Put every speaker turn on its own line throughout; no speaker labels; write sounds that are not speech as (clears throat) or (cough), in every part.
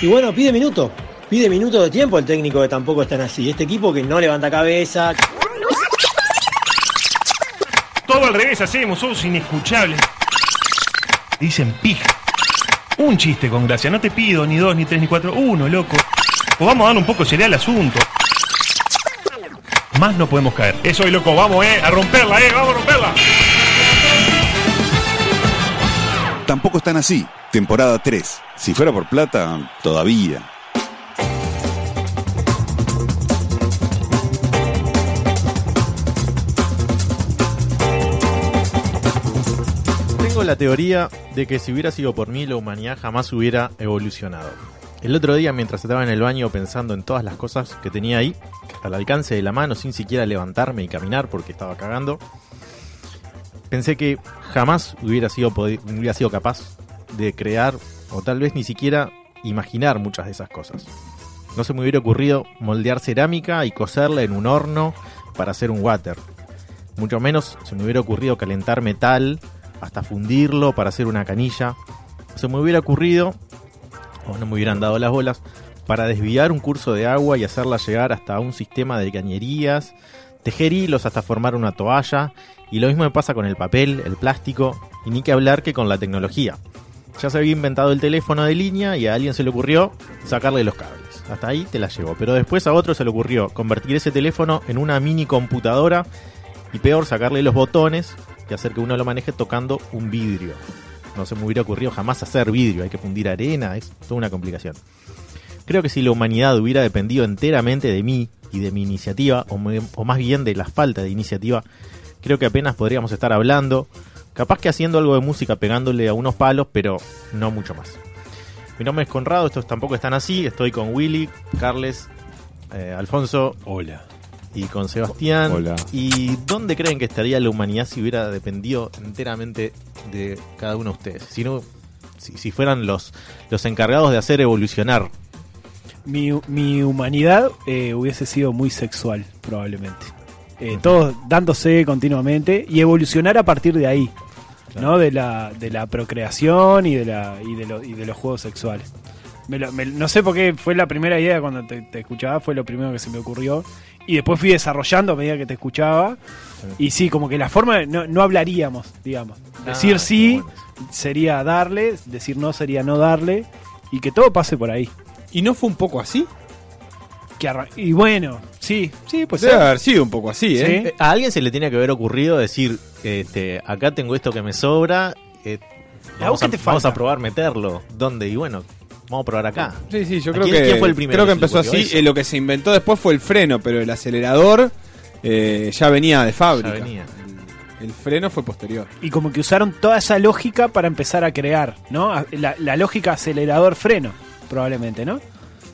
Y bueno, pide minuto. Pide minuto de tiempo el técnico que tampoco están así. Este equipo que no levanta cabeza.
Todo al revés hacemos, somos inescuchables. Dicen pija. Un chiste con gracia. No te pido ni dos, ni tres, ni cuatro. Uno, loco. O vamos a dar un poco sería el asunto. Más no podemos caer. Eso es loco. Vamos, eh. A romperla, eh. Vamos a romperla.
Tampoco están así. Temporada 3. Si fuera por plata, todavía.
Tengo la teoría de que si hubiera sido por mí, la humanidad jamás hubiera evolucionado. El otro día, mientras estaba en el baño pensando en todas las cosas que tenía ahí, al alcance de la mano, sin siquiera levantarme y caminar porque estaba cagando, pensé que jamás hubiera sido, podi- hubiera sido capaz de crear o tal vez ni siquiera imaginar muchas de esas cosas. No se me hubiera ocurrido moldear cerámica y coserla en un horno para hacer un water. Mucho menos se me hubiera ocurrido calentar metal hasta fundirlo para hacer una canilla. Se me hubiera ocurrido, o no me hubieran dado las bolas, para desviar un curso de agua y hacerla llegar hasta un sistema de cañerías, tejer hilos hasta formar una toalla, y lo mismo me pasa con el papel, el plástico, y ni que hablar que con la tecnología. Ya se había inventado el teléfono de línea y a alguien se le ocurrió sacarle los cables. Hasta ahí te la llevo. Pero después a otro se le ocurrió convertir ese teléfono en una mini computadora y peor, sacarle los botones y hacer que uno lo maneje tocando un vidrio. No se me hubiera ocurrido jamás hacer vidrio, hay que fundir arena, es toda una complicación. Creo que si la humanidad hubiera dependido enteramente de mí y de mi iniciativa, o, me- o más bien de la falta de iniciativa, creo que apenas podríamos estar hablando, capaz que haciendo algo de música, pegándole a unos palos, pero no mucho más. Mi nombre es Conrado, estos tampoco están así, estoy con Willy, Carles, eh, Alfonso
Hola.
y con Sebastián.
Hola.
¿Y dónde creen que estaría la humanidad si hubiera dependido enteramente de cada uno de ustedes? Si no, si, si fueran los, los encargados de hacer evolucionar.
Mi, mi humanidad eh, hubiese sido muy sexual, probablemente. Eh, Todos dándose continuamente y evolucionar a partir de ahí, ¿no? De la, de la procreación y de, la, y, de lo- y de los juegos sexuales. Me lo- me- no sé por qué fue la primera idea cuando te, te escuchaba, fue lo primero que se me ocurrió. Y después fui desarrollando a medida que te escuchaba. Y sí, como que la forma, de- no, no hablaríamos, digamos. Decir
Ah,
sí sería darle, decir no sería no darle, y que todo pase por ahí.
¿Y no fue un poco así?
Que arran- y bueno, sí, sí, pues
Debe haber sido un poco así, ¿eh?
Sí.
Eh, A alguien se le tiene que haber ocurrido decir, este, acá tengo esto que me sobra, eh, vamos,
qué
a,
te
vamos
falta?
a probar meterlo. ¿Dónde? Y bueno, vamos a probar acá.
Sí, sí, yo
¿A
creo
quién-
que.
quién fue el primero
Creo que
que se
empezó
le ocurrió
así.
eso?
eh, lo que se inventó después fue el freno, pero el acelerador eh, ya venía de fábrica.
Ya venía.
El freno fue posterior.
Y como que usaron toda esa lógica para empezar a crear, ¿no? A- La, la lógica acelerador-freno, probablemente, ¿no?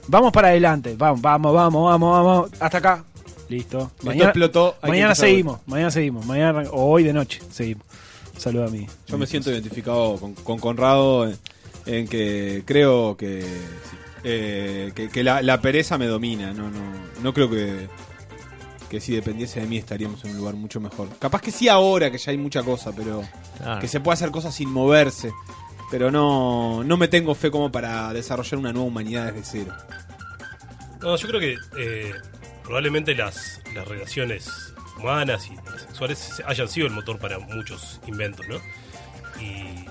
Vamos para adelante, vamos, vamos, vamos, vamos, vamos, hasta acá. Listo.
Esto explotó, hay que
mañana
empezar.
seguimos, mañana seguimos, mañana arran- o hoy de noche seguimos. Saluda a mí.
Yo me siento identificado con, con Conrado en, en que creo que. sí, eh, que, que la, la pereza me domina. No, no, no creo que. Que si dependiese de mí estaríamos en un lugar mucho mejor. Capaz que sí ahora, que ya hay mucha cosa, pero.
Claro.
que se puede hacer cosas sin moverse. Pero no, no me tengo fe como para desarrollar una nueva humanidad desde cero.
No, yo creo que eh, probablemente las, las relaciones humanas y sexuales hayan sido el motor para muchos inventos, ¿no? Y,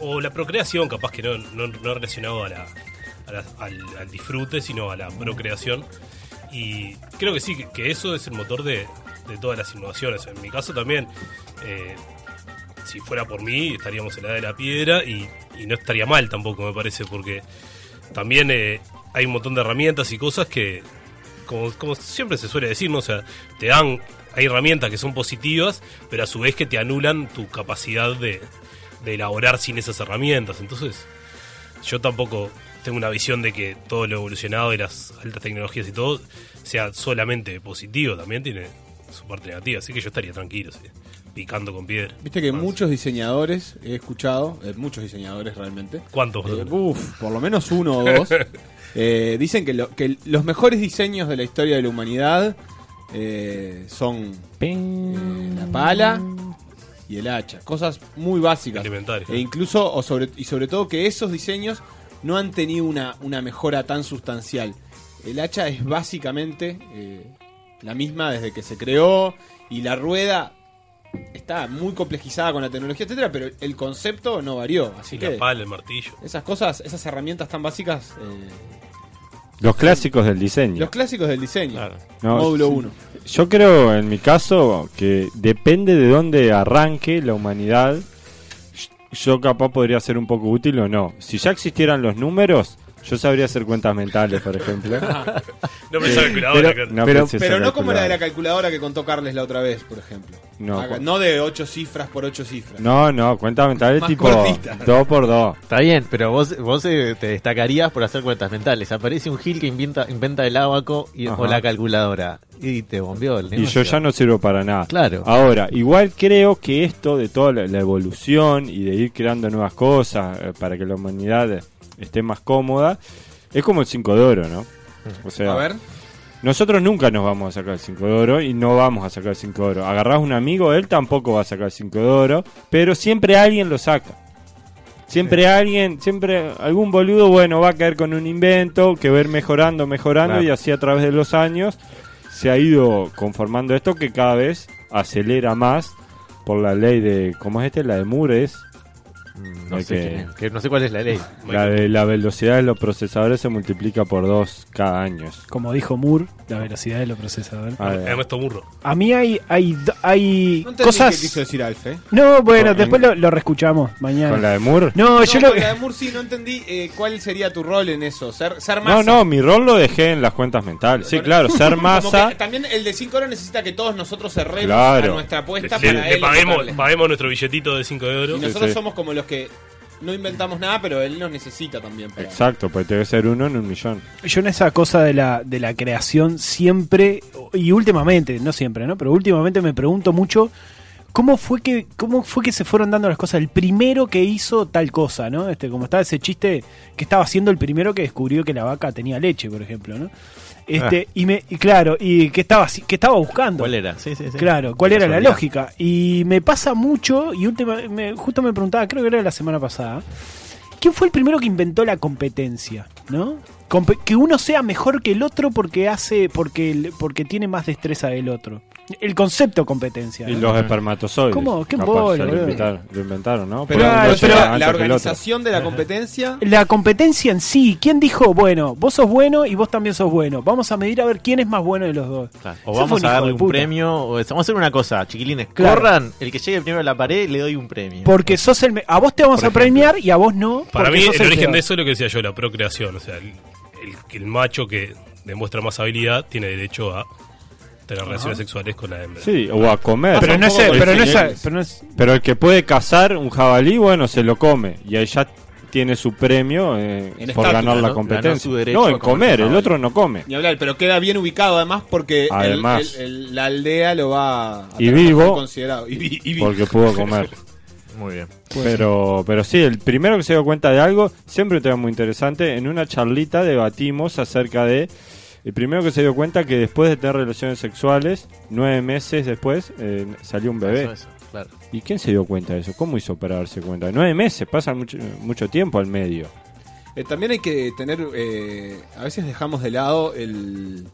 o la procreación, capaz que no, no, no relacionado a la, a la- al, al disfrute, sino a la procreación. Y creo que sí, que, que eso es el motor de, de todas las innovaciones. En mi caso también, eh, si fuera por mí, estaríamos en la edad de la piedra y, y no estaría mal tampoco, me parece, porque también eh, hay un montón de herramientas y cosas que, como, como siempre se suele decir, ¿no? O sea, te dan, hay herramientas que son positivas, pero a su vez que te anulan tu capacidad de, de elaborar sin esas herramientas. Entonces, yo tampoco tengo una visión de que todo lo evolucionado y las altas tecnologías y todo sea solamente positivo, también tiene su parte negativa, así que yo estaría tranquilo, sí, picando con piedra.
Viste que
Más.
muchos diseñadores, he escuchado, eh, muchos diseñadores realmente,
¿Cuántos?
eh,
perdón?
uf, por lo menos uno o dos, eh, dicen que, lo- que los mejores diseños de la historia de la humanidad eh, son eh, la pala y el hacha. Cosas muy básicas.
Elementales.
E incluso, o sobre, y sobre todo que esos diseños no han tenido una, una mejora tan sustancial. El hacha es básicamente eh, la misma desde que se creó y la rueda está muy complejizada con la tecnología, etcétera, pero el concepto no varió. Así
Y
que
la pala, el martillo.
esas cosas, esas herramientas tan básicas, eh,
Los clásicos del diseño.
los clásicos del diseño,
No,
módulo
sí.
1.
Yo creo, en mi caso, que depende de dónde arranque la humanidad. Yo capaz podría ser un poco útil o no. Si ya existieran los números, yo sabría hacer cuentas mentales, por
(laughs)
ejemplo.
(laughs) No pensaba
Eh,
que la
pero-
hora, claro.
no
Pero-
pensé
Pero
esa
no como la de la
calculadora.
calculadora que contó Carles la otra vez, por ejemplo.
No, pues.
Haga-
por-
No de 8 cifras por 8 cifras.
No, no, cuentas mentales
Más
tipo
cortita.
2 por 2
Está bien, pero vos, vos eh, te destacarías por hacer cuentas mentales. Aparece un Gil que inventa, inventa el abaco y, o
Ajá.
la calculadora y te bombeó el
Y yo
negocio.
ya no sirvo para nada.
Claro.
Ahora, igual creo que esto de toda la, la evolución y de ir creando nuevas cosas eh, para que la humanidad eh, esté más cómoda, es como el 5 de oro, ¿no?
Mm.
O sea,
A ver,
nosotros nunca nos vamos a sacar el 5 de oro y no vamos a sacar el 5 de oro. Agarrás un amigo, él tampoco va a sacar el 5 de oro, pero siempre alguien lo saca. Siempre alguien, siempre algún boludo, bueno, va a caer con un invento que va a ir mejorando, mejorando
Claro.
y así a través de los años se ha ido conformando esto que cada vez acelera más por la ley de, ¿cómo es este? La de Mures,
Mm, No,
de
sé
que-
quién es, que no sé cuál es la ley.
la de la velocidad de los procesadores se multiplica por dos cada año.
Como dijo Moore, la velocidad de los procesadores.
Ah,
Además está burro.
A mí hay, hay, hay
no entendí qué quiso
cosas.
decir ¿eh? Alfe.
No, bueno,
Eh,
Con-
después lo, lo reescuchamos
¿Con la
mañana.
de Moore?
No, yo
no,
lo.
con la de Mursi no entendí eh, cuál sería tu rol en eso. Ser, ser
No,
masa.
no, mi rol lo dejé en las cuentas mentales. Sí, claro, ser
(laughs) Como
masa.
que también el de 5 horas necesita que todos nosotros cerremos
Claro.
a nuestra
Le,
apuesta
le-
para
le
él.
paguemos,
votarle.
paguemos nuestro billetito de 5 de oro.
Y nosotros
sí.
somos como los que no inventamos nada, pero él nos necesita también. para-
Exacto, pues debe ser uno en un millón.
Yo en esa cosa de la, de la creación siempre, y últimamente, no siempre, ¿no? Pero últimamente me pregunto mucho cómo fue que, cómo fue que se fueron dando las cosas. El primero que hizo tal cosa, ¿no? Este, como estaba ese chiste que estaba haciendo el primero que descubrió que la vaca tenía leche, por ejemplo, ¿no?
Ah.
Este, y me, y claro, y que estaba así- que estaba buscando.
¿Cuál era? Sí, sí, sí.
Claro, ¿cuál era la
Este, Casualidad.
lógica? Y me pasa mucho, y última, me- justo me preguntaba, creo que era la semana pasada, ¿quién fue el primero que inventó la competencia? ¿No? Compe- que uno sea mejor que el otro porque hace, porque, el- porque tiene más destreza del otro. El concepto competencia.
Y
¿no?
los espermatozoides.
¿Cómo? Qué
Capaz,
bola,
ya lo,
boludo.
inventaron, lo inventaron, ¿no?
Pero,
Porque
Claro,
uno
pero
llega antes
la, la
que el otro.
organización de la competencia.
La competencia en sí, ¿quién dijo, bueno, vos sos bueno y vos también sos bueno? Vamos a medir a ver quién es más bueno de los dos.
Claro.
Eso
O
fue
vamos
un
a
hijo de
darle un
puta.
premio. O es- vamos a hacer una cosa, chiquilines.
Claro.
Corran, el que llegue primero a la pared le doy un premio.
Porque sos el... me- a vos te vamos a premiar y a vos no.
Para
porque
mí,
sos
el origen
peor.
de eso es lo que decía yo, la procreación. O sea, el, el- que el macho que demuestra más habilidad tiene derecho a tener relaciones sexuales con la hembra.
Sí, o a comer.
Pero no, es,
El
pero, no es,
que-
pero no es
pero el que puede cazar un jabalí, bueno, se lo come. Y ahí ya tiene su premio eh, por
En estatura,
ganar la
¿no? Ganó
competencia.
su derecho
No,
a
en
comer
comer, el
jabalí.
otro no come.
Ni hablar, pero queda bien ubicado además porque el-
Además.
el- el- la aldea lo va a
Y
tener
vivo.
mejor
(laughs)
considerado. Y, vi- y vivo.
Porque pudo
(laughs)
comer.
Muy bien.
Pero, pero sí, el primero que se dio cuenta de algo, siempre un tema muy interesante, en una charlita debatimos acerca de, el primero que se dio cuenta que después de tener relaciones sexuales, nueve meses después, eh, salió un bebé.
Eso, eso, claro.
¿Y quién se dio cuenta de eso? ¿Cómo hizo para darse cuenta? Nueve meses, pasa mucho, mucho tiempo al medio.
Eh, también hay que tener, eh, a veces dejamos de lado el,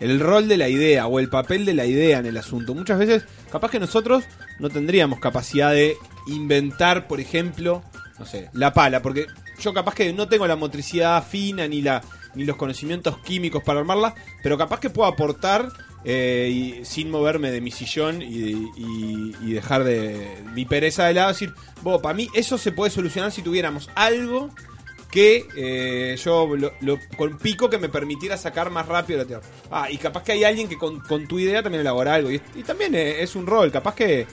el rol de la idea o el papel de la idea en el asunto. Muchas veces, capaz que nosotros no tendríamos capacidad de inventar, por ejemplo, no sé, la pala, porque yo capaz que no tengo la motricidad fina ni la ni los conocimientos químicos para armarla, pero capaz que puedo aportar eh, y- sin moverme de mi sillón y, y- y dejar de mi pereza de lado, decir, vos, para mí eso se puede solucionar si tuviéramos algo que eh, yo lo, lo- con pico que me permitiera sacar más rápido la tierra. Ah, y capaz que hay alguien que con, con tu idea también elabora algo. Y, y también eh, es un rol, capaz que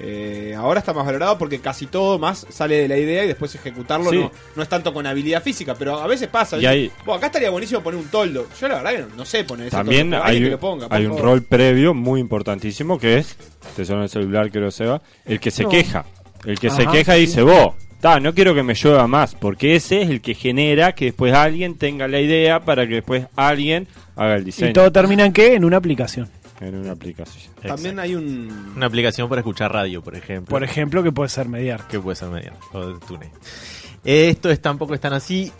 eh, ahora está más valorado porque casi todo más sale de la idea y después ejecutarlo
Sí.
no, no es tanto con habilidad física, pero a veces pasa.
Y
Dice,
hay-
"Buah, acá estaría buenísimo poner un toldo. Yo la verdad que no, no sé poner ese
También
toldo, pero
hay,
alguien que
un-
lo ponga, por
hay un
favor.
rol previo muy importantísimo que es, te suena el celular creo Seba, el que se queja. El que se
Ajá,
queja
sí.
dice, vos, ta, no quiero que me llueva más, porque ese es el que genera que después alguien tenga la idea para que después alguien haga el diseño
Y todo termina en qué? En una aplicación.
en una aplicación. Eh,
También hay un...
Una aplicación para escuchar radio, por ejemplo.
Por ejemplo, que puede ser mediar.
que puede ser media o de túnel. Eh, Esto es tampoco es tan así.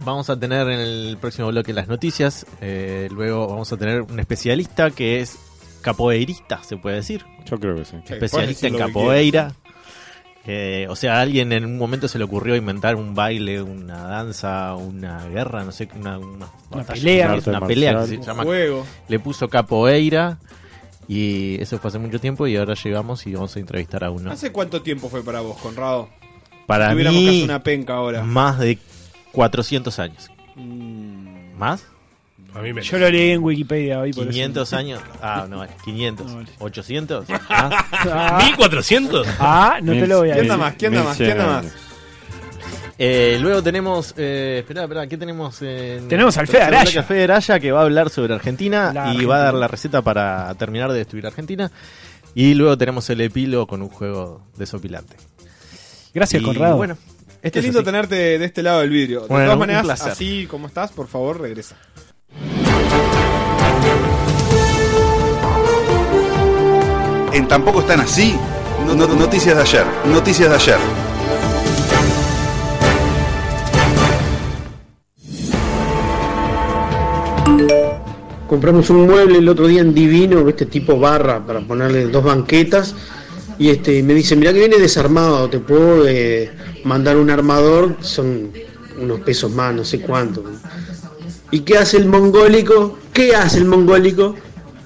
Vamos a tener en el próximo bloque las noticias. eh, luego vamos a tener un especialista que es capoeirista, se puede decir.
Yo creo que sí.
Sí, puedes
especialista
decir
en
lo que
capoeira. Eh, o sea, a alguien en un momento se le ocurrió inventar un baile, una danza, una guerra, no sé, una, una batalla,
pelea.
una-
Arte
una pelea que
marcial.
se
Un
llama.
juego.
Le puso capoeira y eso fue hace mucho tiempo y ahora llegamos y vamos a entrevistar a uno.
¿Hace cuánto tiempo fue para vos, Conrado?
Para
Tuviéramos que hacer
mí,
una penca ahora.
más de 400 años.
Mm,
¿Más?
A mí me.
Yo lo leí en Wikipedia hoy. Por eso.
500 años. Ah, no, vale, 500.
No, vale. (laughs)
800. ¿Más?
Ah,
¿1400?
ah, no te lo voy a
¿Quién
decir.
anda más? ¿Quién anda más? ¿Quién anda más?
Eh, luego tenemos. Eh, esperá, esperá, ¿qué tenemos? en-
Tenemos al Fede
Tercer bloque,
Araya.
al Fede Araya que va a hablar sobre Argentina y va a
La
dar
Argentina.
la receta para terminar de destruir Argentina. Y luego tenemos el epílogo con un juego desopilante.
Gracias,
Y,
Conrado.
Bueno, este
Qué
es
lindo
así.
tenerte de este lado del vidrio. De
Bueno,
todas
un
maneras,
placer.
así como estás, por favor, regresa.
En Tampoco están así. No- no- noticias de ayer. Noticias de ayer.
compramos un mueble el otro día en Divino, este tipo barra, para ponerle dos banquetas. Y este, me dice, mirá que viene desarmado, te puedo eh, mandar un armador, son unos pesos más, no sé cuánto. ¿Y qué hace el mongólico? ¿Qué hace el mongólico?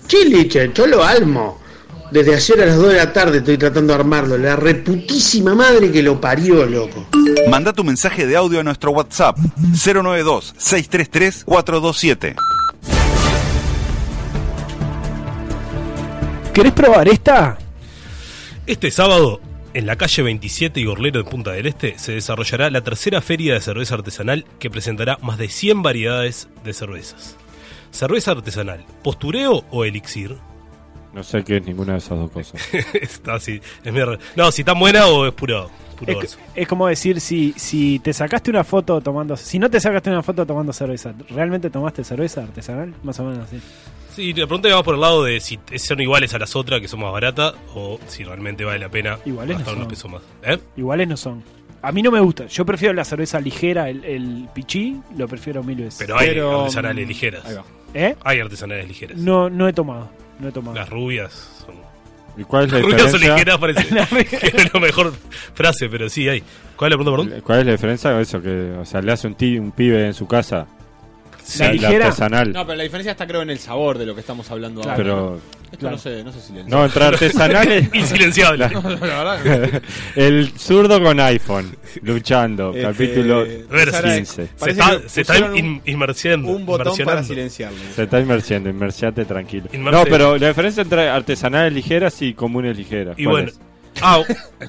Chiliche, yo lo almo. Desde ayer a las 2 de la tarde estoy tratando de armarlo. La reputísima madre que lo parió, loco.
Manda tu mensaje de audio a nuestro WhatsApp 092 633 427.
¿Querés probar esta?
Este sábado, en la calle 27 y Gorlero de Punta del Este, se desarrollará la tercera feria de cerveza artesanal que presentará más de 100 variedades de cervezas. Cerveza artesanal, postureo o elixir. (laughs)
No sé qué es ninguna de esas dos cosas.
está así, es medio raro. No, si está buena o es puro, puro
Es,
verso.
es como decir, si, si te sacaste una foto tomando... Si no te sacaste una foto tomando cerveza, ¿realmente tomaste cerveza artesanal? Más o menos así.
Sí, la pregunta va por el lado de si son iguales a las otras que son más baratas o si realmente vale la pena
Iguales
gastar
no
unos pesos
son.
más. ¿Eh?
Iguales no son. A mí no me gusta. Yo prefiero la cerveza ligera, el, el pichí, lo prefiero mil veces.
Pero hay
Pero,
artesanales
mm,
ligeras.
Ahí va.
¿Eh?
Hay artesanales ligeras.
No, no he tomado. No he tomado.
Las rubias
(laughs)
son.
¿Y cuál
(laughs)
es la
Las rubias son
diferencia?
ligeras, parece. (laughs) que es la mejor frase, pero sí hay. ¿Cuál es la pregunta, perdón?
¿Cuál es la diferencia? Eso que, o sea, le hace un, ti- un pibe en su casa. la-
La
la
ligera.
artesanal.
No, pero la diferencia está creo en el sabor de lo que estamos hablando ahora.
pero
Esto no sé, no sé si le
no, entre artesanales
(laughs)
(laughs)
Insilenciable.
La-
la verdad.
(laughs) el zurdo con iPhone luchando,
Este,
capítulo
A ver,
Sara,
15.
Se
parece que
está, se está
pusieron
in- inmersiendo.
Un botón para
inmersionando.
silenciarlo.
Se está inmersiendo, inmersiate tranquilo.
Inmersiate.
No, pero la diferencia entre artesanales ligeras y comunes ligeras.
Y
¿cuál
bueno.
es?
Ah, o-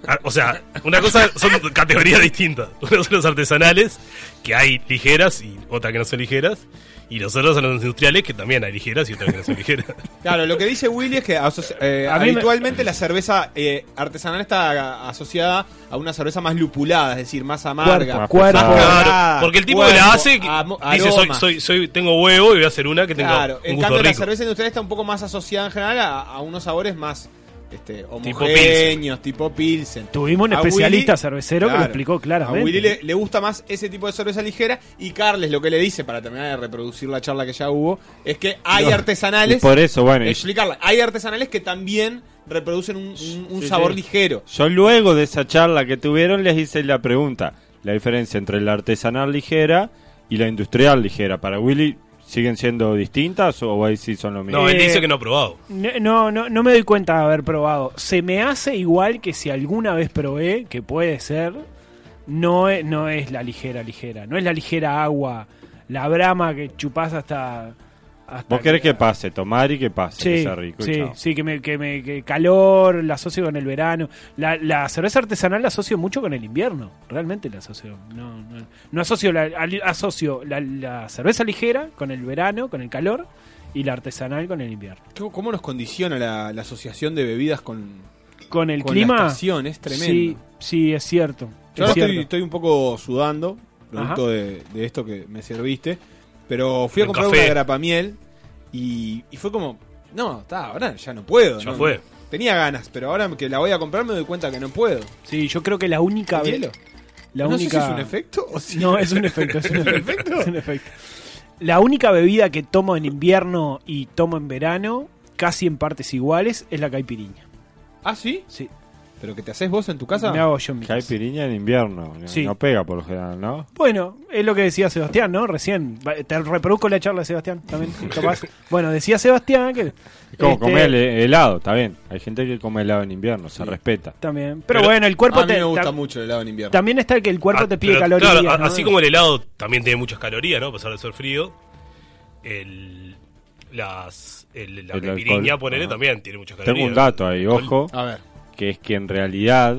ah, o sea, una cosa son categorías distintas. (laughs) Unos son los artesanales, que hay ligeras y otras que no son ligeras. Y los otros son los industriales, que también hay ligeras y otras que no son ligeras.
(laughs) Claro, lo que dice Willy es que aso- eh,
A mí me-
habitualmente la cerveza eh, artesanal está a- asociada a una cerveza más lupulada, es decir, más amarga.
Más
cuerpo.
pesada.
Cuerpo.
Ah,
Claro, porque el tipo que
cuerpo,
la hace que
amo-
dice: soy,
aroma.
soy, soy, tengo huevo y voy a hacer una que tenga
Claro,
un
en
gusto
cambio la
rico.
cerveza industrial está un poco más asociada en general a, a unos sabores más este,
Tipo
homogéneos, tipo pilsen.
Tuvimos un
A
especialista cervecero que lo explicó claramente.
A Willy le, le gusta más ese tipo de cerveza ligera y Carles lo que le dice, para terminar de reproducir la charla que ya hubo, es que hay
Y
artesanales...
por eso, bueno, y-
explicarla, hay artesanales que también reproducen un, un- un
Sí,
sabor
sí.
ligero.
yo luego de esa charla que tuvieron les hice la pregunta, la diferencia entre la artesanal ligera y la industrial ligera. Para Willy, ¿siguen siendo distintas o ahí sí son lo mismo?
No, él
Eh,
dice que no ha probado.
No, no, no, no me doy cuenta de haber probado. Se me hace igual que si alguna vez probé, que puede ser, no es, no es la ligera ligera, no es la ligera agua, la brama que chupás hasta... hasta
Vos querés que pase, tomar y que pase, que
Sí,
sea rico. y
sí,
chao.
sí, que me, que me que calor, la asocio con el verano. La, la cerveza artesanal la asocio mucho con el invierno, realmente la asocio. No, no, no asocio, la, al- asocio la, la cerveza ligera con el verano, con el calor, y la artesanal con el invierno.
¿Cómo cómo nos condiciona la, la asociación de bebidas con,
Con el
con
clima...
la estación? Es tremendo.
Sí, sí, es cierto.
Yo
es
ahora estoy,
cierto.
estoy un poco sudando, producto de, de esto que me serviste. Pero fui a
Un
comprar
café.
una grapamiel y, y fue como, no, está, ahora ya no puedo.
Ya
no-
fue.
Tenía ganas, pero ahora que la voy a comprar me doy cuenta que no puedo.
Sí, yo creo que la única
¿Con
vez.
hielo?
La
no
única...
sé si es un efecto o si
No, es un efecto, es un
(laughs) ¿Es un
efecto.
efecto?
es un efecto. La única bebida que tomo en invierno y tomo en verano, casi en partes iguales, es la caipiriña.
¿Ah, sí?
Sí.
¿Pero que te haces vos en tu casa?
Me hago yo en mi
Que hay
casa.
piriña en invierno.
Sí.
No pega por lo general, ¿no?
Bueno, es lo que decía Sebastián, ¿no? Recién. Va- Te reproduzco la charla de Sebastián
(laughs)
también, capaz. Bueno, decía Sebastián que.
Es como
este,
comer hel- helado, está bien. Hay gente que come helado en invierno, se respeta.
También. Pero, bueno, el cuerpo
a mí
te.
me gusta
ta-
mucho el helado en invierno.
También está el que el cuerpo
Ah,
te pide
pero,
calorías.
Claro, a-
¿no?
así como el helado también tiene muchas calorías, ¿no? A pesar de ser frío. El, las, el- la
El
piriña,
alcohol,
ponele,
ajá.
también tiene muchas calorías.
Tengo un dato ahí, ojo,
A ver.
que es que en realidad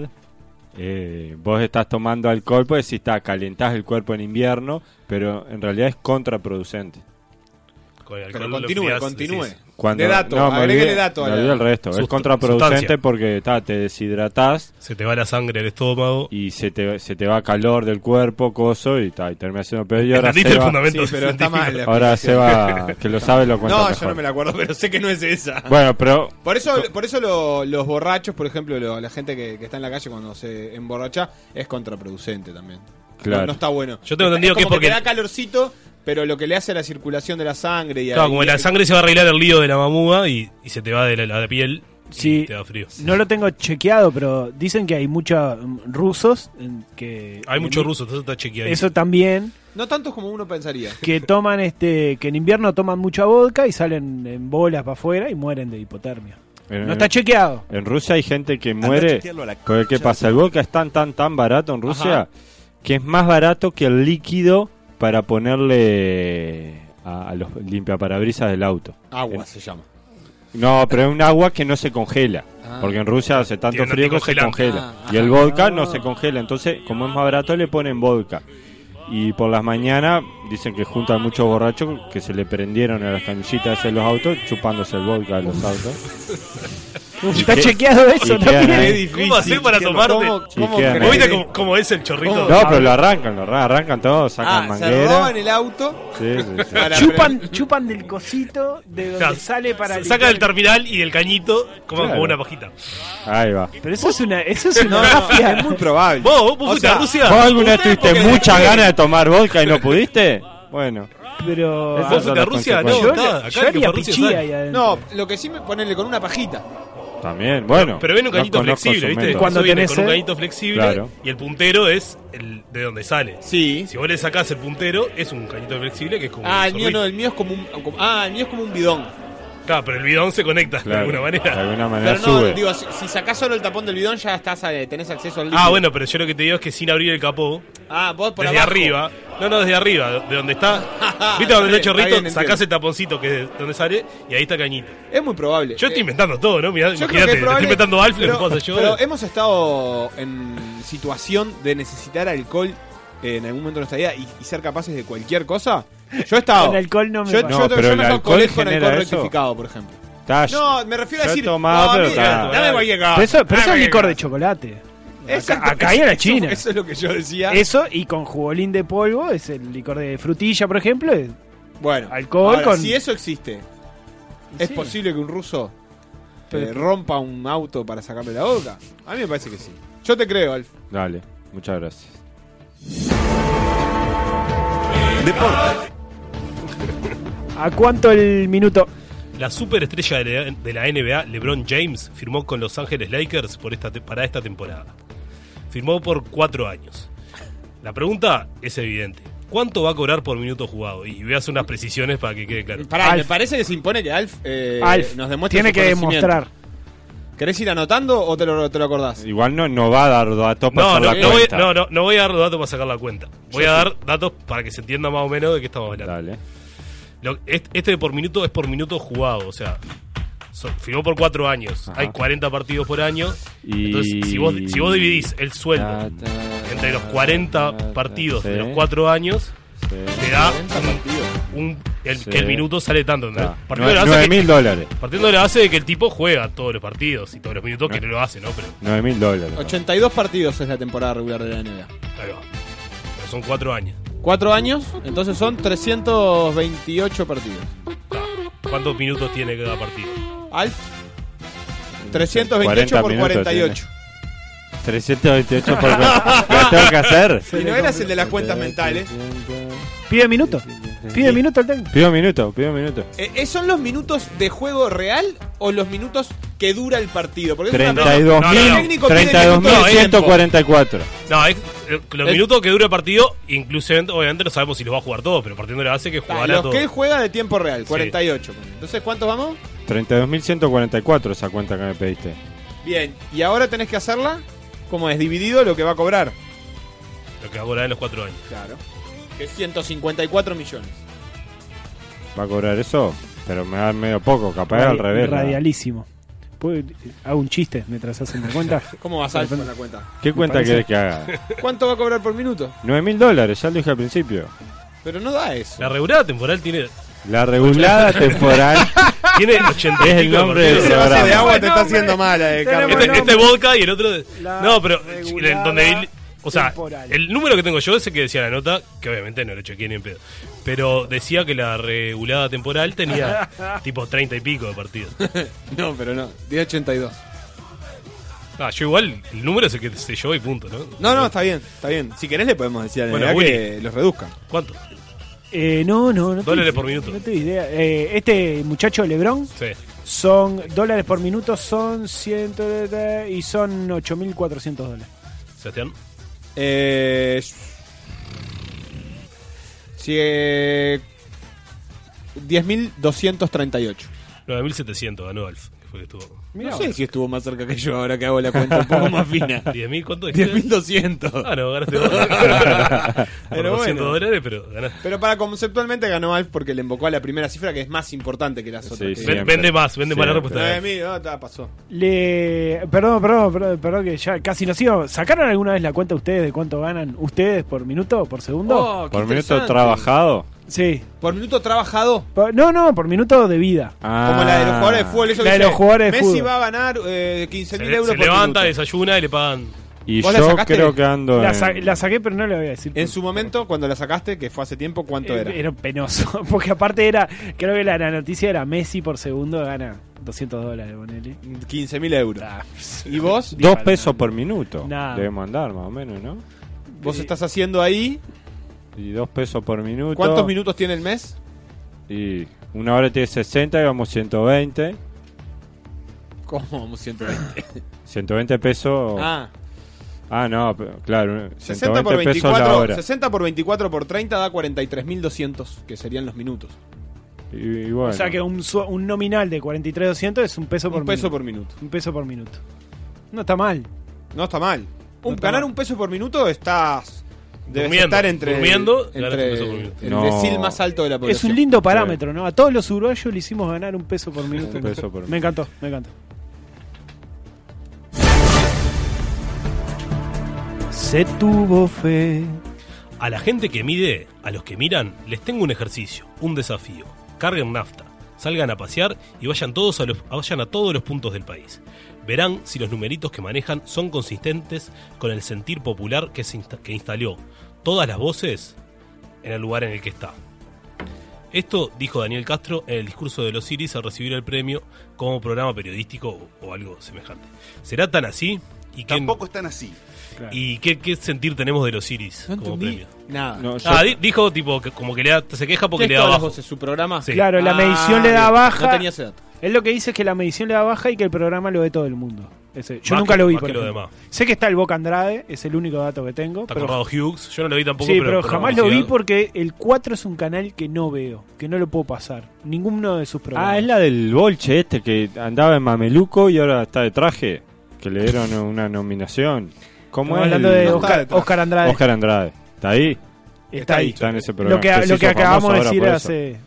eh, vos estás tomando alcohol, pues si está, calentás el cuerpo en invierno, pero en realidad es contraproducente.
Con el
Pero
alcohol lo
continúe,
enfriás,
continúe.
decís,
Cuando,
de dato,
no, me
agreguele
olvidé-
dato. a
me
la-
olvidé el resto. es
Susta-
contraproducente
sustancia.
porque ta, te deshidratás
Se te va la sangre del estómago.
y se te, se te va calor del cuerpo, coso, y, ta, y termina siendo peor. Y ahora
Entendiste el
Seba,
fundamento. (laughs)
Sí, pero está
científico.
mal.
ahora
(laughs)
Seba, que lo sabe, lo cuenta
No,
mejor.
yo no me la acuerdo, pero sé que no es esa.
Bueno, pero
Por eso, por eso lo- los borrachos, por ejemplo, lo- la gente que, que está en la calle cuando se emborracha, es contraproducente también.
Claro.
No, no está bueno.
Yo tengo
Es-
entendido que
es como
porque-
te da calorcito, pero lo que le hace a la circulación de la sangre y a-
Claro, como
y-
la sangre se va a arreglar el lío de la mamuga y, y se te va de la, la piel y
Sí.
te da frío.
No lo tengo chequeado, pero dicen que hay muchos rusos en que
Hay muchos
en-
rusos, entonces está chequeado. (laughs)
Eso también
No tanto como uno pensaría.
que toman este que en invierno toman mucha vodka y salen en bolas para afuera y mueren de hipotermia.
en,
No está chequeado.
en Rusia hay gente que
Andá a
muere.
chequearlo a la
Porque ¿qué
concha
pasa?
de
El
tu-
vodka es tan, tan, tan barato en Rusia que es más barato que el líquido para ponerle a, a los limpiaparabrisas del auto.
Agua se llama.
No, pero es un agua que no se congela.
Ah.
Porque en Rusia hace tanto
Tiene
frío que se
anticongelante.
congela. Y el vodka no se congela. Entonces, como es más barato, le ponen vodka. Y por las mañanas dicen que juntan muchos borrachos que se le prendieron a las canillitas en los autos, chupándose el vodka de los autos.
(laughs)
Está
qué-
chequeado eso
y quedan
también.
ahí.
¿Cómo hacer para tomarte?
¿Cómo, cómo
quedan
crees?
ahí.
¿Viste cómo, cómo es el chorrito?
No, pero lo arrancan, lo arrancan, arrancan todos, sacan
Ah, se
manguera.
roban el auto.
Sí, sí, sí.
para-
Chupan, chupan del cosito de donde
Claro,
sale para
sa-
limpiar
Saca
el-
del terminal y del cañito, como,
Claro.
como una pajita.
Ahí va.
Pero eso es una, eso es una
No, no,
mafia.
es muy probable.
¿Vos, vos, vos
O
fuiste
sea,
a Rusia?
¿Vos alguna vez
ustedes
tuviste
(laughs)
porque-
muchas ganas de tomar vodka y no pudiste? Bueno,
Pero
Eso
¿Vos
Ah,
fuiste a
las
Rusia? No,
consecuencias.
yo,
está,
yo
acá el que fue
haría
a Rusia
pichí
sabe.
ahí adentro.
No, lo que sí me ponerle con una pajita.
también, bueno.
Pero ven un cañito
no conozco
flexible,
su
¿viste?
método.
Cuando
Eso viene
tenés
con un
sed.
cañito flexible
Claro.
y el puntero es el de donde sale.
Sí.
Si vos le sacás el puntero, es un cañito flexible que es como
Ah,
un
el mío
sorbito.
no, el mío es como un, como- ah, el mío es como un bidón.
Claro, pero el bidón se conecta de
Claro,
alguna
De
manera.
alguna manera
Pero no,
sube.
digo, si, si sacás solo el tapón del bidón ya estás eh, tenés acceso al líquido.
Ah, bueno, pero yo lo que te digo es que sin abrir el capó,
Ah, vos por
desde
abajo. Ah,
arriba, no, no, desde arriba, de donde
(laughs)
está, ¿viste donde está el
Está bien,
chorrito?
está bien,
sacás
entiendo.
el taponcito que es donde sale y ahí está el cañito.
Es muy probable.
Yo estoy
Eh,
inventando todo, ¿no? Mirá,
yo creo que
imagínate,
es
te estoy
probable,
inventando Alfred,
pero-
cosas yo.
Pero hemos estado en situación de necesitar alcohol eh, en algún momento de nuestra vida y, y ser capaces de cualquier cosa. Yo he estado.
Con alcohol no me
yo,
pasa.
yo-
No,
yo
pero el
he estado
alcohol
colegio con
genera
alcohol
eso.
rectificado, por ejemplo.
Está-
No, me refiero a
Yo he
decir.
tomado,
no,
pero
mí-
está-
dame cualquier cosa.
Pero eso, pero eso
Dame
es
cualquier
licor de
cosa.
chocolate.
Exacto.
Acá
(laughs)
hay en la
Eso-
China.
Eso es lo que yo decía.
Eso y con jugolín de polvo, es el licor de frutilla, por ejemplo. es-
Bueno,
Alcohol
ahora,
con-
si eso existe, ¿es
Sí.
posible que un ruso eh,
Pero-
rompa un auto para sacarle la boca? A mí me parece que sí. Yo te creo, Alf.
Dale, muchas gracias.
Deporte.
¿A cuánto el minuto?
La superestrella de la, de la NBA, LeBron James, firmó con Los Ángeles Lakers por esta te- para esta temporada. Firmó por cuatro años. La pregunta es evidente. ¿Cuánto va a cobrar por minuto jugado? Y voy a hacer unas precisiones para que quede claro.
Pará, me
Alf.
parece que se impone que Alf, eh,
Alf,
nos demuestre
tiene
su
que
conocimiento.
demostrar.
¿Querés ir anotando o te lo, te lo acordás?
Igual no, no va a dar datos para
No,
hacer
no,
la
no voy,
cuenta.
no, no, no voy a dar los datos para sacar la cuenta. Voy a dar datos para que se entienda más o menos de qué estamos hablando.
Dale.
Lo- est- este de por minuto es por minuto jugado, o sea, so- firmó por cuatro años,
Ajá.
hay 40 partidos por año,
Y-
entonces si vos, si vos dividís el
Ta,
sueldo
ta,
entre los
ta,
40
ta,
partidos de
sí,
los cuatro años,
sí.
te da un, un- el,
Sí.
que el minuto sale tanto, ¿entendés?
Ta.
Partiendo,
Nue-
de la base
Nueve
que-
mil dólares.
partiendo de la base de que el tipo juega todos los partidos y todos los minutos que no lo hace, ¿no? Pero,
Nueve mil dólares.
82 partidos es la temporada regular de la NBA.
ahí va. Pero son cuatro años.
Cuatro años, entonces son 328 partidos.
Ta. ¿Cuántos minutos tiene cada partido?
Alf, 328 por
40 minutos
48.
328
(laughs)
por ¿Qué tengo que hacer?
Y no eras el de las cuentas mentales.
Pide minuto. Pide minuto al técnico.
Pido un minuto, pido un minuto.
Eh, eh, ¿Son los minutos de juego real o los minutos que dura el partido? Porque es una pregunta.
No, no, no.
32.000,
Técnico tiene minutos de
32.144.
No, es- eh, los
El-
minutos que dura el partido, incluso obviamente no sabemos si los va a jugar todos, pero partiendo de la base que
Ah,
jugará
los
todo.
que él juega de tiempo real, 48. ponele. Entonces, ¿cuántos vamos?
32.144 esa cuenta que me pediste.
Bien. Y ahora tenés que hacerla como es dividido lo que va a cobrar.
Lo que va a cobrar en los cuatro años.
Claro. Que es 154 millones.
¿Va a cobrar eso? Pero me da medio poco, capaz es al
Radi-
revés. ¿no?
Radialísimo. ¿Puedo- eh, Hago un chiste mientras hacen la cuenta.
(laughs) ¿Cómo vas a con la cuenta?
¿Qué cuenta
parece-
querés que haga?
¿Cuánto va a cobrar por minuto?
9.000 dólares, ya lo dije al principio.
Pero no da eso.
La regulada temporal tiene,
La regulada
(laughs)
temporal
tiene 80 y
es el
pico de
nombre del
partidos.
La base de
programa.
agua te está haciendo mala, eh, Carlos.
Este, este vodka y el otro. de-
La
no, pero. eh,
regulada
en donde el- o sea,
temporal.
el número que tengo yo es el que decía la nota, que obviamente no lo chequeé ni en pedo. Pero decía que la regulada temporal tenía tipo 30 y pico de partidos.
No, pero no. 1082.
Ah, yo igual, el número es el que se llevó y punto, ¿no?
No, no, está bien, está bien. Si querés le podemos decir a la
Bueno,
NBA que
Willy.
los reduzcan.
¿Cuánto?
Eh, no, no, no.
Dólares
tengo-
por minuto.
No tengo idea. Eh, este muchacho Lebrón
Sí.
son dólares por minuto, son 100 y son 8.400 dólares.
Sebastián.
Eh, si, eh, 10.238.
9.700 ganó Alf. Que fue que estuvo.
No sé si estuvo más cerca que yo ahora que hago la cuenta un poco más
(laughs)
fina.
10.000, ¿cuánto dijiste?
10.200.
Ah, no, ganaste
(laughs)
vos. Por
Pero
200
bueno.
dólares, pero ganaste.
Pero para conceptualmente ganó Alf porque le invocó a la primera cifra que es más importante que las otras.
Sí,
que-
sí.
Ven-
Siempre.
Vende más, vende más la
Siempre.
respuesta. de Alf.
Nueve mil, ah, está, pasó.
Le... Perdón, perdón, perdón, perdón, que ya casi nos iba. ¿Sacaron alguna vez la cuenta ustedes de cuánto ganan ustedes por minuto, por segundo?
Oh, qué
Por minuto
interesante.
trabajado.
Sí.
Por minuto trabajado.
Por- No, no, por minuto de vida.
Ah.
Como la Ah, de los jugadores de fútbol. Eso
La
que
de los
dice,
jugadores de
Messi
fútbol.
va a ganar eh, 15.000
Se,
euros
se
por
levanta,
minuto.
desayuna y le pagan.
Y
¿Vos la
yo
sacaste?
creo que ando.
La,
en-
sa- la saqué, pero no la voy a decir.
En su momento, cuando la sacaste, que fue hace tiempo, ¿cuánto
Eh,
era?
penoso, (laughs) porque aparte era, creo que la, la noticia era Messi por segundo gana 200 dólares, ponele. Ah,
15.000 euros.
(laughs)
¿Y vos?
Dos pesos por minuto.
Nah.
Debemos andar, más o menos, ¿no?
Vos estás haciendo ahí.
Y dos pesos por minuto.
¿Cuántos minutos tiene el mes?
Y una hora tiene 60 y vamos 120.
¿Cómo?
(laughs)
Vamos 120.
120 pesos. Ah,
Ah,
no, pero, claro.
60 por
120 pesos la
24.
hora.
60 por 24 por 30 da 43.200, que serían los minutos.
Y, y bueno.
O sea que un, su- un nominal de 43.200 es un peso por
Un peso
minuto.
por minuto.
Un peso por minuto. No está mal.
No está mal. Un-
está
ganar
mal.
un peso por minuto estás. Debes
Durmiendo,
estar entre.
durmiendo, ganas un
entre
peso por minuto.
el
No.
decil más alto de la población.
Es un lindo parámetro, ¿no? A todos los uruguayos le hicimos ganar un peso por minuto.
Un peso por
me encantó, me encantó. Se tuvo fe.
A la gente que mide, a los que miran, les tengo un ejercicio, un desafío. Carguen nafta, salgan a pasear y vayan, todos a los, vayan a todos los puntos del país. Verán si los numeritos que manejan son consistentes con el sentir popular que, se insta- que instaló todas las voces en el lugar en el que está. Esto dijo Daniel Castro en el discurso de los Iris al recibir el premio como programa periodístico o, o algo semejante. ¿Será tan así? ¿Y qué,
Tampoco están así.
y qué, qué sentir tenemos de los Iris
No
como
entendí
premio?
Nada.
No, yo-
Ah, di- dijo tipo que, como que le da, se queja porque
¿Qué
le
es
da
todas las
abajo.
voces, su programa?
Sí.
Claro, la
Ah,
medición le
bien.
da baja.
No tenía ese dato.
Él lo que dice es que la medición le da baja y que el programa lo ve todo el mundo. Ese- yo
Más
nunca
que-
lo vi,
más
por
que lo
ejemplo.
demás.
Sé que está el Boca Andrade, es el único dato que tengo.
Está
pero-
Conrado Hughes. Yo no lo vi tampoco.
sí, pero
por
jamás lo vi
curiosidad.
porque el 4 es un canal que no veo, que no lo puedo pasar. Ninguno de sus programas.
Ah, es la del bolche este que andaba en mameluco y ahora está de traje. Que le dieron una nominación. ¿Cómo
Estamos
es?
hablando
el-
de
No está
Oscar,
detrás.
Oscar Andrade.
Oscar Andrade. ¿Está ahí?
Ah,
está ahí.
Está en ese programa.
Lo que,
Se
lo que
hizo
acabamos
famoso
de
ahora
decir
por eso.
hace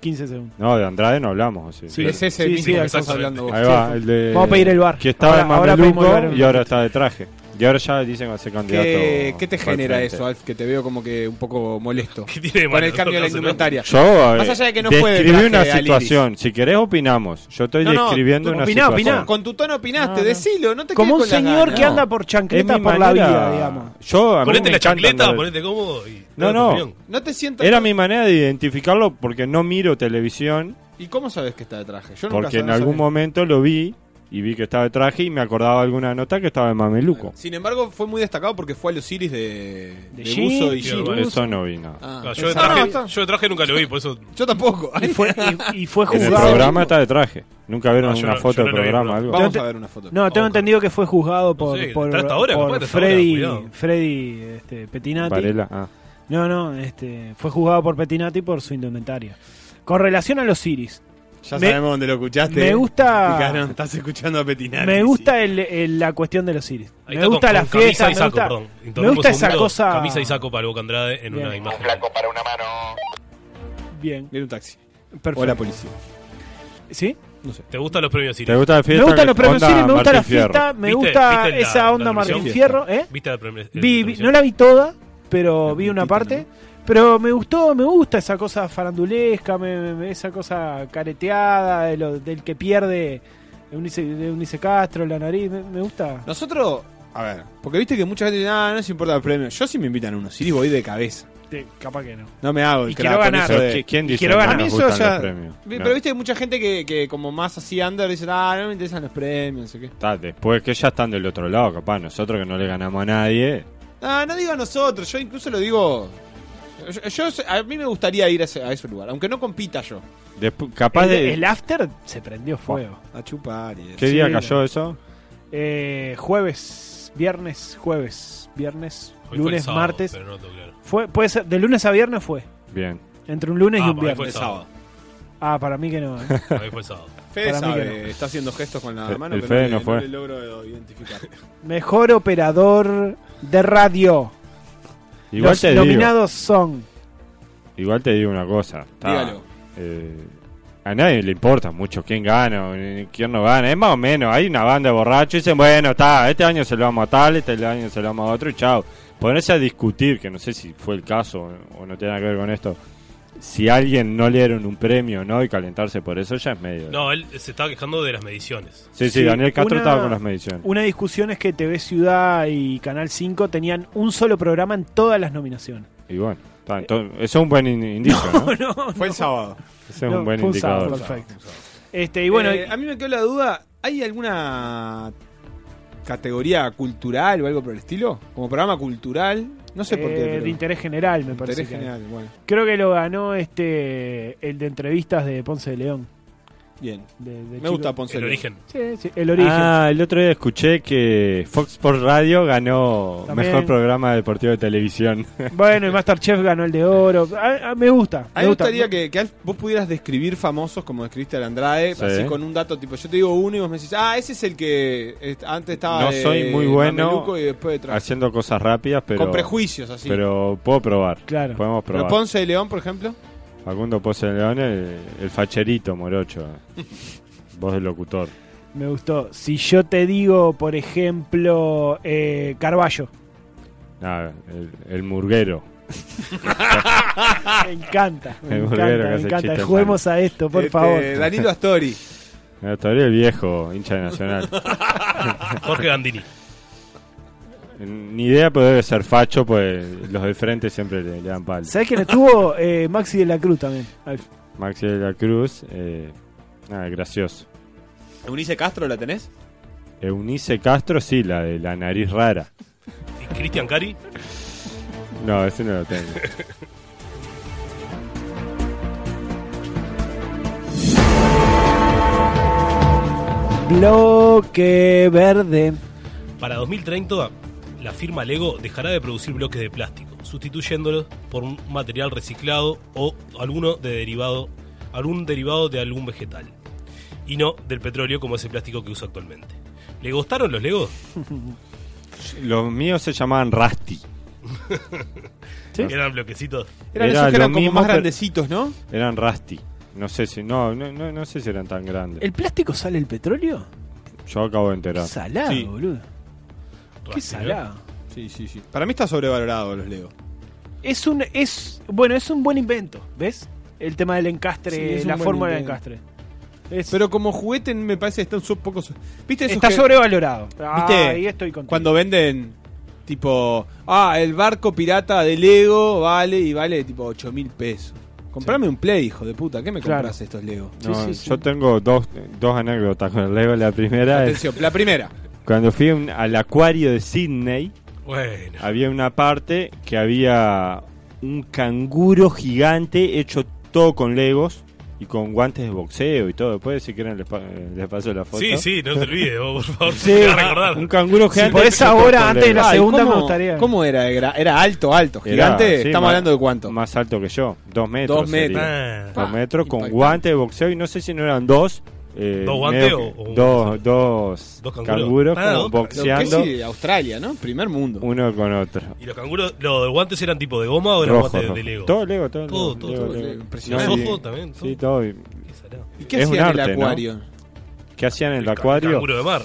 15 segundos.
No, de Andrade no hablamos. ¿o sí?
Sí.
Es ese
Sí,
mismo
sí,
que estás
exactamente.
hablando vos.
Ahí va, el de-
Vamos a pedir el bar.
Que estaba
Ahora- ahora
en Mameluco
pedimos el bar.
y ahora está de traje. Y ahora ya dicen que va a ser candidato.
¿Qué, qué te
para el
genera
frente.
eso, Alf? Que te veo como que un poco molesto.
(laughs) ¿Qué tiene de
Con
malo?
el cambio de la
No, no,
indumentaria.
Yo,
Más
eh,
allá de que no fue de
describí
traje
una
al iris.
situación. Si querés, opinamos. Yo estoy
No, no,
describiendo
tú
una
opiná,
situación.
opiná.
Con tu tono opinaste, decilo, no te
Como un
quedes con las
señor
ganas.
que anda por
Es mi
chancletas por la
manera-
vida, digamos.
Yo, a mí
Ponete
me
la
encanta
chancleta,
andar-
ponete cómodo y.
No,
da tu
no.
opinión.
No te sientas.
Era mi manera de identificarlo porque no miro televisión.
¿Y cómo sabes que está de traje? Yo nunca ¿eh?
Porque
sab-
en
no
algún
sabía.
momento lo vi y vi que estaba de traje y me acordaba de alguna nota que estaba de mameluco.
Sin embargo, fue muy destacado porque fue a los Iris de, de,
G,
Buzo y
sí,
G.
Por eso no vi nada.
Ah,
No, yo, de
esa-
traje,
Ah, está.
yo de traje nunca lo vi, por eso.
Yo tampoco.
Y fue, y- y fue
En el
juzgado.
programa está de traje. Nunca vieron
Ah, yo
una
no-
foto
yo
del
no lo vi,
programa,
no.
algo.
Vamos
te-
a ver una foto.
No, tengo
Ok.
entendido que fue juzgado por,
sé,
por,
está hasta ahora,
por
capaz, hasta ahora,
Freddy,
cuidado.
Freddy este, Petinati.
Varela, ah.
No, no, este, fue juzgado por Petinati por su indumentaria. Con relación a los Iris,
Ya
Me-
sabemos dónde lo escuchaste.
me gusta-
Picarón, estás escuchando a Petinari.
me gusta
sí.
el- el- la cuestión de los Iris.
Ahí
me
está
gusta
con-
la
con camisa
fiesta,
y
me
saco,
gusta,
perdón.
me
Interrumpo
gusta
un
esa
segundo.
cosa.
Camisa y saco para Boca Andrade en
Bien.
una imagen.
Bien,
Viene un taxi.
perfecto.
O la policía.
¿Sí?
¿Te gustan los premios
¿Te
Iris?
gusta la
Me
fiesta?
gustan los
que-
premios
onda
Iris, me gusta la
Martín Fierro?
fiesta, me
¿Viste-
gusta
viste la-
esa
la
onda Martín
transmisión?
Fierro, ¿eh?
¿Viste la premio?
Vi, vi- no la vi toda, pero vi una parte. Pero me gustó, me gusta esa cosa farandulesca, me- me- me- esa cosa careteada de lo- del que pierde Eunice, de Eunice Castro, la nariz, me, me gusta.
Nosotros, a ver, porque viste que mucha gente dice, ah, no se importa el premio. Yo si me invitan a unos Iris voy de cabeza.
Sí, capaz que no.
No me hago el
Y
crack
quiero
con
ganar.
eso
Pero
de-
¿qui- ¿Quién dice
quiero
que
ganar.
no
A mí
nos
eso
gustan
ya.
los premios?
Pero
No.
viste que mucha gente que, que como más así under dice, ah, no me interesan los premios, no sé qué.
Está, después que ya están del otro lado, capaz. Nosotros que no le ganamos a nadie.
Ah, no digo a nosotros, yo incluso lo digo. Yo, yo- a mí me gustaría ir a ese, a ese lugar, aunque no compita (laughs) yo.
Despu- capaz
el,
de.
el after se prendió fuego.
A chupar y
¿Qué
sí,
día
la-
cayó eso?
Eh, jueves, viernes, jueves, viernes,
Hoy fue el
lunes,
sábado,
martes.
pero no lo tengo claro.
Fue, puede ser, de lunes a viernes fue.
Bien.
Entre un lunes
Ah,
y un
para mí fue
viernes.
el sábado.
Ah, para mí que no. ¿eh?
Para mí fue el sábado.
Fede
Para mí
sabe,
que no.
está haciendo gestos con la
Fe-
mano,
el
pero
Fede
no, le-
no fue.
le logro identificar.
Mejor operador de radio.
Igual
Los
te digo.
nominados son.
Igual te digo una cosa. está,
Dígalo.
eh, a nadie le importa mucho quién gana o ni- quién no gana. Es más o menos. Hay una banda de borrachos y dicen, bueno, está, este año se lo vamos a tal, este año se lo vamos a otro y chao. Ponerse a discutir, que no sé si fue el caso o no tiene nada que ver con esto. Si a alguien no le dieron un premio o no y calentarse por eso ya es medio.
No, él se estaba quejando de las mediciones.
Sí, sí,
Sí,
Daniel Castro
una-
estaba con las mediciones.
Una discusión es que TV Ciudad y Canal 5 tenían un solo programa en todas las nominaciones.
Y bueno, está, entonces, eso es un buen in- indicio, (laughs)
(laughs)
¿no?
fue el sábado.
Ese es
No,
un buen
fue un sábado,
indicador.
perfecto. Este, y bueno,
Eh, a mí me quedó la duda, ¿hay alguna categoría cultural o algo por el estilo? Como programa cultural, no sé por
eh,
qué. pero-
de interés general, me parece.
interés
que hay.
general, bueno,
Creo que lo ganó este el de entrevistas de Ponce de León.
bien.
de- de
Me
chico.
gusta Ponce.
El
León.
origen.
Sí, sí, el origen.
Ah, el otro día escuché que Fox por Radio ganó
También.
mejor programa deportivo de televisión.
(laughs) Bueno, y Masterchef ganó el de oro. Ah, ah, me gusta. Me
Ah. A mí me
gusta.
gustaría que, que Alf, vos pudieras describir famosos como describiste al Andrade,
Sí.
así con un dato tipo, yo te digo uno y vos me decís, ah, ese es el que eh, antes
(laughs)
estaba
No
Ah, de
soy muy bueno
mameluco y después de traje".
Haciendo cosas rápidas, pero.
con prejuicios así.
Pero puedo probar.
Claro.
Podemos
Pero
probar.
Ponce de León, por ejemplo,
Facundo Pozo de León, el, el facherito
(laughs)
morocho. Voz del locutor.
Me gustó. Si yo te digo, por ejemplo, eh, Carballo.
Nada, el, el
(laughs)
murguero.
(laughs) Me encanta. Me
El
encanta,
burguero que
me
hace
encanta.
chistes
Juguemos a esto, por
este,
favor.
Danilo Astori.
Me gustaría el viejo, hincha de Nacional.
(laughs)
(laughs)
Jorge Gandini.
Ni idea, pero debe ser facho, pues los de frente siempre le, le dan palo.
¿Sabes quién
(laughs)
estuvo? Eh, Maxi de la Cruz también. Al-
Maxi de la Cruz, eh, nada, gracioso.
Eunice Castro, ¿la tenés?
Eunice Castro, sí, la de la nariz rara.
¿Y Cristian Cari?
No, ese no lo tengo.
(laughs)
Bloque verde.
Para 2030, la firma Lego dejará de producir bloques de plástico, sustituyéndolos por un material reciclado o alguno de derivado, algún derivado de algún vegetal. Y no del petróleo como ese plástico que usa actualmente. ¿Le gustaron los Legos?
(laughs) Los míos se llamaban Rusty.
¿Sí?
Eran bloquecitos.
Eran
Era
esos que
lo
eran como
mismo,
más
pero-
grandecitos, ¿no?
Eran Rusty. No sé si no, no, no, no sé si eran tan grandes.
¿El plástico sale el petróleo?
Yo acabo de
Qué
enterar.
salado,
Sí.
boludo. Qué
Racing, ¿eh?
salado.
Sí, sí, sí. Para mí está sobrevalorado los Lego.
Es un, es, bueno, es un buen invento, ¿ves? El tema del encastre,
Sí, es un
la
buen
fórmula del
invento.
encastre. Es-
Pero como juguete me parece que está un so- poco... so- ¿Viste esos
está
que-
sobrevalorado. Ah,
¿Viste?
Ahí estoy contigo.
Cuando venden, tipo, ah, el barco pirata de Lego vale y vale tipo 8 mil pesos. Comprame un Play, hijo de puta. ¿Qué me
Claro.
compras estos Lego?
No, Yo tengo dos, dos anécdotas con el Lego. La primera es
Atención, la primera.
cuando fui a un- al acuario de Sydney,
Bueno.
había una parte que había un canguro gigante hecho todo con Legos y con guantes de boxeo y todo. Después, si quieren, les, pa- les paso la foto.
Sí, sí, no te olvides, vos,
(laughs)
por (laughs) favor.
Sí, ah,
te voy a recordar.
un canguro gigante.
por esa
hecho todo
hora,
con
antes de
Legos.
La
Ay,
segunda me
¿cómo-
gustaría.
¿Cómo era? Era, era alto, alto,
Era,
gigante.
sí,
Estamos
más-
hablando de cuánto.
Más alto que yo, dos metros.
Dos metros.
sería.
Ah,
Dos metros con
impactante.
guantes de boxeo y no sé si no eran dos. eh,
¿Dos guantes
medio
o-
que-
o-
dos, dos,
Dos canguros.
canguros,
Ah,
como
dos
Lo que
boxeando
sí, Australia, ¿no? Primer mundo.
uno con otro.
¿Y los canguros, los guantes eran tipo de goma o eran
Rojo,
guantes
rojo.
de Lego?
Todo Lego, todo,
Todo,
Lego,
todo,
Lego,
todo
Lego.
Lego.
¿Los
Impresionante.
No, y-
ojos también?
Sí,
todo.
todo. y-
Qué salado.
¿Y qué
es un
hacían en el
arte, ¿no?
acuario?
¿Qué hacían en el
ca-
acuario?
Canguro de mar.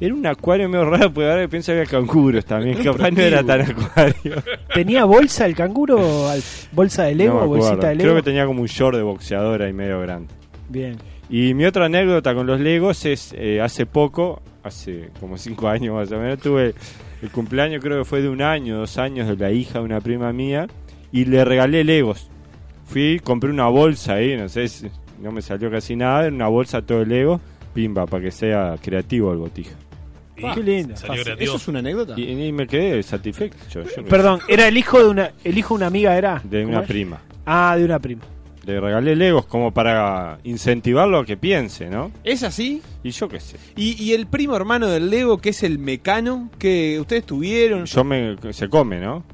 Era un acuario medio raro, porque ahora pienso que había canguros también.
(laughs)
Capaz no era tan acuario.
¿Tenía bolsa el canguro? Al- ¿Bolsa de Lego?
No me acuerdo.
¿Bolsita de Lego?
Creo que tenía como un short de boxeador ahí medio grande.
Bien.
Y mi otra anécdota con los Legos es eh, hace poco, hace como cinco (laughs) años más o menos, tuve el cumpleaños, creo que fue de un año, dos años, de la hija de una prima mía, y le regalé Legos. Fui, compré una bolsa ahí, no sé, si- no me salió casi nada, era una bolsa todo Lego, pimba, para que sea creativo el botija.
Y
Qué lindo.
Ah, Salió
Ah, ¿Eso
creativo.
es una anécdota?
Y, y me quedé satisfecho. yo qué sé.
Perdón, ¿era el hijo de una, el hijo de una amiga? ¿Era?
De
¿Cómo
una
es?
prima.
Ah, de una prima.
Le regalé Legos como para incentivarlo a que piense, ¿no?
¿Es así?
Y yo qué sé.
¿Y, y el primo hermano del Lego, que es el mecano que ustedes tuvieron?
Yo me, se come, ¿no?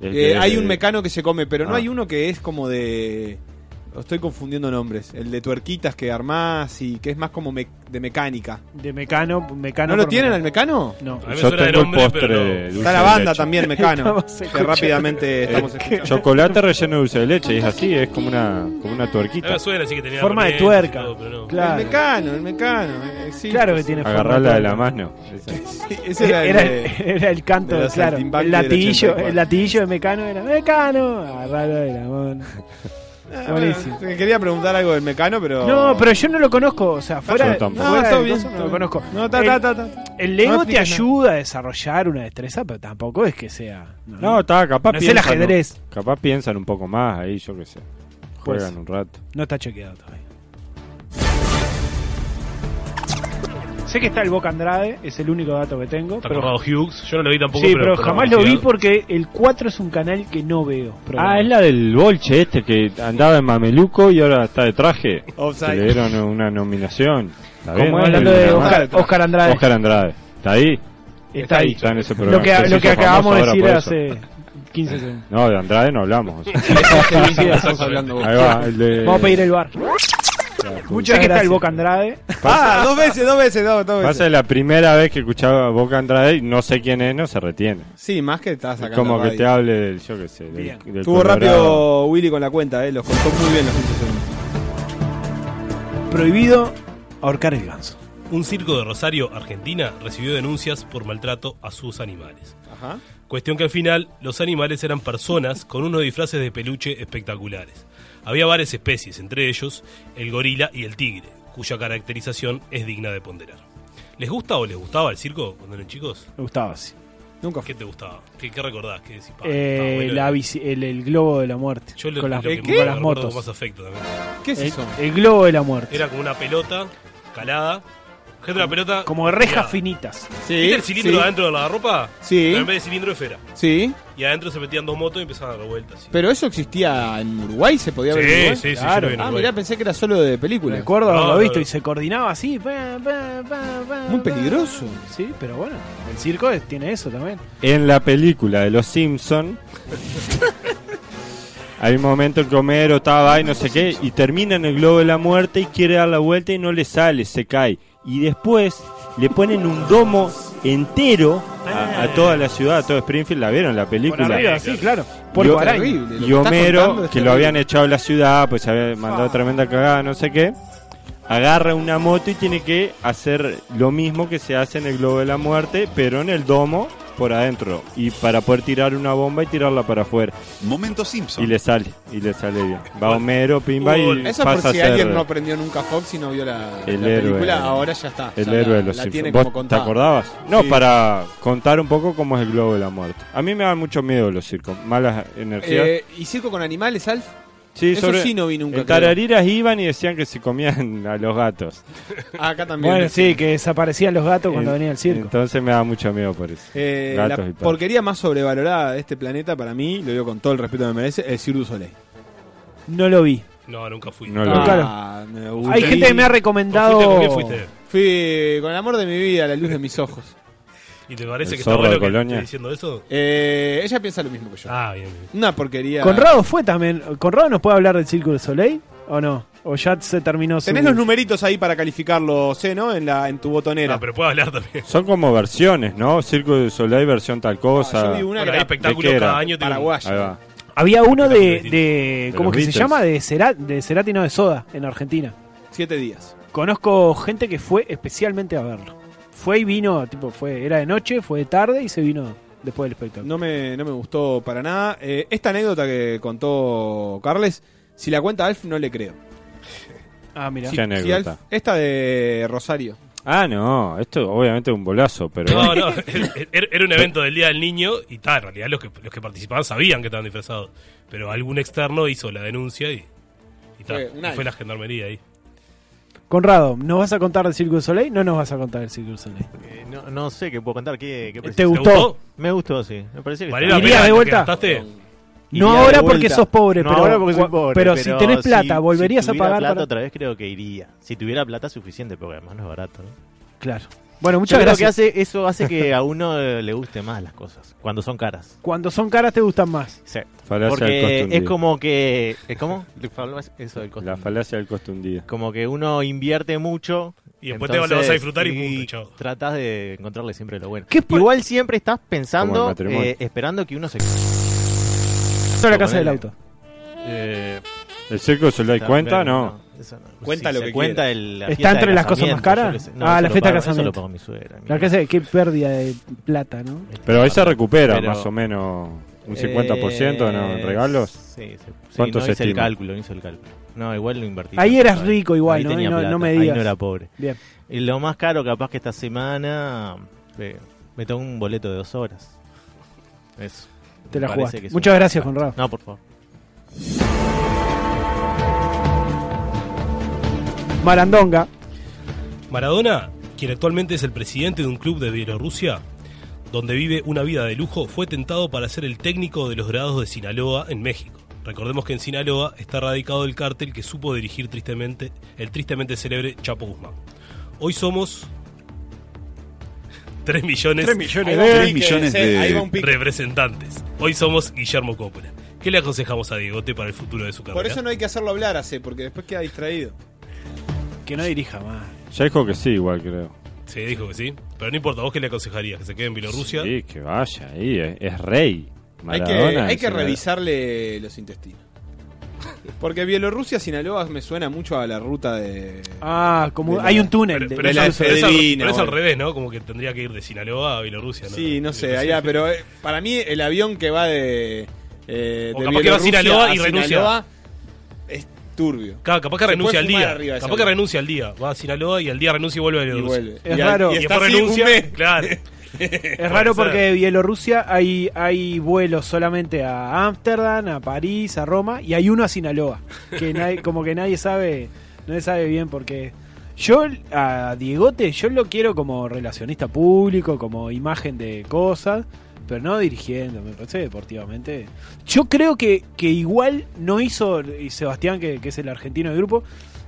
El
Eh,
que-
hay un mecano que se come, pero no
Ah.
hay uno que es como de... Estoy confundiendo nombres. El de tuerquitas que armás y que es más como me- de mecánica.
De Mecano. mecano
¿No lo
por
tienen al
Mecano.
mecano?
No.
A mí me
Yo
suena de
tengo el
nombre,
postre
pero no.
de dulce
Está la
de
banda
leche.
(laughs)
también, mecano.
Estamos
que
escuchando.
rápidamente estamos escuchando.
Chocolate relleno de dulce de leche, y es así, es como una, como una
A mí
Eh,
tuerquita.
me suena así que tenía
Forma de
remeras y
tuerca.
todo, pero no.
El
Claro.
mecano, el mecano. eh, sí,
Claro que
pues,
tiene forma Eh,
Agarrarla de la
todo.
mano. Esa.
sí, ese
Era,
era el de-
el, era el canto,
de la
claro.
Saltimbanqui
El
del
latillo,
84.
el latillo de Mecano era Mecano. Ah, Agarrarlo de la mano.
Ah,
Buenísimo.
bueno, quería preguntar algo del mecano, pero...
No, pero yo no lo conozco. O sea, fuera,
Yo tampoco.
No,
fuera
está
del
bien,
coso,
está
no lo
bien.
conozco.
No, ta,
El-
ta, ta, ta.
El
No
Lego te
expliques nada.
ayuda a desarrollar una destreza, pero tampoco es que sea. no,
No, está, capaz
No es el
piensan.
ajedrez.
Capaz piensan un poco más ahí, yo qué sé. Juegan
Pues.
un rato.
no está chequeado todavía. Sé que está el Boca Andrade, es el único dato que tengo.
Está
Pero,
Conrado Hughes. Yo no lo vi tampoco.
sí, pero
por
jamás lo vi
curiosidad.
porque el 4 es un canal que no veo.
Ah, es la del bolche este que andaba en mameluco y ahora está de traje.
Offside.
Que Le dieron una nominación. ¿Está bien,
Como
no?
hablando de
Una más.
Oscar, Oscar Andrade.
Oscar Andrade. ¿Está ahí?
está ahí.
Está en ese programa.
Lo que,
Se
lo
hizo
que acabamos
famoso
de
ahora
decir
por eso.
hace 15 segundos.
No, de Andrade no
(laughs)
hablamos. o sea.
Estás hablando vos.
Ahí va, el de...
Vamos a pedir el bar. Muchas que está
gracias.
el Boca Andrade.
Ah, dos veces, dos veces, dos, dos veces.
Pasa que la primera vez que escuchaba a Boca Andrade y no sé quién es, no se retiene.
Sí, más que estás
Es
sacando
como que
radio.
te hable del, yo qué sé, del,
Bien.
del
Estuvo
Colorado.
rápido Willy con la cuenta, eh, los contó muy bien los 15 segundos.
Prohibido ahorcar el ganso.
Un circo de Rosario, Argentina, recibió denuncias por maltrato a sus animales.
Ajá.
Cuestión que al final los animales eran personas con unos disfraces de peluche espectaculares. Había varias especies, entre ellos el gorila y el tigre, cuya caracterización es digna de ponderar. ¿Les gusta o les gustaba el circo cuando eran chicos?
Me gustaba así.
Nunca fue.
¿Qué te gustaba? ¿Qué, qué recordás? ¿Qué decís? "Pa, estaba
Eh,
Ah, bueno"?
la bici- el, el globo de la muerte.
Yo lo,
con las,
lo que
con
me
las
acuerdo con más
motos.
afecto también.
¿Qué es
El,
eso?
el globo de la muerte.
Era como una pelota calada. Gente, una pelota.
como rejas
finas.
finitas.
Sí,
¿Viste el cilindro de
sí,
adentro de la ropa?
Sí.
Pero en vez de cilindro, esfera.
sí,
Y adentro se metían dos motos y empezaban a dar vueltas. así.
pero eso existía en Uruguay, se podía ver en
Sí,
Uruguay?
sí, sí, yo
Claro.
lo vi en
Ah,
Uruguay.
mirá, pensé que era solo de película.
Me acuerdo
No,
haberlo
no,
visto
no.
y se coordinaba así. pa, pa, pa, pa,
Muy
pa.
peligroso.
Sí, pero bueno, el circo es- tiene eso también.
En la película de Los
(laughs)
Simpson hay un momento en que Homero estaba ahí, no sé qué, y termina en el globo de la muerte y quiere dar la vuelta y no le sale, se cae. Y después le ponen un domo entero a, a toda la ciudad, a todo Springfield. ¿La vieron la película?
Ah. Por arriba, sí, claro.
Por
Puerco
Yo-
araña.
terrible. Lo
y
que estás
Homero,
contando
que
es
lo
terrible.
habían echado de la ciudad, pues había mandado tremenda cagada, no sé qué, agarra una moto y tiene que hacer lo mismo que se hace en el globo de la muerte, pero en el domo por adentro. Y para poder tirar una bomba y tirarla para afuera.
Momento Simpson.
Y le sale, y le sale bien. Va Homero, pimba y
Eso por
pasa
si
a ser
alguien no aprendió nunca Fox y no vio la,
El
la
héroe.
película, ahora ya está.
el
ya la-
héroe de los
la
Simpsons.
tiene
¿Vos
como
¿Te
contada.
acordabas? No,
Sí.
para contar un poco cómo es el globo de la muerte. A mí me dan mucho miedo los circos, malas energías.
Eh, ¿Y circo con animales, Alf?
Sí,
Eso
sobre-
sí no vi nunca,
En Tarariras iban y decían que se comían (laughs) a los gatos.
(laughs) Acá también.
Bueno, sí, que desaparecían los gatos cuando
En-
venía el circo.
Entonces me da mucho miedo por eso.
Eh, la
gatos y perros.
porquería más sobrevalorada de este planeta, para mí, lo digo con todo el respeto que me merece, es Cirque du Soleil.
No lo vi.
No, nunca fui.
No
¿Con
lo
Ah, claro.
me
Hay
aburrí.
gente que me ha
fuiste? ¿Con qué
recomendado.
fuiste?
Fui con el amor de mi vida, la luz de mis ojos.
¿Y te parece
El
que está
zorro de
bueno que
Colonia.
esté diciendo eso?
Eh, ella piensa lo mismo que yo.
Ah, bien, bien.
Una porquería.
Conrado fue también. ¿Conrado nos puede hablar del Circo de Soleil? ¿O no? ¿O ya se terminó su...
Tenés los numeritos ahí para calificarlo, sé, ¿no? En, la, en tu botonera.
Ah, pero puedo hablar también.
Son como versiones, ¿no? Circo de Soleil versión tal cosa.
Ah, yo vi
Bueno,
una que
hay
era
espectáculos
¿de qué
cada
era?
año. tiene un-
paraguaya.
Ahí va.
Había uno de.
Espectáculo
de ¿Cómo
los
que se
Beatles.
llama? De Cerati, de Cerati, no, de Soda, en Argentina.
Siete días.
Conozco gente que fue especialmente a verlo. Fue y vino, tipo, fue era de noche, fue de tarde y se vino después del espectáculo.
No me, no me gustó para nada. Eh, esta anécdota que contó Carles, si la cuenta Alf, no le creo.
Ah, mira.
Si-
Qué
si
anécdota.
Alf- esta de Rosario.
Ah, no. Esto obviamente es un bolazo, pero.
No, no, (laughs) era era un evento del Día del Niño y tal, en realidad los que, los que participaban sabían que estaban disfrazados, pero algún externo hizo la denuncia y, y ta,
Fue un
y
alfa.
fue la gendarmería ahí.
Conrado, ¿nos vas a contar del Circo de Soleil? No nos vas a contar del Circo de Soleil.
Eh, no, no sé qué puedo contar. ¿Qué, qué
¿Te
precisas?
gustó?
Me gustó, sí. Me parece que
¿Valera
está-
¿Irías de vuelta? No
Iría
ahora
de
porque
vuelta.
sos pobre,
No
pero,
ahora porque soy
cua-
pobre,
pero si tenés plata,
si-
¿volverías
si
a pagar
tuviera plata
para-
otra vez creo que iría. Si tuviera plata suficiente, porque además no es barato. ¿no?
Claro. Bueno,
Yo
muchas
creo que
gracias.
hace, eso hace que a uno eh, le guste más las cosas, cuando son caras.
(laughs) Cuando son caras te gustan más.
Sí.
Falacia del costo
Porque es
hundido.
como que... ¿eh, ¿Cómo? Le faló Eso del costo.
La falacia del costo hundido.
Como que uno invierte mucho.
Y después te lo vas a disfrutar y punto, chao.
Tratás de encontrarle siempre lo bueno.
¿Qué po-
Igual siempre estás pensando,
Como el matrimonio.
eh, esperando que uno se...
Esto es la casa
Ponele.
del auto.
Eh,
¿El circo de Soleil
Está,
cuenta?
pero
No.
eso no.
Cuenta
Si
lo
se
que
cuenta el- la
¿Está
fiesta de
entre las cosas
casamiento,
más
yo
caras?
qué sé.
Ah,
eso
la
lo
fiesta de
pago- eso
casamiento.
lo pago mi suegra, mi
La casa de qué pérdida de plata, ¿no?
madre.
Pero ahí se recupera
Pero-
más o menos un 50% ¿no? en
Eh,
regalos.
Sí, sí. Sí,
¿Cuánto
no
se
hice el
estima?
cálculo, no hice el cálculo. No, igual lo invertí.
Ahí
tanto,
eras
¿sabes?
rico igual, ¿no?
tenía
Y no-
plata,
no me
Ahí
digas.
no era pobre.
Bien.
Y lo más caro capaz que esta semana eh, me tengo un boleto de dos horas. Eso.
Te
Me
la
parece
jugaste.
que es
Muchas
un-
gracias, Conrado.
No, por favor.
Marandonga.
Maradona, quien actualmente es el presidente de un club de Bielorrusia, donde vive una vida de lujo, fue tentado para ser el técnico de los grados de Sinaloa en México. Recordemos que en Sinaloa está radicado el cártel que supo dirigir tristemente el tristemente célebre Chapo Guzmán. Hoy somos (laughs) 3 millones,
Ahí
millones
va
de...
un pique, eh, ahí va un pique.
representantes. Hoy somos Guillermo Coppola. ¿Qué le aconsejamos a Diegote para el futuro de su carrera?
Por eso no hay que hacerlo hablar, hace, porque después queda distraído.
Que no dirija más.
Ya dijo que sí, igual creo.
Sí, dijo que sí. Pero no importa, ¿vos qué le aconsejarías? ¿Que se quede en Bielorrusia?
Sí, que vaya ahí. Es, es rey.
Hay que,
Maradona,
hay que
es-
revisarle los intestinos. Porque Bielorrusia, Sinaloa, me suena mucho a la ruta de.
Ah, como
De la-
hay un túnel.
Pero,
de-
pero
la eh.
es, al- pero es al-
Federina,
pero es al
bueno.
revés, ¿no? Como que tendría que ir de Sinaloa a Bielorrusia, ¿no?
Sí, no sé,
Entonces,
allá, pero eh, para mí el avión que va de. eh,
O
de
capaz que va a
Bielorrusia
Sinaloa y renuncia.
Sinaloa es turbio.
Ca- Capaz que
Se
renuncia al
puede fumar
día.
arriba de esa
Capaz que
mesa.
renuncia al día. Va a Sinaloa y al día renuncia y vuelve a
Y
Bielorrusia.
vuelve.
Es
Y al-
raro.
Y
Y
está
después
así un
renuncia.
mes.
Claro.
(laughs)
(laughs)
Es raro
Puede
porque de Bielorrusia hay, hay vuelos solamente a Ámsterdam, a París, a Roma y hay uno a Sinaloa. Que nadie- como que nadie sabe, nadie sabe bien porque yo a Diegote yo lo quiero como relacionista público, como imagen de cosas, pero no dirigiendo, me parece deportivamente. Yo creo que, que igual no hizo, y Sebastián que, que es el argentino del grupo,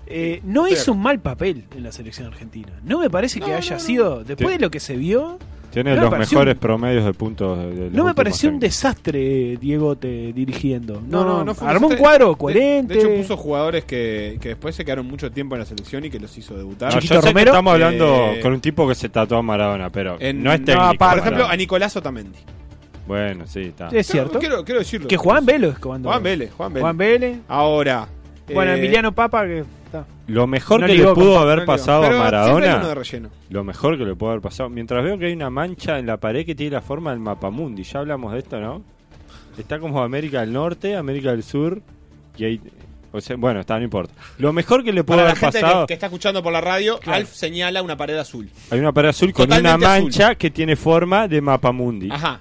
eh, no
Estoy
hizo un mal papel en la selección argentina. No me parece que
No,
haya
no, no.
sido, después
Sí.
de lo que se vio...
Tiene
No me
los
pareció
mejores
un-
promedios de puntos. de- de las
No me
últimas
pareció un
técnicas.
desastre Diegote dirigiendo.
No, no, no fue
Armó un
desastre.
cuadro
De-
coherente. (laughs)
De, hecho, puso jugadores que, que después se quedaron mucho tiempo en la selección y que los hizo
No,
debutar.
Ah, yo sé
Chiquito
que
Romero.
estamos hablando
Eh,
con un tipo que se tatuó a Maradona, pero
en-
no es
no,
técnico.
aparte.
Por ejemplo,
Maradona.
a Nicolás Otamendi.
Bueno, sí, está.
es cierto.
Quiero, quiero decirlo.
que Juan Vélez comandó.
Juan Vélez, Juan Vélez.
Juan Vélez.
Ahora.
Bueno,
eh,
Emiliano Papa que está.
Lo mejor
No
que
ligó
le
con
pudo
Pablo
haber
no
pasado
digo,
a
pero siempre hay uno de
Maradona,
relleno.
lo mejor que le pudo haber pasado, mientras veo que hay una mancha en la pared que tiene la forma del mapamundi, ya hablamos de esto, ¿no? Está como América del Norte, América del Sur, y ahí... O sea, bueno, está, no importa. Lo mejor que le pudo
Para la
haber
gente que,
pasado,
que está escuchando por la radio, Alf señala una pared azul.
hay una pared azul con una
Totalmente azul.
mancha que tiene forma de mapamundi.
Ajá.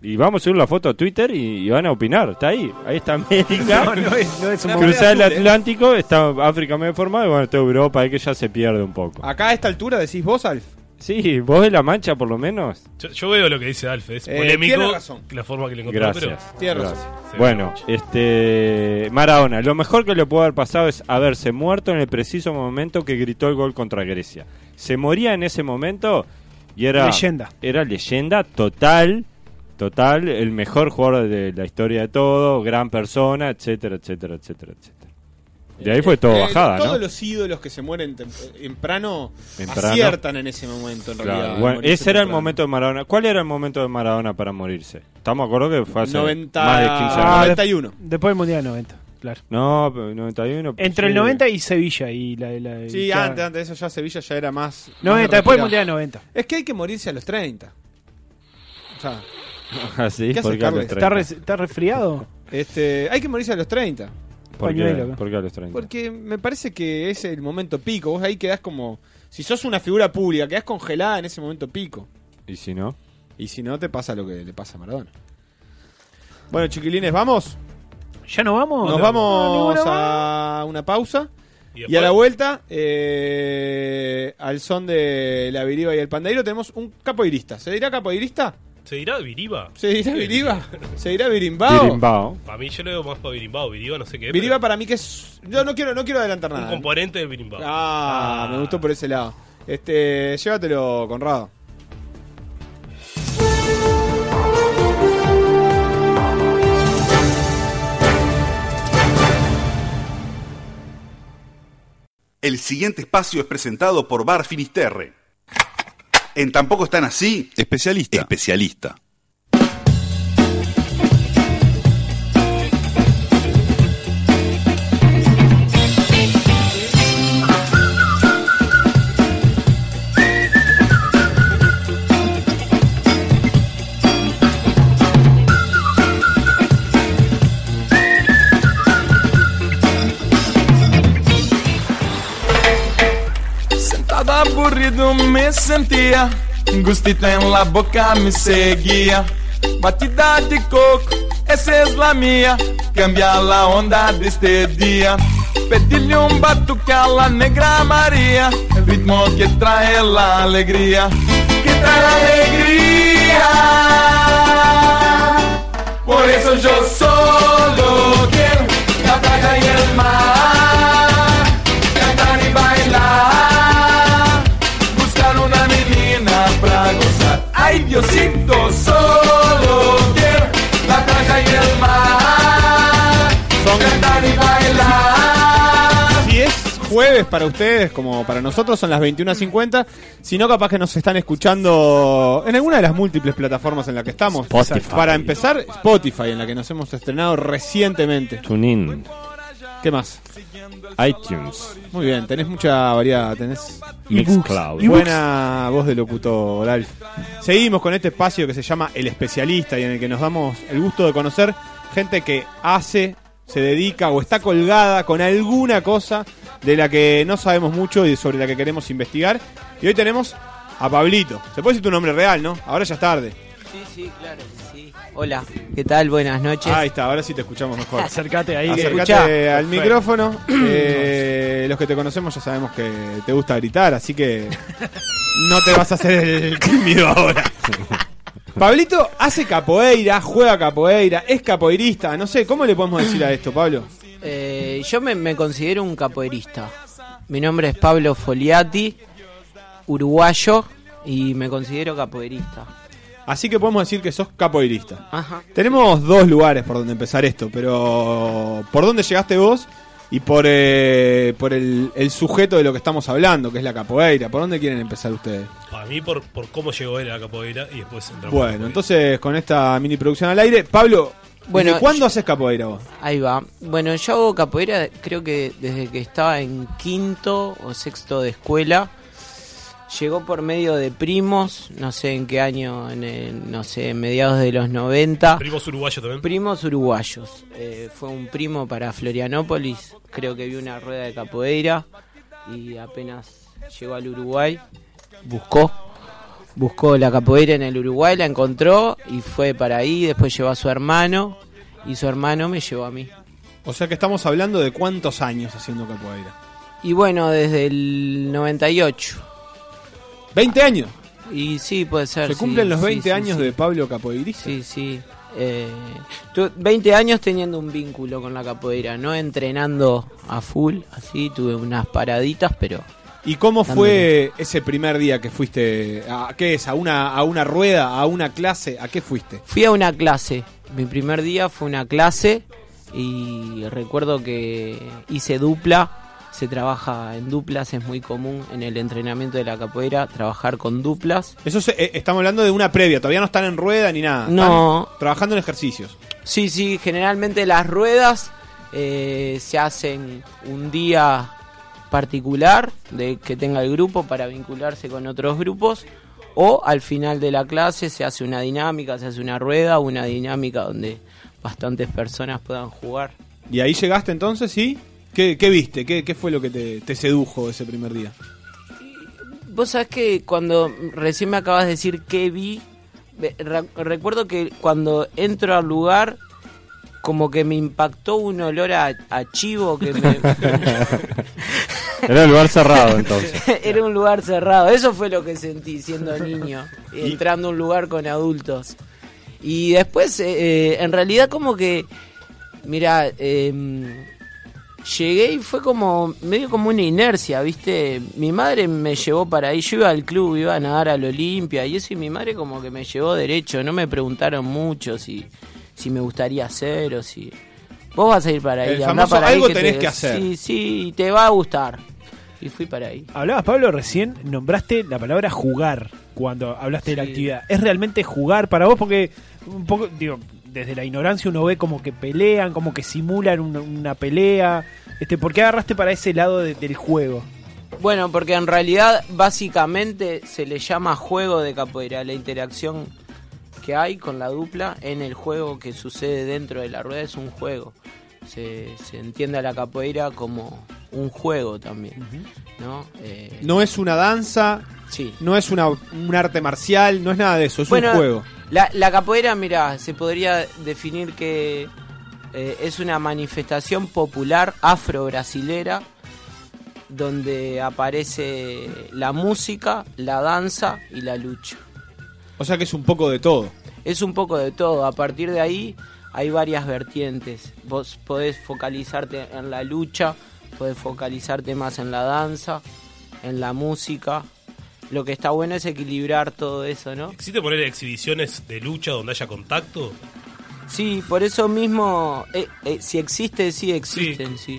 Y vamos a subir la foto a Twitter y, y van a opinar. Está ahí. Ahí está América.
(laughs) No, no es, no es una
Cruzar el
moneda azul, ¿eh?
Atlántico, está África medio formada y bueno, está Europa, ahí que ya se pierde un poco.
Acá a esta altura decís vos, Alf.
Sí, vos de la mancha por lo menos.
Yo, yo veo lo que dice Alf, es
Eh,
polémico
tiene razón.
la forma que le encontró,
Gracias.
pero
Tiene
Gracias.
razón.
Sí,
Bueno, este Maradona, lo mejor que le pudo haber pasado es haberse muerto en el preciso momento que gritó el gol contra Grecia. Se moría en ese momento y era
Leyenda.
Era leyenda total, total, el mejor jugador de la historia de todo, gran persona, etcétera, etcétera, etcétera, etcétera. De ahí fue todo
Eh,
bajada,
Todos
¿no?
los ídolos que se mueren tem- temprano
Temprano.
aciertan en ese momento, en
Claro,
realidad. al
bueno,
morirse
ese era el
temprano.
momento de Maradona. ¿Cuál era el momento de Maradona para morirse? Estamos de acuerdo que fue hace
90
más de 15 años.
Ah,
de-
91.
Después del Mundial 90, claro.
No, pero 91.
Entre el
sí.
90 y Sevilla y la... la
Sí,
ya-
antes, antes de eso ya Sevilla ya era más. más
90, después del
retirado.
Mundial 90.
Es que hay que morirse a los 30. O sea,
Ah, sí,
¿Qué hace
¿por qué a los
Carles?
30?
¿Está, res- está resfriado?
(laughs) este, hay que morirse a los 30.
¿Por
Pañuelo,
qué,
acá.
por qué a los 30?
Porque me parece que es el momento pico. Vos ahí quedás como. Si sos una figura pública, quedás congelada en ese momento pico.
¿Y si no?
Y si no, te pasa lo que le pasa a Maradona. Bueno, chiquilines, ¿vamos?
¿Ya no vamos?
Nos
No,
vamos
ninguna más.
a una pausa. Y
después-
a la vuelta, eh, al son de la viriba y el pandeiro, tenemos un capoeirista. ¿Se dirá capoeirista?
¿Se dirá Viriba?
¿Se dirá viriba? ¿Se dirá virimbao?
Birimbao.
Para mí yo le veo más para Virimbao, Viriba no sé qué.
Viriba
pero
para mí que es... Yo no quiero, no quiero adelantar
un
nada. ¿eh?
componente de Virimbao.
Ah,
Ah.
me gustó por ese lado. Este, llévatelo, Conrado.
El siguiente espacio es presentado por Bar Finisterre. En Tampoco están así. Especialista. Especialista.
Sentado aburrido me sentia, um gostito em la boca me seguia. Batida de coco, essa é la minha, cambia la onda deste dia. Pedi-lhe um batuque a la negra Maria, ritmo que trae la alegria, que trae la alegria. Por eso yo solo quiero la playa y el mar, cantar y bailar, buscar una menina para gozar. Ay Diosito, solo quiero la playa y el mar, cantar y bailar.
Si es jueves para ustedes, como para nosotros, son las 21.50. Si no, capaz que nos están escuchando en alguna de las múltiples plataformas en las que estamos.
Spotify.
Para empezar, Spotify, en la que nos hemos estrenado recientemente.
TuneIn.
¿Qué más?
iTunes.
Muy bien, tenés mucha variedad, tenés
Mixcloud.
buena voz de locutor, Alf. Seguimos con este espacio que se llama El Especialista y en el que nos damos el gusto de conocer gente que hace, se dedica o está colgada con alguna cosa de la que no sabemos mucho y sobre la que queremos investigar. Y hoy tenemos a Pablito. Se puede decir tu nombre real, ¿no? Ahora ya es tarde.
Sí, sí, claro que sí. Hola, ¿qué tal? Buenas noches.
Ahí está, ahora sí te escuchamos
(laughs)
mejor.
Acércate ahí. que-
Acercate
Escuchá. (clears throat)
al micrófono. Eh, los que te conocemos ya sabemos que te gusta gritar, así
(laughs)
que no te vas a hacer (laughs) el tímido ahora. Pablito hace capoeira, juega capoeira, es capoeirista, no sé, ¿cómo le podemos decir a esto, Pablo?
Eh, yo me, me considero un capoeirista. Mi nombre es Pablo Foliati, uruguayo, y me considero capoeirista.
Así que podemos decir que sos capoeirista.
Ajá.
Tenemos dos lugares por donde empezar esto, pero ¿por dónde llegaste vos? Y por, eh, por el, el sujeto de lo que estamos hablando, que es la capoeira. ¿Por dónde quieren empezar ustedes?
Para mí por, por cómo llegó él a la capoeira y después entramos a la
Bueno,
capoeira.
entonces con esta mini producción al aire, Pablo,
Bueno,
¿desde cuándo
yo-
haces capoeira vos?
Ahí va. Bueno, yo hago capoeira creo que desde que estaba en quinto o sexto de escuela. Llegó por medio de primos, no sé en qué año, en el- no sé, mediados de los 90.
Primos uruguayos también.
Primos uruguayos. Eh, fue un primo para Florianópolis. Creo que vi una rueda de capoeira y apenas llegó al Uruguay, buscó, buscó la capoeira en el Uruguay, la encontró y fue para ahí, después llevó a su hermano y su hermano me llevó a mí.
O sea que estamos hablando de cuántos años haciendo capoeira.
Y bueno, desde el 98.
¿20 años?
Y sí, puede ser.
Se
sí,
cumplen los
sí,
20
sí,
años
sí.
de Pablo Capoeirista.
Sí, sí. Eh, tu- 20 años teniendo un vínculo con la capoeira, no entrenando a full, así tuve unas paraditas, pero
¿Y cómo
Dándole.
fue ese primer día que fuiste? ¿A qué es? ¿A una, a una rueda? ¿A una clase? ¿A qué fuiste?
fui a una clase. Mi primer día fue una clase y recuerdo que hice dupla. Se trabaja en duplas, es muy común en el entrenamiento de la capoeira trabajar con duplas.
Eso se- eh, estamos hablando de una previa, todavía no están en rueda ni nada.
No.
Están trabajando en ejercicios.
Sí, sí, generalmente las ruedas eh, se hacen un día particular de que tenga el grupo para vincularse con otros grupos o al final de la clase se hace una dinámica, se hace una rueda, una dinámica donde bastantes personas puedan jugar.
Y ahí llegaste entonces y. ¿Qué, qué viste? ¿Qué, qué fue lo que te, te sedujo ese primer día?
Vos sabés que cuando recién me acabas de decir que vi, ve- ra- recuerdo que cuando entro al lugar, como que me impactó un olor a, a chivo que me...
(laughs) Era el lugar cerrado entonces.
(laughs) Era un lugar cerrado, eso fue lo que sentí siendo niño, entrando a un lugar con adultos. Y después, eh, eh, en realidad como que, em, mira, llegué y fue como, medio como una inercia, ¿viste? Mi madre me llevó para ahí, yo iba al club, iba a nadar al Olimpia y eso, y mi madre como que me llevó derecho, no me preguntaron mucho si, si me gustaría hacer o si... Vos vas a ir para ahí,
El
andá
famoso
para ahí
algo
te-
tenés que hacer.
Sí, sí, y te va a gustar. Y fui para ahí.
Hablabas, Pablo, recién nombraste la palabra jugar cuando hablaste de la
Sí.
actividad. ¿Es realmente jugar para vos? Porque un poco, digo, desde la ignorancia uno ve como que pelean, como que simulan un- una pelea. Este, ¿Por qué agarraste para ese lado de- del juego?
Bueno, porque en realidad básicamente se le llama juego de capoeira, la interacción que hay con la dupla en el juego que sucede dentro de la rueda es un juego. Se, se entiende a la capoeira como un juego también, ¿no? Eh,
No es una danza,
Sí.
no es una, un arte marcial, no es nada de eso, es
Bueno,
un juego.
La, la capoeira, mira, se podría definir que eh, es una manifestación popular afro-brasilera donde aparece la música, la danza y la lucha.
O sea que es un poco de todo.
Es un poco de todo. A partir de ahí hay varias vertientes. Vos podés focalizarte en la lucha, podés focalizarte más en la danza, en la música. Lo que está bueno es equilibrar todo eso, ¿no?
¿Existe poner exhibiciones de lucha donde haya contacto?
Sí, por eso mismo, eh, eh, si existe, sí existen, sí.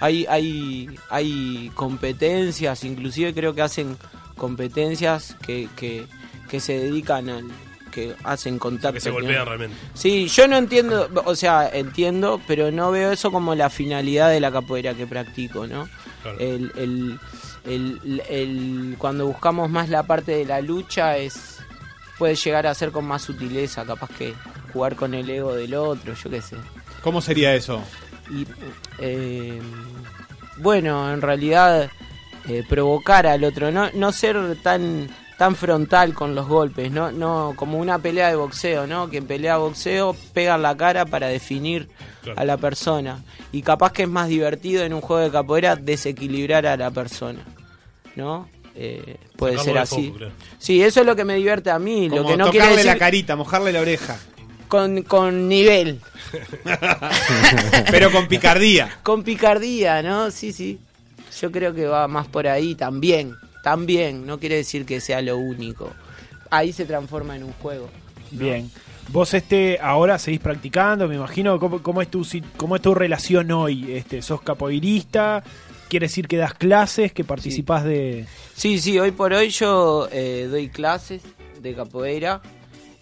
Hay, hay, hay competencias, inclusive creo que hacen competencias que, que, que se dedican al que hacen contacto.
que se
¿no?
golpean realmente.
Sí, yo no entiendo, o sea, entiendo, pero no veo eso como la finalidad de la capoeira que practico, ¿no?
Claro.
El, el- el- el- cuando buscamos más la parte de la lucha es puede llegar a ser con más sutileza, capaz que jugar con el ego del otro, yo qué sé.
¿Cómo sería eso?
Y eh, bueno, en realidad eh, provocar al otro, no, no ser tan tan frontal con los golpes, no no como una pelea de boxeo, ¿no? Quien pelea boxeo pega en la cara para definir
Claro.
a la persona y capaz que es más divertido en un juego de capoeira desequilibrar a la persona, ¿no? Eh, puede
Sacarlo
ser
de
así.
foco, claro.
Sí, eso es lo que me divierte a mí,
Como
lo que no quiere
tocarle la
decir
carita, mojarle la oreja,
con, con
(laughs)
nivel,
(laughs) (laughs) pero con picardía.
Con picardía, ¿no? Sí, sí. Yo creo que va más por ahí también. También. No quiere decir que sea lo único. Ahí se transforma en un juego.
Bien. Vos este ahora seguís practicando, me imagino, ¿cómo, cómo es, tu, si- cómo es tu relación hoy? Este, ¿Sos capoeirista? ¿Quiere decir que das clases, que participás de...?
Sí, sí, hoy por hoy yo eh, doy clases de capoeira.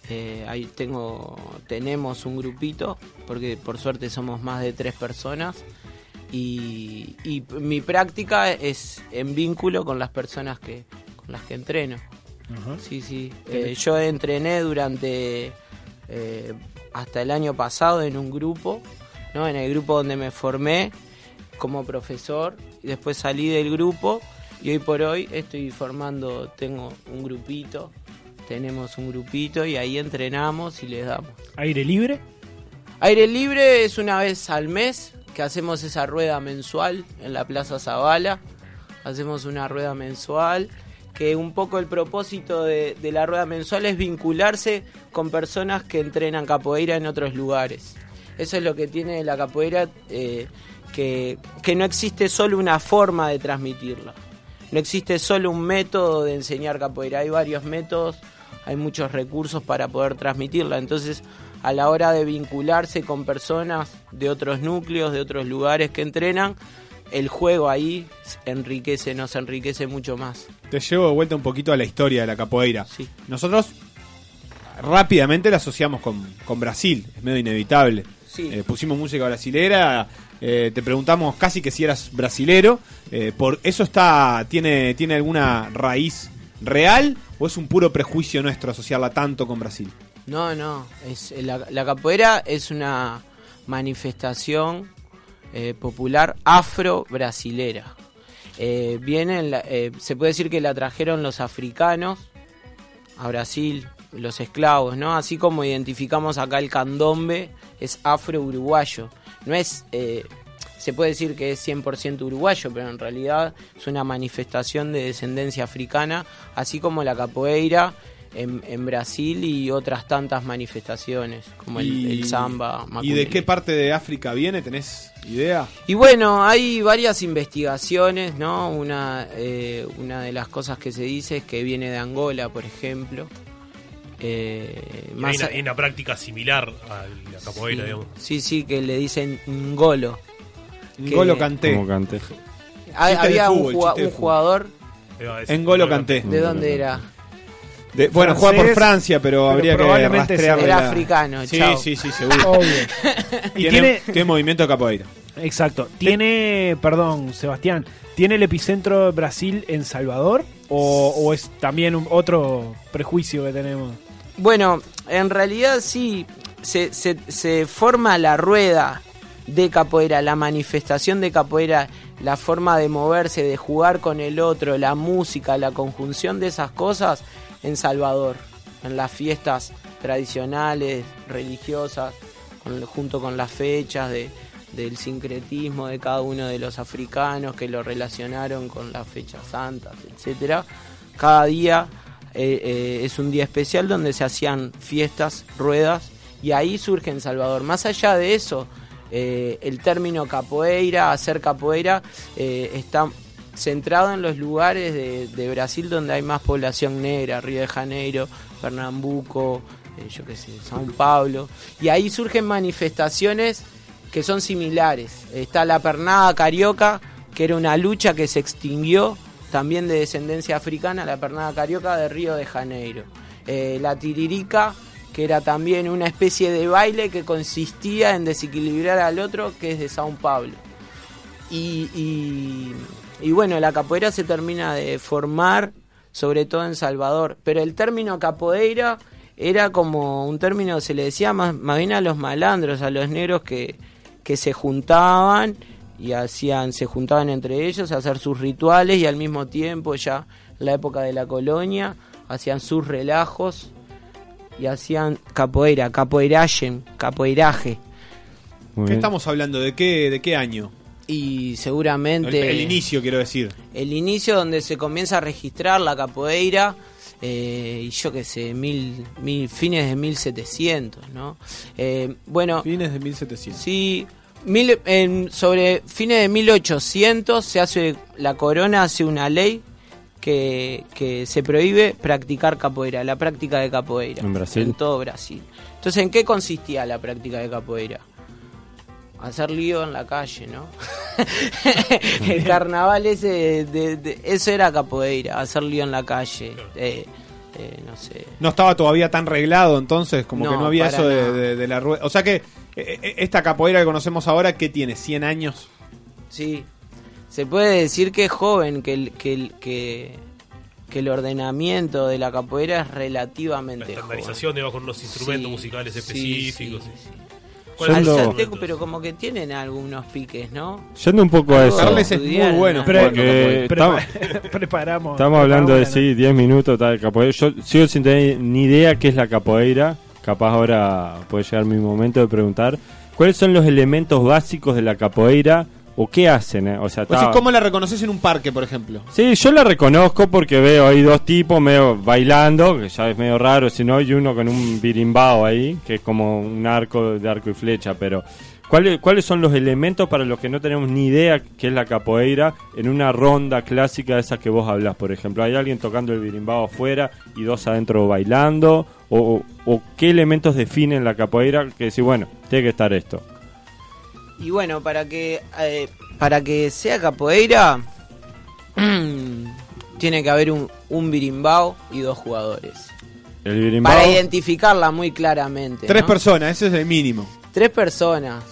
Eh, ahí tengo, tenemos un grupito, porque por suerte somos más de tres personas. Y, y mi práctica es en vínculo con las personas que, con las que entreno. Sí, sí. Eh, yo entrené durante eh, hasta el año pasado en un grupo, ¿no? En el grupo donde me formé como profesor y después salí del grupo y hoy por hoy estoy formando, tengo un grupito Tenemos un grupito y ahí entrenamos y les damos.
¿Aire libre?
Aire libre es una vez al mes que hacemos esa rueda mensual en la Plaza Zavala. Hacemos una rueda mensual que un poco el propósito de, de la rueda mensual es vincularse con personas que entrenan capoeira en otros lugares. Eso es lo que tiene la capoeira, eh, que, que no existe solo una forma de transmitirla. No existe solo un método de enseñar capoeira, hay varios métodos, hay muchos recursos para poder transmitirla. Entonces, a la hora de vincularse con personas de otros núcleos, de otros lugares que entrenan, el juego ahí enriquece, nos enriquece mucho más.
Te llevo de vuelta un poquito a la historia de la capoeira. Nosotros rápidamente la asociamos con, con Brasil, es medio inevitable.
Sí.
Eh, pusimos música brasilera, eh, te preguntamos casi que si eras brasilero. eh, por, ¿Eso está tiene, tiene alguna raíz real o es un puro prejuicio nuestro asociarla tanto con Brasil?
No, no, es, eh, la, la capoeira es una manifestación eh, popular afro-brasilera. Eh, vienen la- eh, se puede decir que la trajeron los africanos a Brasil, los esclavos, ¿no? Así como identificamos acá el candombe, es afro-uruguayo. No es, eh, se puede decir que es 100% uruguayo, pero en realidad es una manifestación de descendencia africana, así como la capoeira en, en Brasil y otras tantas manifestaciones, como el, el samba.
¿Y de
macumbele.
qué parte de África viene? ¿Tenés idea?
Y bueno, hay varias investigaciones, ¿no? Una, eh, una de las cosas que se dice es que viene de Angola, por ejemplo. Eh,
Y
más
hay, una,
a-
hay una práctica similar a la capoeira,
sí,
digamos.
sí, sí, que le dicen Ngolo. Que-
Como canté.
Ah,
Chiste de
había
fútbol,
un, juga-
chiste de
un
fútbol.
jugador.
N'Golo Kanté.
¿De dónde era?
De- bueno,
Francés,
juega por Francia, pero,
pero
habría que
probablemente
rastrearle
era
la-
africano,
Sí,
chao.
sí, sí,
(laughs)
seguro. (laughs)
Obvio. Y
tiene,
tiene-
tiene movimiento de capoeira.
Exacto. ¿Tiene, perdón, Sebastián, ¿tiene el epicentro de Brasil en Salvador? ¿O, o es también un- otro prejuicio que tenemos?
Bueno, en realidad sí, se, se- se forma la rueda de capoeira, la manifestación de capoeira, la forma de moverse, de jugar con el otro, la música, la conjunción de esas cosas en Salvador, en las fiestas tradicionales, religiosas, con- junto con las fechas de- del sincretismo de cada uno de los africanos que lo relacionaron con las fechas santas, etcétera. Cada día eh, eh, es un día especial donde se hacían fiestas, ruedas, y ahí surge en Salvador. Más allá de eso, eh, el término capoeira, hacer capoeira, eh, está centrado en los lugares de, de Brasil donde hay más población negra, Río de Janeiro, Pernambuco, eh, yo qué sé, Sao Paulo, y ahí surgen manifestaciones que son similares. Está la pernada carioca, que era una lucha que se extinguió, también de descendencia africana, la pernada carioca de Río de Janeiro. Eh, la tiririca, que era también una especie de baile que consistía en desequilibrar al otro, que es de Sao Paulo. Y, y- y bueno, la capoeira se termina de formar, sobre todo en Salvador. Pero el término capoeira era como un término, se le decía más, más bien a los malandros, a los negros que, que se juntaban y hacían, se juntaban entre ellos a hacer sus rituales y al mismo tiempo ya en la época de la colonia hacían sus relajos y hacían capoeira, capoeiraje, capoeiraje.
¿Qué estamos hablando? ¿De qué, de qué año?
Y
El,
seguramente
el inicio, quiero decir.
el inicio donde se comienza a registrar la capoeira, eh, y yo qué sé, mil, mil, fines de 1700, ¿no? Eh, bueno.
Fines de 1700.
Sí. mil- en- sobre fines de 1800 se hace, la corona hace una ley que, que se prohíbe practicar capoeira, la práctica de capoeira.
¿En Brasil?
En todo Brasil. Entonces, ¿en qué consistía la práctica de capoeira? Hacer lío en la calle, (laughs) ¿no? el carnaval ese, de- de- de- eso era capoeira, hacer lío en la calle. Eh, eh, no sé.
No estaba todavía tan reglado entonces, como que
No,
no había
para
eso de,
nada.
de- de la rueda. O sea que eh, eh, esta capoeira que conocemos ahora, ¿qué tiene? ¿100 años?
Sí. Se puede decir que es joven, que el, que el, que, que el ordenamiento de la capoeira es relativamente joven.
Estandarización, digamos, con unos instrumentos
Sí,
musicales
sí,
específicos.
sí,
sí.
sí. Al
Yendo-
Zateco, pero como que tienen algunos piques, ¿no?
Yendo un poco a eso.
Carles es muy Estudiar, bueno, ¿no?
porque
Pero-
estamos,
Prepa- preparamos.
estamos hablando de
preparamos la-
sí, 10 minutos tal capoeira. Yo sigo sin tener ni idea qué es la capoeira. Capaz ahora puede llegar mi momento de preguntar cuáles son los elementos básicos de la capoeira o qué hacen. eh? O sea,
O sea,
está-
¿Cómo la reconoces en un parque, por ejemplo?
Sí, yo la reconozco porque veo ahí dos tipos medio bailando, que ya es medio raro, si no, y uno con un birimbao ahí, que es como un arco de arco y flecha, pero ¿cuáles, ¿cuáles son los elementos para los que no tenemos ni idea qué es la capoeira en una ronda clásica de esas que vos hablas, por ejemplo? ¿Hay alguien tocando el birimbao afuera y dos adentro bailando? ¿O, o- o qué elementos definen la capoeira que decís, bueno, tiene que estar esto?
Y bueno, para que eh, para que sea capoeira (clears throat) tiene que haber un, un birimbao y dos jugadores.
El birimbao...
Para identificarla muy claramente.
Tres
¿no?
personas, ese es el mínimo.
Tres personas.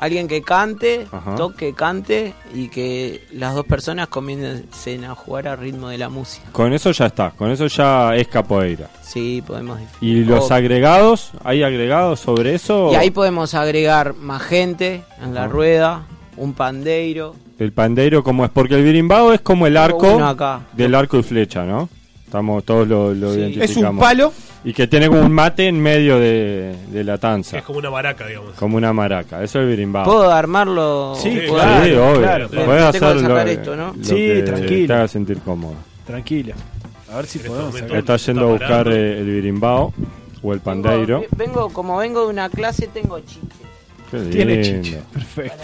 Alguien que cante,
Ajá.
toque, cante y que las dos personas comiencen a jugar al ritmo de la música.
Con eso ya está, con eso ya es capoeira.
Sí, podemos.
¿Y los
Oh.
agregados? ¿Hay agregados sobre eso?
Y ahí podemos agregar más gente en la
Oh. Ajá.
rueda, un pandeiro.
El pandeiro, ¿cómo es? Porque el birimbao es como el
Tengo
arco
uno acá.
del arco y flecha, ¿no? Estamos todos lo, lo
Sí.
identificamos.
Es un palo.
Y que tiene como un mate en medio de, de la
Que
tanza,
es como una baraca, digamos.
como una maraca. Eso es el birimbao.
¿Puedo armarlo?
Sí,
¿Puedo-
claro,
sí, obvio.
claro,
Podés
claro.
hacer
Tengo que
lo-
sacar esto, ¿no?
lo
Sí,
que
tranquilo.
Te haga sentir cómodo.
Tranquila. A ver
este
si podemos. sacar.
Está yendo a buscar eh, el birimbao o el pandeiro.
Ve- Eh, Vengo, como vengo de una clase, tengo chicle.
Qué
Tiene
lindo.
chiche.
Perfecto.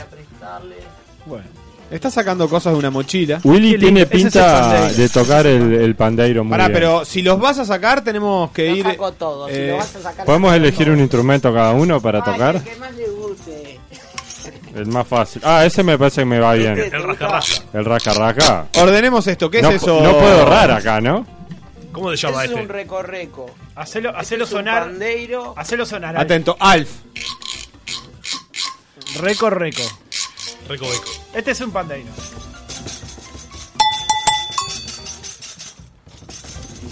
Bueno. Está sacando cosas de una mochila.
Willy tiene
Ese es el
pinta
pandeiro.
de tocar el, el pandeiro muy
Pará,
bien.
pero si los vas a sacar, tenemos que ir. eh,
¿Podemos elegir un instrumento cada uno para tocar? El más fácil. Ah, ese me parece que me va bien.
El rascarrasca.
El raca raca.
Ordenemos esto, ¿qué
No
es
pu-
eso?
No puedo errar acá, ¿no?
¿Cómo se
Ese
llama
es
este?
un recorreco. Este
Hacelo, hacelo
es un
sonar.
pandeiro.
Hacelo sonar. Alf.
Atento, Alf.
Reco, reco.
Ah,
Recoveco.
Este es un pandeiro.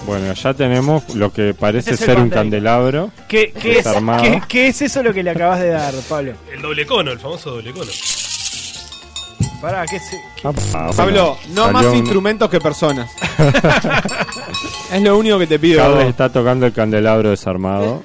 Bueno, ya tenemos lo que parece
Este es el
ser un
pandeiro.
candelabro.
¿Qué, qué, es,
Desarmado.
qué- qué es eso lo que le acabas de dar, Pablo?
este? El doble cono, el famoso doble cono.
Pará, ¿qué se.? qué-
Ah, bueno.
Pablo, no
Salió
más
un-
instrumentos que personas. es lo único que te pido.
Carles está tocando el candelabro
(laughs)
desarmado.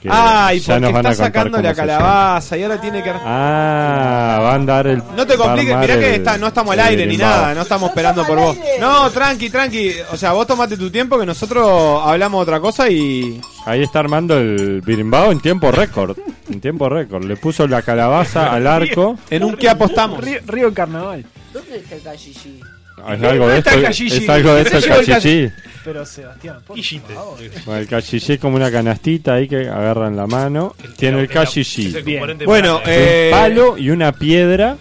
Que
Ah, y
ya nos
porque
van
está
a contar
sacando
cómo
la
se llama.
calabaza y ahora tiene que.
Ah, va a andar el.
No te
va a
compliques,
armar
mirá que
el-
está- no estamos al
el
aire ni
berimbau.
nada, no estamos esperando por vos. No, tranqui, tranqui. O sea, vos tomate tu tiempo que nosotros hablamos otra cosa y.
Ahí está armando el birimbao en tiempo récord. En tiempo récord. Le puso la
(laughs)
calabaza al arco.
En un que apostamos.
Río, Río Carnaval.
¿Dónde está el cachichi?
Es algo de
¿Dónde
esto.
está el cachichi?
Es algo de esto el
Llegó el
cachichí.
Pero Sebastián, por
Quillite.
favor.
Bueno, el cachichí es como una canastita ahí que agarran la mano. Tiene el
Es
cachichí.
el componente
Bueno,
para-
eh.
Un palo y una piedra.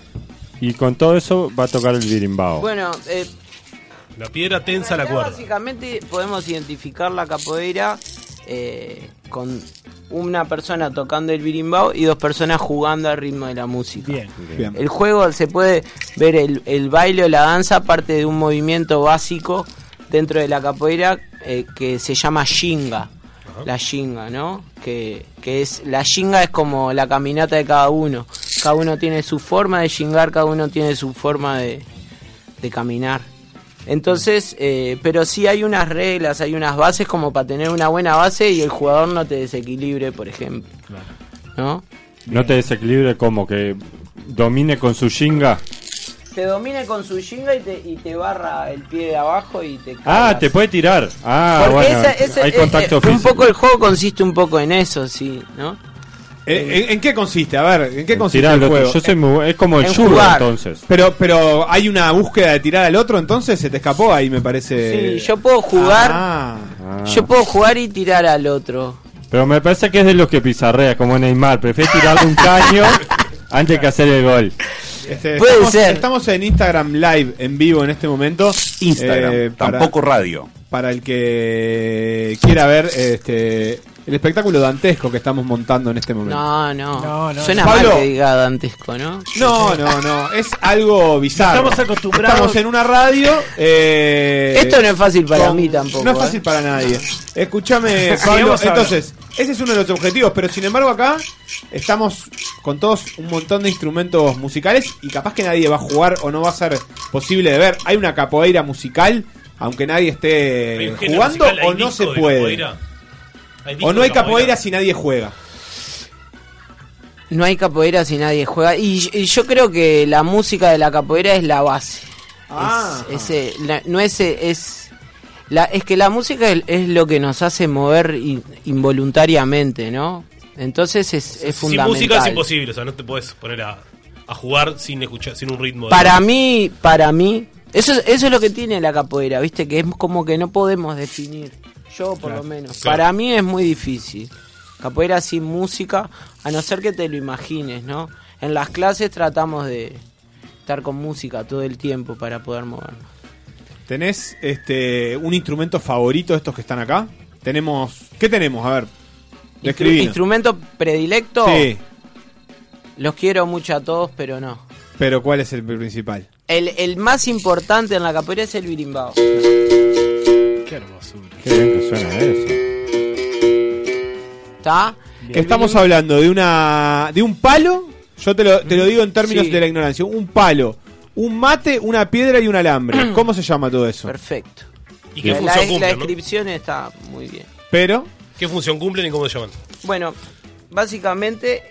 Y con todo eso va a tocar el birimbao.
Bueno, eh,
La piedra tensa Oh. la
ya
cuerda.
básicamente podemos identificar la capoeira eh, con una persona tocando el birimbao y dos personas jugando al ritmo de la música.
Bien.
(laughs)
(laughs)
Bien.
El juego se puede ver el, el baile o la danza parte de un movimiento básico dentro de la capoeira eh, que se llama shinga. La shinga, ¿no? Que, que es la shinga es como la caminata de cada uno. Cada uno tiene su forma de shingar, cada uno tiene su forma de, de caminar. Entonces, eh, pero sí hay unas reglas, hay unas bases como para tener una buena base y el jugador no te desequilibre, por ejemplo. ¿No?
No te desequilibre como que domine con su shinga.
Te domina con su jinga y te, y te barra el pie de abajo y te
Ah,
cagas.
te puede tirar. Ah,
Porque
bueno.
esa- ese-
hay
eh,
contacto
eh, Un
físico.
poco el juego consiste un poco en eso, sí, ¿no?
Eh, ¿En, en qué consiste? A ver, ¿en qué consiste
Tirar al
el
otro.
juego?
Yo soy muy bu- es como el
en
judo
jugar.
entonces.
Pero, pero hay una búsqueda de tirar al otro, entonces se te escapó ahí, me parece.
Sí, yo puedo jugar,
Ah.
Ah.
eh, yo puedo jugar y tirar al otro.
Pero me parece que es de los que pizarrea, como Neymar. Prefiere tirarle
(laughs)
un caño antes que hacer el gol.
Este,
Puede
estamos,
ser.
estamos en Instagram Live en vivo en este momento.
Instagram,
Eh, para,
tampoco radio.
Para el que quiera ver este, el espectáculo dantesco que estamos montando en este momento.
No, no.
No, no.
Suena
Pablo.
mal que diga dantesco, ¿no?
No, no, no. Es algo bizarro.
Estamos acostumbrados.
Estamos en una radio. eh,
Esto no es fácil para
con-
mí tampoco,
No es
¿eh?
fácil para nadie. Escúchame,
Sí,
Pablo.
vamos a hablar.
Entonces, ese es uno de los objetivos. Pero sin embargo, acá estamos con todos un montón de instrumentos musicales. Y capaz que nadie va a jugar o no va a ser posible de ver. Hay una capoeira musical. Aunque nadie esté Eh, jugando o no se puede. O no hay capoeira si nadie juega.
No hay capoeira si nadie juega. Y, y yo creo que la música de la capoeira es la base. Es, es, eh, la- no es, eh, es, la, es que la música es, es lo que nos hace mover in- involuntariamente, ¿no? Entonces es, es
Sin
fundamental.
música es imposible, o sea, no te puedes poner a, a jugar sin escuchar, sin un ritmo. de-
Para mí, para mí, eso, es- eso es lo que tiene la capoeira, ¿viste? Que es como que no podemos definir. Yo, por lo menos.
Claro.
Para mí es muy difícil. Capoeira sin música, a no ser que te lo imagines, ¿no? En las clases tratamos de estar con música todo el tiempo para poder movernos.
¿Tenés este un instrumento favorito de estos que están acá? Tenemos. ¿Qué tenemos? A ver.
Instru-
Describí.
¿Instrumento predilecto?
Sí,
Los quiero mucho a todos, pero no.
pero ¿cuál es el principal?
El, el más importante en la capoeira es el birimbao.
Qué hermosura.
Qué bien que suena eso.
¿Está?
Estamos hablando de una. de un palo. Yo te lo, te lo digo en términos
Sí.
de la ignorancia. Un palo, un mate, una piedra y
(clears throat)
un alambre. ¿Cómo se llama todo eso?
Perfecto.
¿Y
qué
la,
función
la-
cumple,
la
no?
descripción está muy bien.
Pero.
¿Qué función cumplen y cómo se llaman?
Bueno, básicamente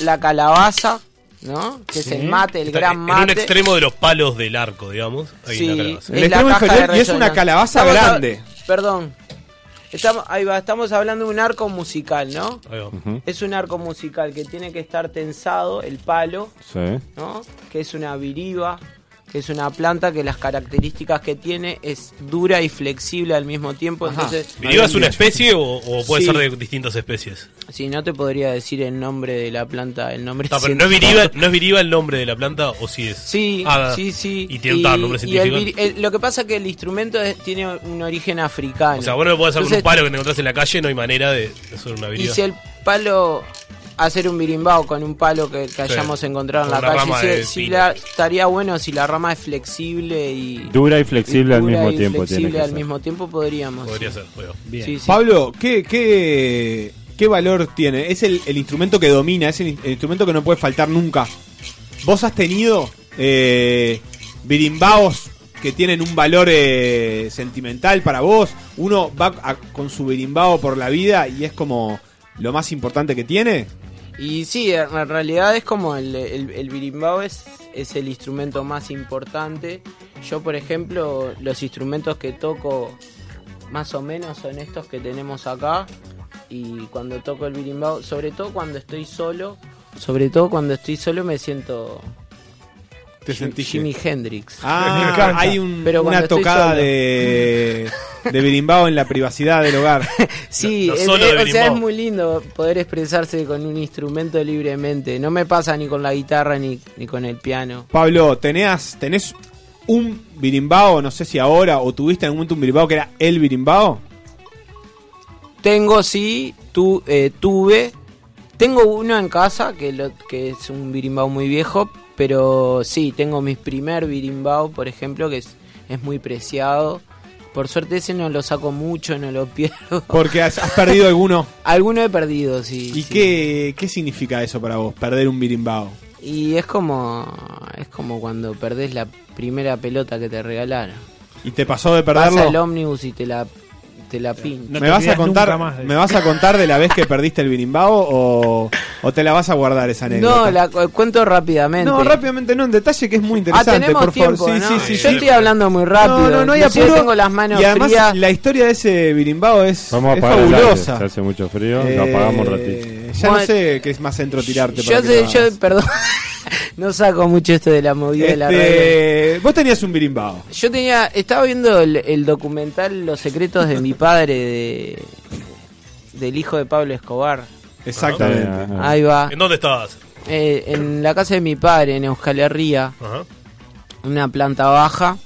la calabaza, ¿no? Que es
Sí.
el mate, el
Está
gran
En un
mate.
extremo de los palos del arco, digamos. Ahí
Sí,
en la calabaza.
es la caja de resonancia. Estamos hab-
grande.
Perdón. Estamos, ahí va, estamos hablando de un arco musical, ¿no?
Ahí va.
Es un arco musical que tiene que estar tensado, el palo,
Sí.
¿no? Que es una viriba, que es una planta que las características que tiene es dura y flexible al mismo tiempo.
Ajá.
Entonces,
¿Viriba es una especie o, o puede
Sí.
ser de distintas especies?
Sí, no te podría decir el nombre de la planta, el nombre
Está, pero ¿no, es
científico.
viriba, ¿No es viriba el nombre de la planta o sí es?
Sí,
Ah,
sí, sí.
Y tiene un tal nombre
y el
científico.
vir- el- lo que pasa es que el instrumento es- tiene un origen africano.
o sea, vos no me podés hacer con un
Entonces,
palo que te encontrás en la calle, no hay manera de de hacer una
Y
viriba.
si el palo, hacer un birimbao con un palo que, que hayamos encontrado en
Con
la
una
calle,
rama
si-
de
si
pino.
la- estaría bueno si la rama es flexible y...
Dura y flexible al
dura
mismo
y
tiempo tiene
Flexible
que
al
ser.
mismo tiempo podríamos.
Podría ser, bueno.
Bien.
Pablo, ¿qué, qué, qué valor tiene? Es el, el instrumento que domina, es el, in- el instrumento que no puede faltar nunca. ¿Vos has tenido eh, birimbaos que tienen un valor eh, sentimental para vos? ¿Uno va a- con su birimbao por la vida y es como lo más importante que tiene?
Y sí, en en realidad es como el, el, el birimbao es, es el instrumento más importante. Yo, por ejemplo, los instrumentos que toco más o menos son estos que tenemos acá. Y cuando toco el birimbao, sobre todo cuando estoy solo, sobre todo cuando estoy solo me siento
Te
Jim-
sentís que-
Jimi Hendrix. (laughs)
Ah, hay un- una
cuando estoy
tocada
solo.
de, de birimbao en la privacidad del hogar.
(laughs) Sí, es- es- o sea, es muy lindo poder expresarse con un instrumento libremente. No me pasa ni con la guitarra ni, ni con el piano.
Pablo, ¿tenés, tenés un birimbao, no sé si ahora, o tuviste en algún momento un birimbao que era el birimbao?
Tengo, sí, tu, eh, tuve. Tengo uno en casa, que, lo, que es un birimbau muy viejo, pero sí, tengo mi primer birimbau, por ejemplo, que es, es muy preciado. Por suerte ese no lo saco mucho, no lo (laughs) pierdo.
Porque has,
(laughs)
has perdido alguno.
Alguno he perdido, sí.
¿Y
sí.
qué, qué significa eso para vos, perder un birimbao?
Y es como, es como cuando perdés la primera pelota que te regalaron.
¿Y te pasó de
Vas al
perderlo?
ómnibus y te la, te la pinchan.
¿Me, vas a contar, ¿Me vas a contar de la vez que perdiste el birimbao o, o te la vas a guardar esa anécdota?
No, la cu- cuento rápidamente.
No, rápidamente no, en detalle que es muy interesante,
Ah, tenemos
por favor.
tiempo,
Sí,
¿no?
sí, sí,
Yo
sí.
estoy hablando muy rápido.
No, no, no hay
Inclusive
apuro.
tengo las manos
y además
frías.
la historia de ese birimbao es,
Vamos a
es
apagar el aire,
fabulosa. Eh,
se hace mucho frío, lo apagamos un ratito.
Ya no
Bueno,
sé qué es más centro tirarte. para
Yo
que
sé,
lo hagas.
yo, perdón. (laughs) no saco mucho esto de la movida de la radio.
Este, vos tenías un birimbao.
Yo tenía, estaba viendo el, el documental Los secretos de mi padre de del hijo de Pablo Escobar.
Exactamente.
Ah, Ahí va.
Ah, ¿En dónde estabas?
Eh, en la casa de mi padre, en Euskal Herria,
Ajá.
una planta baja.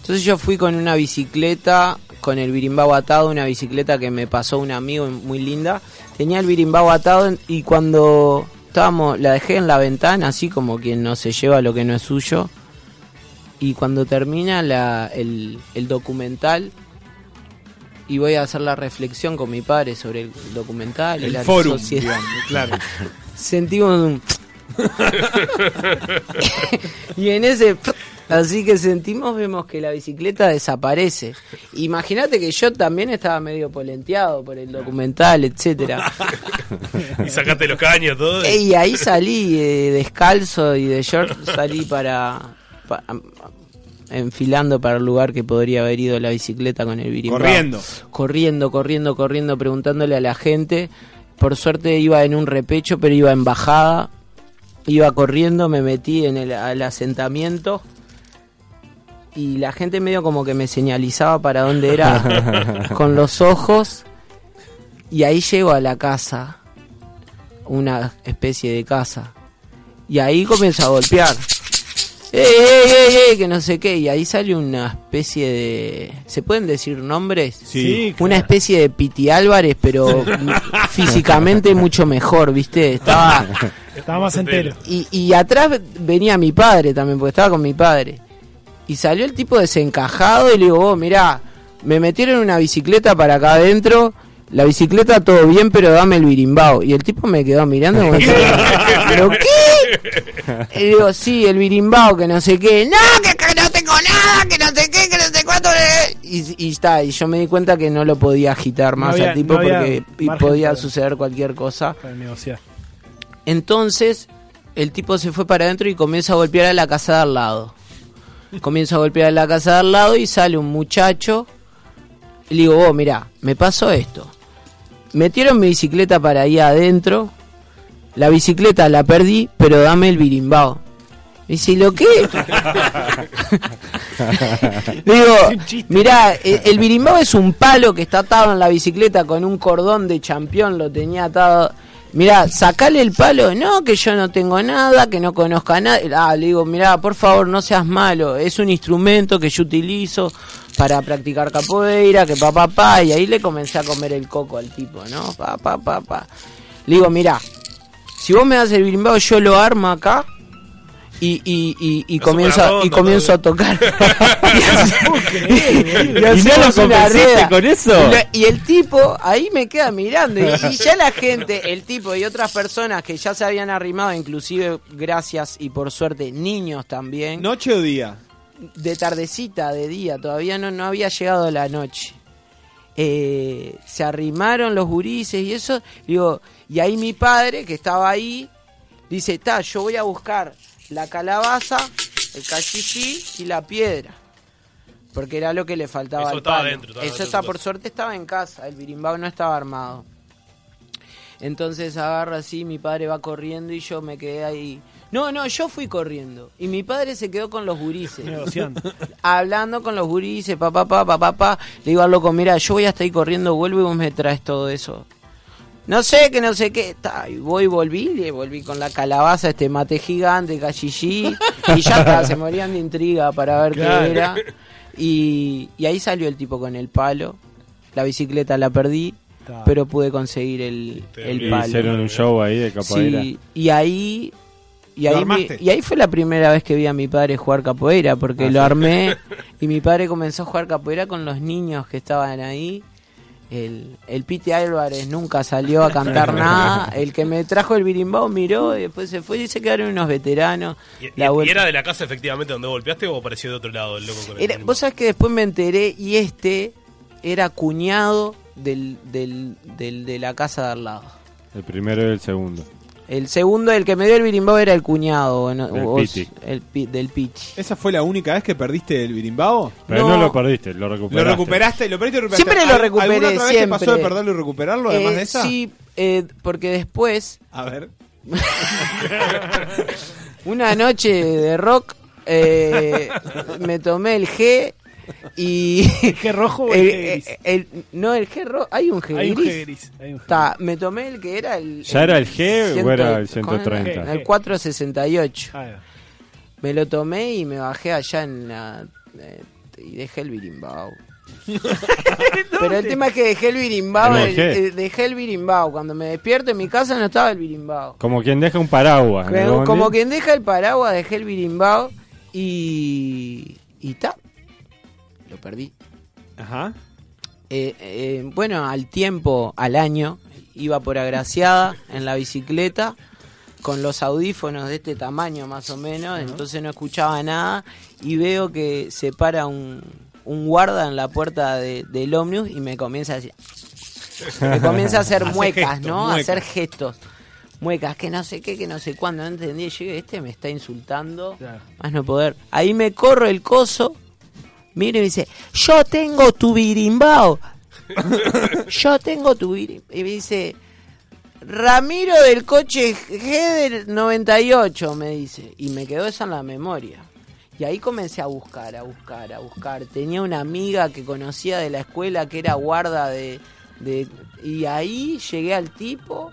Entonces yo fui con una bicicleta, con el birimbau atado, una bicicleta que me pasó un amigo muy linda. Tenía el birimbau atado y cuando estábamos, la dejé en la ventana, así como quien no se lleva lo que no es suyo. Y cuando termina la- el, el documental, y voy a hacer la reflexión con mi padre sobre el documental y
El
la
forum,
sociedad.
digamos, claro.
(laughs) Sentimos un... (laughs) y en ese... Así que sentimos, vemos que la bicicleta desaparece. Imagínate que yo también estaba medio polenteado por el documental, etcétera.
Y sacaste los caños, todo.
Eh, Y ahí salí eh, descalzo y de short salí para, pa- am- am- enfilando para el lugar que podría haber ido la bicicleta con el birimbau.
Corriendo.
Corriendo, corriendo, corriendo, preguntándole a la gente. Por suerte iba en un repecho, pero iba en bajada. Iba corriendo, me metí en el al asentamiento y la gente medio como que me señalizaba para
(laughs)
dónde
(laughs)
era con los ojos y ahí llego a la casa, una especie de casa, y ahí comienzo a golpear. ¡Ey, ey, ey, ey! Que no sé qué. Y ahí sale una especie de. ¿Se pueden decir nombres?
Sí,
Una especie de Piti Álvarez,
(laughs)
(laughs)
pero mm, (laughs) físicamente mucho mejor, ¿viste? Estaba.
(laughs) Estaba más entero.
Y, y atrás venía mi padre también, porque estaba con mi padre. Y salió el tipo desencajado y le digo, vos, mirá, me metieron una bicicleta para acá adentro. La bicicleta todo bien, pero dame el birimbao. Y el tipo me quedó mirando
(laughs)
como diciendo, ¿pero qué? Y le digo, sí, el birimbao, que no sé qué. ¡No, que, que no tengo nada, que no sé qué, que no sé cuánto! eh". Y, y está, y yo me di cuenta que no lo podía agitar
No
más
había-
al tipo
no había
porque y
margen
podía
para-
suceder cualquier cosa.
Para negociar.
Entonces, el tipo se fue para adentro y comienza a golpear a la casa de al lado. Comienza a golpear a la casa de al lado y sale un muchacho. Y le digo, vos, mirá, me pasó esto. Metieron mi bicicleta para ahí adentro. La bicicleta la perdí, pero dame el birimbao. Y dice, ¿y lo qué? Le digo, mirá, e- el birimbao es un palo que está atado en la bicicleta con un cordón de champión, lo tenía atado. Mirá, sacale el palo, no, que yo no tengo nada, que no conozca a nadie. Ah, le digo, mirá, por favor, no seas malo, es un instrumento que yo utilizo para practicar capoeira, que pa, pa, pa, y ahí le comencé a comer el coco al tipo, ¿no? Pa, pa, pa, pa. Le digo, mirá, si vos me das el birimbao, yo lo armo acá y, y, y, y comienzo, a- y
ronda,
comienzo a tocar. y
(laughs)
(laughs)
¿Y no lo
hacemos una
convenciste
reda.
con eso?
Y lo- Y el tipo ahí me queda mirando. Y, y ya la gente, el tipo y otras personas que ya se habían arrimado, inclusive gracias y por suerte niños también,
¿Noche o día?
de tardecita, de día, todavía no, no había llegado la noche. Eh, se arrimaron los gurises y eso. Digo, y ahí mi padre, que estaba ahí, dice, está, yo voy a buscar la calabaza, el cachichí y la piedra. Porque era lo que le faltaba
Eso
al
estaba
palo.
adentro, estaba
Eso
adentro
está,
de su
por
casa.
suerte estaba en casa, el birimbao no estaba armado. Entonces agarra así, mi padre va corriendo y yo me quedé ahí. No, no, yo fui corriendo. Y mi padre se quedó con los gurises.
Negociando.
(laughs) Hablando con los gurises, papá, papá, papá, papá. Le digo al loco, mira, yo voy hasta ahí corriendo, vuelvo y vos me traes todo eso. No sé, que no sé qué. Ta, y voy, volví, le volví con la calabaza, este mate gigante, cachichí. Y ya está, se morían de intriga para ver
Claro.
qué era. Y, y ahí salió el tipo con el palo. La bicicleta la perdí,
Ta.
pero pude conseguir el, el
Y
palo.
hicieron un show ahí de capoeira.
Sí, y ahí. Y
¿Lo
ahí, mi-
armaste?
y ahí fue la primera vez que vi a mi padre jugar capoeira, porque lo armé y mi padre comenzó a jugar capoeira con los niños que estaban ahí. El, el Piti Álvarez nunca salió a cantar nada. El que me trajo el birimbao miró y después se fue y se quedaron unos veteranos.
¿Y, y-
La
y
vuelta-
era de la casa efectivamente donde golpeaste o apareció de otro lado el loco con el
era-
animal?
Vos sabés que después me enteré y este era cuñado del, del, del- de la casa de al lado.
El primero y el segundo.
El segundo, el que me dio el birimbao era el cuñado. o no-
Del
o-
Piti.
el pi- del Piti.
¿Esa fue la única vez que perdiste el birimbao?
Pero no,
No.
lo perdiste, lo
¿Lo
recuperaste.
recuperaste? ¿Lo perdiste y lo recuperaste?
Siempre lo
¿Al-
recuperé,
¿Alguna otra vez
siempre.
te pasó de perderlo y recuperarlo además
Eh,
de esa?
Sí, eh, porque después,
A ver.
(laughs) una noche de rock, eh, me tomé el G y...
¿El G rojo o el
el,
G gris?
el- No, el G rojo, hay un G
Hay un
gris.
G gris, hay un G
Ta, me tomé el que era el...
¿Ya era el G o era el
¿cómo
130?
El 468.
Ah, ya.
Me lo tomé y me bajé allá en la... eh, y dejé el birimbao. Pero el tema es que dejé el birimbao,
¿En
en el-
qué?
eh, dejé el birimbao. Cuando me despierto en mi casa no estaba el birimbao.
Como quien deja un paraguas.
Como-
¿no,
como
Andy?
quien deja el paraguas, dejé el birimbao y. y ta. Lo perdí. Eh,
Ajá.
bueno, al tiempo, al año, iba por agraciada en la bicicleta con los audífonos de este tamaño más o menos, entonces no escuchaba nada y veo que se para un, un guarda en la puerta de- del ómnibus y me comienza a decir, (laughs) me comienza a hacer
Hace
muecas,
gestos,
¿no?
muecas.
A hacer gestos. Muecas, que no sé qué, que no sé cuándo, no entendí. Llegué, este me está insultando. Más no poder. Ahí me corro el coso. Mire y me dice, yo tengo tu birimbao. (laughs) yo tengo tu birimbao. Y me dice, Ramiro del coche G del 98, me dice. Y me quedó eso en la memoria. Y ahí comencé a buscar, a buscar, a buscar. Tenía una amiga que conocía de la escuela que era guarda de... de- y ahí llegué al tipo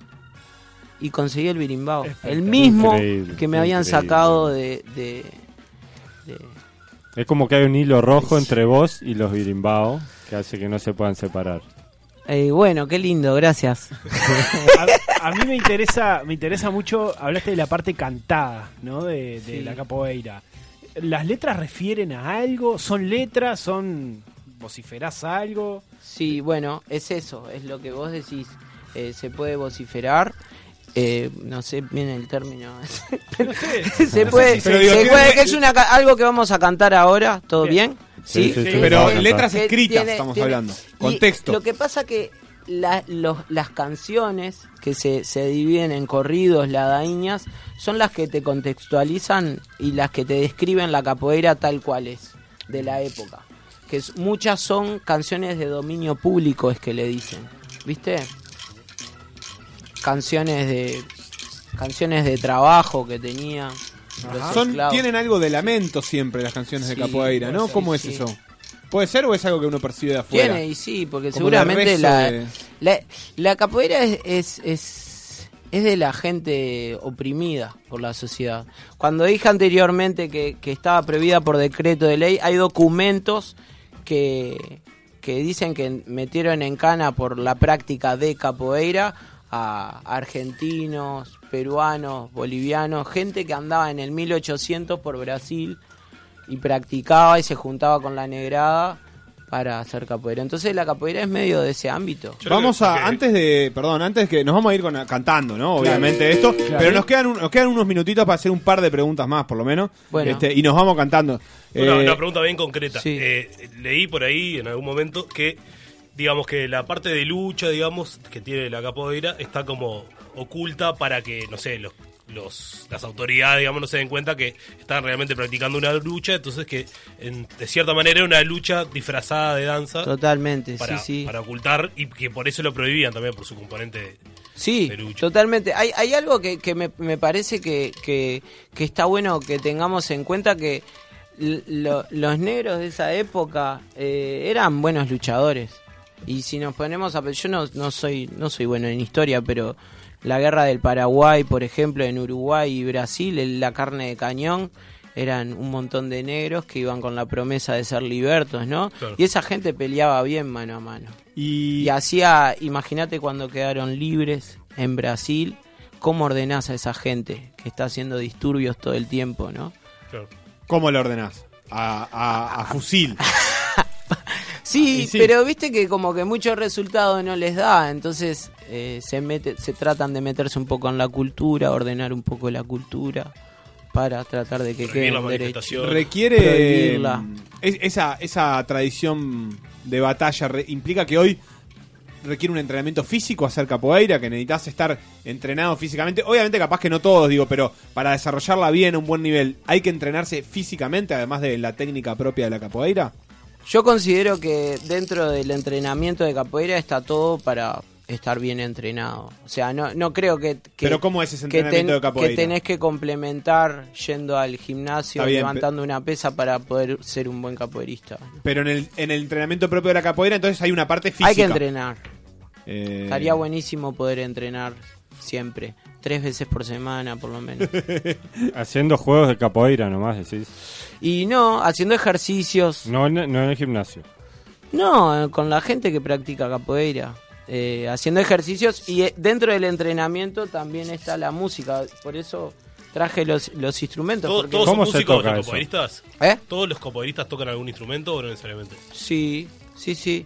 y conseguí el birimbao. El mismo
Increíble,
que me habían
increíble.
sacado de... de- de-
Es como que hay un hilo rojo entre vos y los birimbao que hace que no se puedan separar.
Eh, bueno, qué lindo,
(laughs)
gracias.
A, a mí me interesa, me interesa mucho, hablaste de la parte cantada, ¿no? De, de
Sí.
la capoeira. ¿Las letras refieren a algo? ¿Son letras? ¿Son vociferás algo?
Sí, bueno, es eso, es lo que vos decís. Eh, se puede vociferar. eh, no sé bien el término. (laughs) se
No sé
puede,
si se lo digo.
se
Tiene-
puede, que es una, ca- algo que vamos a cantar ahora, ¿todo bien? Sí,
Sí, sí, sí, Pero
Eh,
letras
que
escritas
tiene-
estamos
tiene-
hablando.
y
Contexto.
Lo que pasa que la- los- las canciones que se, se dividen en corridos, ladañas, son las que te contextualizan y las que te describen la capoeira tal cual es, de la época. Que es- muchas son canciones de dominio público, es que le dicen. ¿Viste? Canciones de canciones de trabajo que tenía. los
Son-
esclavos.
tienen algo de lamento siempre las canciones
Sí,
de capoeira, ¿no?
sí,
¿Cómo
sí.
es eso? ¿Puede ser o es algo que uno percibe de afuera?
Tiene, y sí, porque
Como eh, de
seguramente
rezo
la,
de-
la, la capoeira es, es, es, es de la gente oprimida por la sociedad. Cuando dije anteriormente que, que estaba prohibida por decreto de ley, hay documentos que, que dicen que metieron en cana por la práctica de capoeira a argentinos, peruanos, bolivianos, gente que andaba en el 1800 por Brasil y practicaba y se juntaba con la negrada para hacer capoeira. Entonces la capoeira es medio de ese ámbito.
Vamos a, antes de, perdón, antes que nos vamos a ir con- cantando, ¿no? Obviamente esto,
Claro.
pero nos quedan, un- nos quedan unos minutitos para hacer un par de preguntas más, por lo menos,
Bueno.
este, y nos vamos cantando.
Una,
Eh,
una pregunta bien concreta.
sí.
Eh, leí por ahí en algún momento que, digamos, que la parte de lucha, digamos, que tiene la capoeira está como oculta para que, no sé, los, los- las autoridades, digamos, no se den cuenta que están realmente practicando una lucha, entonces que, en- de cierta manera, era una lucha disfrazada de danza.
Totalmente,
para,
sí, sí.
Para ocultar y que por eso lo prohibían también, por su componente de-
Sí,
de lucha.
totalmente. Hay, hay algo que, que me, me parece que, que- que está bueno que tengamos en cuenta que l- lo- los negros de esa época eh, eran buenos luchadores. Y si nos ponemos a pe- yo no, no soy no soy bueno en historia, pero la guerra del Paraguay, por ejemplo, en Uruguay y Brasil, el- la carne de cañón eran un montón de negros que iban con la promesa de ser libertos, ¿no?
Claro.
Y esa gente peleaba bien mano a mano. Y, hacía, imagínate cuando quedaron libres en Brasil, cómo ordenás a esa gente que está haciendo disturbios todo el tiempo, ¿no?
¿Cómo le ordenás? A, a- a fusil.
(laughs)
Ah,
Sí,
Y sí.
pero viste que como que mucho resultado no les da, entonces eh, se mete, se tratan de meterse un poco en la cultura, ordenar un poco la cultura para tratar de que
Prohibir
queden
las
derechos.
manifestaciones.
Requiere
Prohibirla.
mm, es- esa, esa tradición de batalla re- implica que hoy requiere un entrenamiento físico hacer capoeira, que necesitas estar entrenado físicamente. Obviamente capaz que no todos, digo, pero para desarrollarla bien a un buen nivel, hay que entrenarse físicamente además de la técnica propia de la capoeira.
Yo considero que dentro del entrenamiento de capoeira está todo para estar bien entrenado. O sea, no, no creo que, que-
Pero ¿cómo es ese
que
entrenamiento de capoeira?
Que tenés que complementar yendo al gimnasio,
Está bien,
levantando una pesa para poder ser un buen capoeirista.
Pero en el, en el entrenamiento propio de la capoeira, entonces hay una parte física.
Hay que entrenar.
Eh,
Estaría buenísimo poder entrenar siempre. Tres veces por semana, por lo menos.
(laughs) Haciendo juegos de capoeira nomás, decís.
y no, haciendo ejercicios.
No en, no en el gimnasio.
No, con la gente que practica capoeira. eh, haciendo ejercicios y eh, dentro del entrenamiento también está la música. Por eso traje los, los instrumentos.
¿Todos,
porque-
todos son músicos los capoeiristas?
¿Eh?
¿Todos los capoeiristas tocan algún instrumento o no necesariamente?
Sí, sí, sí.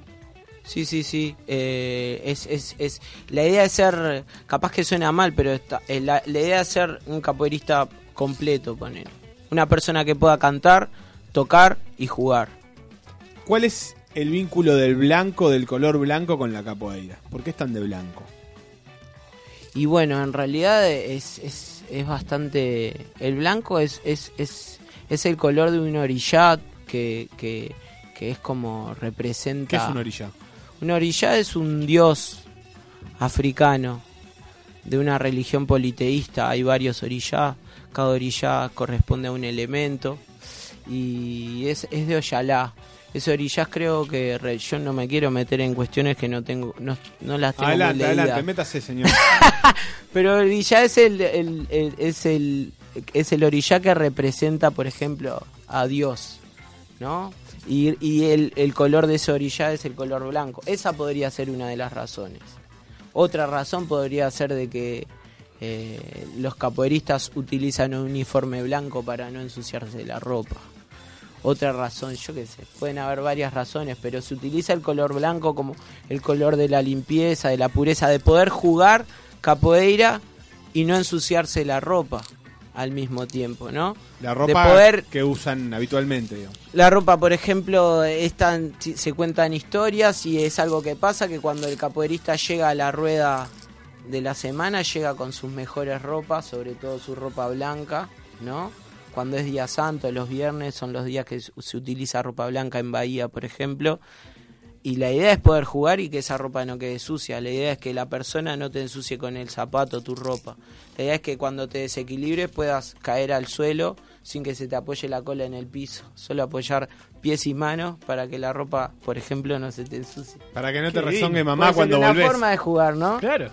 Sí, sí, sí. Eh, es, es, es- La idea de ser. Capaz que suena mal, pero está, eh, la, la idea de ser un capoeirista completo, poner. Una persona que pueda cantar, tocar y jugar.
¿Cuál es el vínculo del blanco, del color blanco con la capoeira? ¿Por qué están de blanco?
Y bueno, en realidad es, es, es bastante... El blanco es, es, es, es el color de un orillat que, que, que es como representa...
¿Qué es un orilla?
Un orillá es un dios africano de una religión politeísta. Hay varios orillá. Cada orillá corresponde a un elemento. Y es, es de Oyalá. Ese orillá creo que re- yo no me quiero meter en cuestiones que no tengo, no, no las tengo muy
Adelante,
leídas.
adelante, métase, señor.
(laughs) Pero el orillá es el, el- el- es el es el orillá que representa, por ejemplo, a Dios, ¿no? Y, y el, el color de ese orillá es el color blanco. Esa podría ser una de las razones. Otra razón podría ser de que eh, los capoeiristas utilizan un uniforme blanco para no ensuciarse la ropa. Otra razón, yo qué sé, pueden haber varias razones, pero se utiliza el color blanco como el color de la limpieza, de la pureza, de poder jugar capoeira y no ensuciarse la ropa al mismo tiempo, ¿no?
La
De
ropa
poder
que usan habitualmente, digamos.
la ropa, por ejemplo, es tan- si- se cuentan historias y es algo que pasa que cuando el capoeirista llega a la rueda de la semana, llega con sus mejores ropas, sobre todo su ropa blanca, ¿no? Cuando es Día Santo, los viernes son los días que se utiliza ropa blanca en Bahía, por ejemplo. Y la idea es poder jugar y que esa ropa no quede sucia. La idea es que la persona no te ensucie con el zapato tu ropa. La idea es que cuando te desequilibres puedas caer al suelo sin que se te apoye la cola en el piso. Solo apoyar pies y manos para que la ropa, por ejemplo, no se te ensucie.
Para que no
Qué
te rezongue
lindo.
mamá
Puede ser
cuando
una
volvés.
forma de jugar, ¿no?
Claro.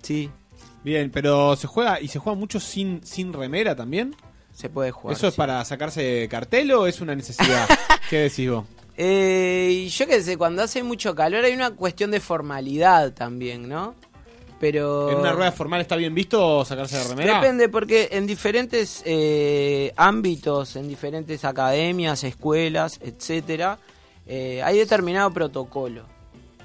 sí.
Mm. Bien, pero se juega y se juega mucho sin, sin remera también.
Se puede jugar.
¿Eso es para sacarse cartel o es
(laughs)
una necesidad? ¿Qué decís vos?
Eh, y yo qué sé, cuando hace mucho calor hay una cuestión de formalidad también, ¿no? Pero...
¿En una rueda formal está bien visto sacarse la remera?
Depende, porque en diferentes eh, ámbitos, en diferentes academias, escuelas, etcétera, eh, hay determinado protocolo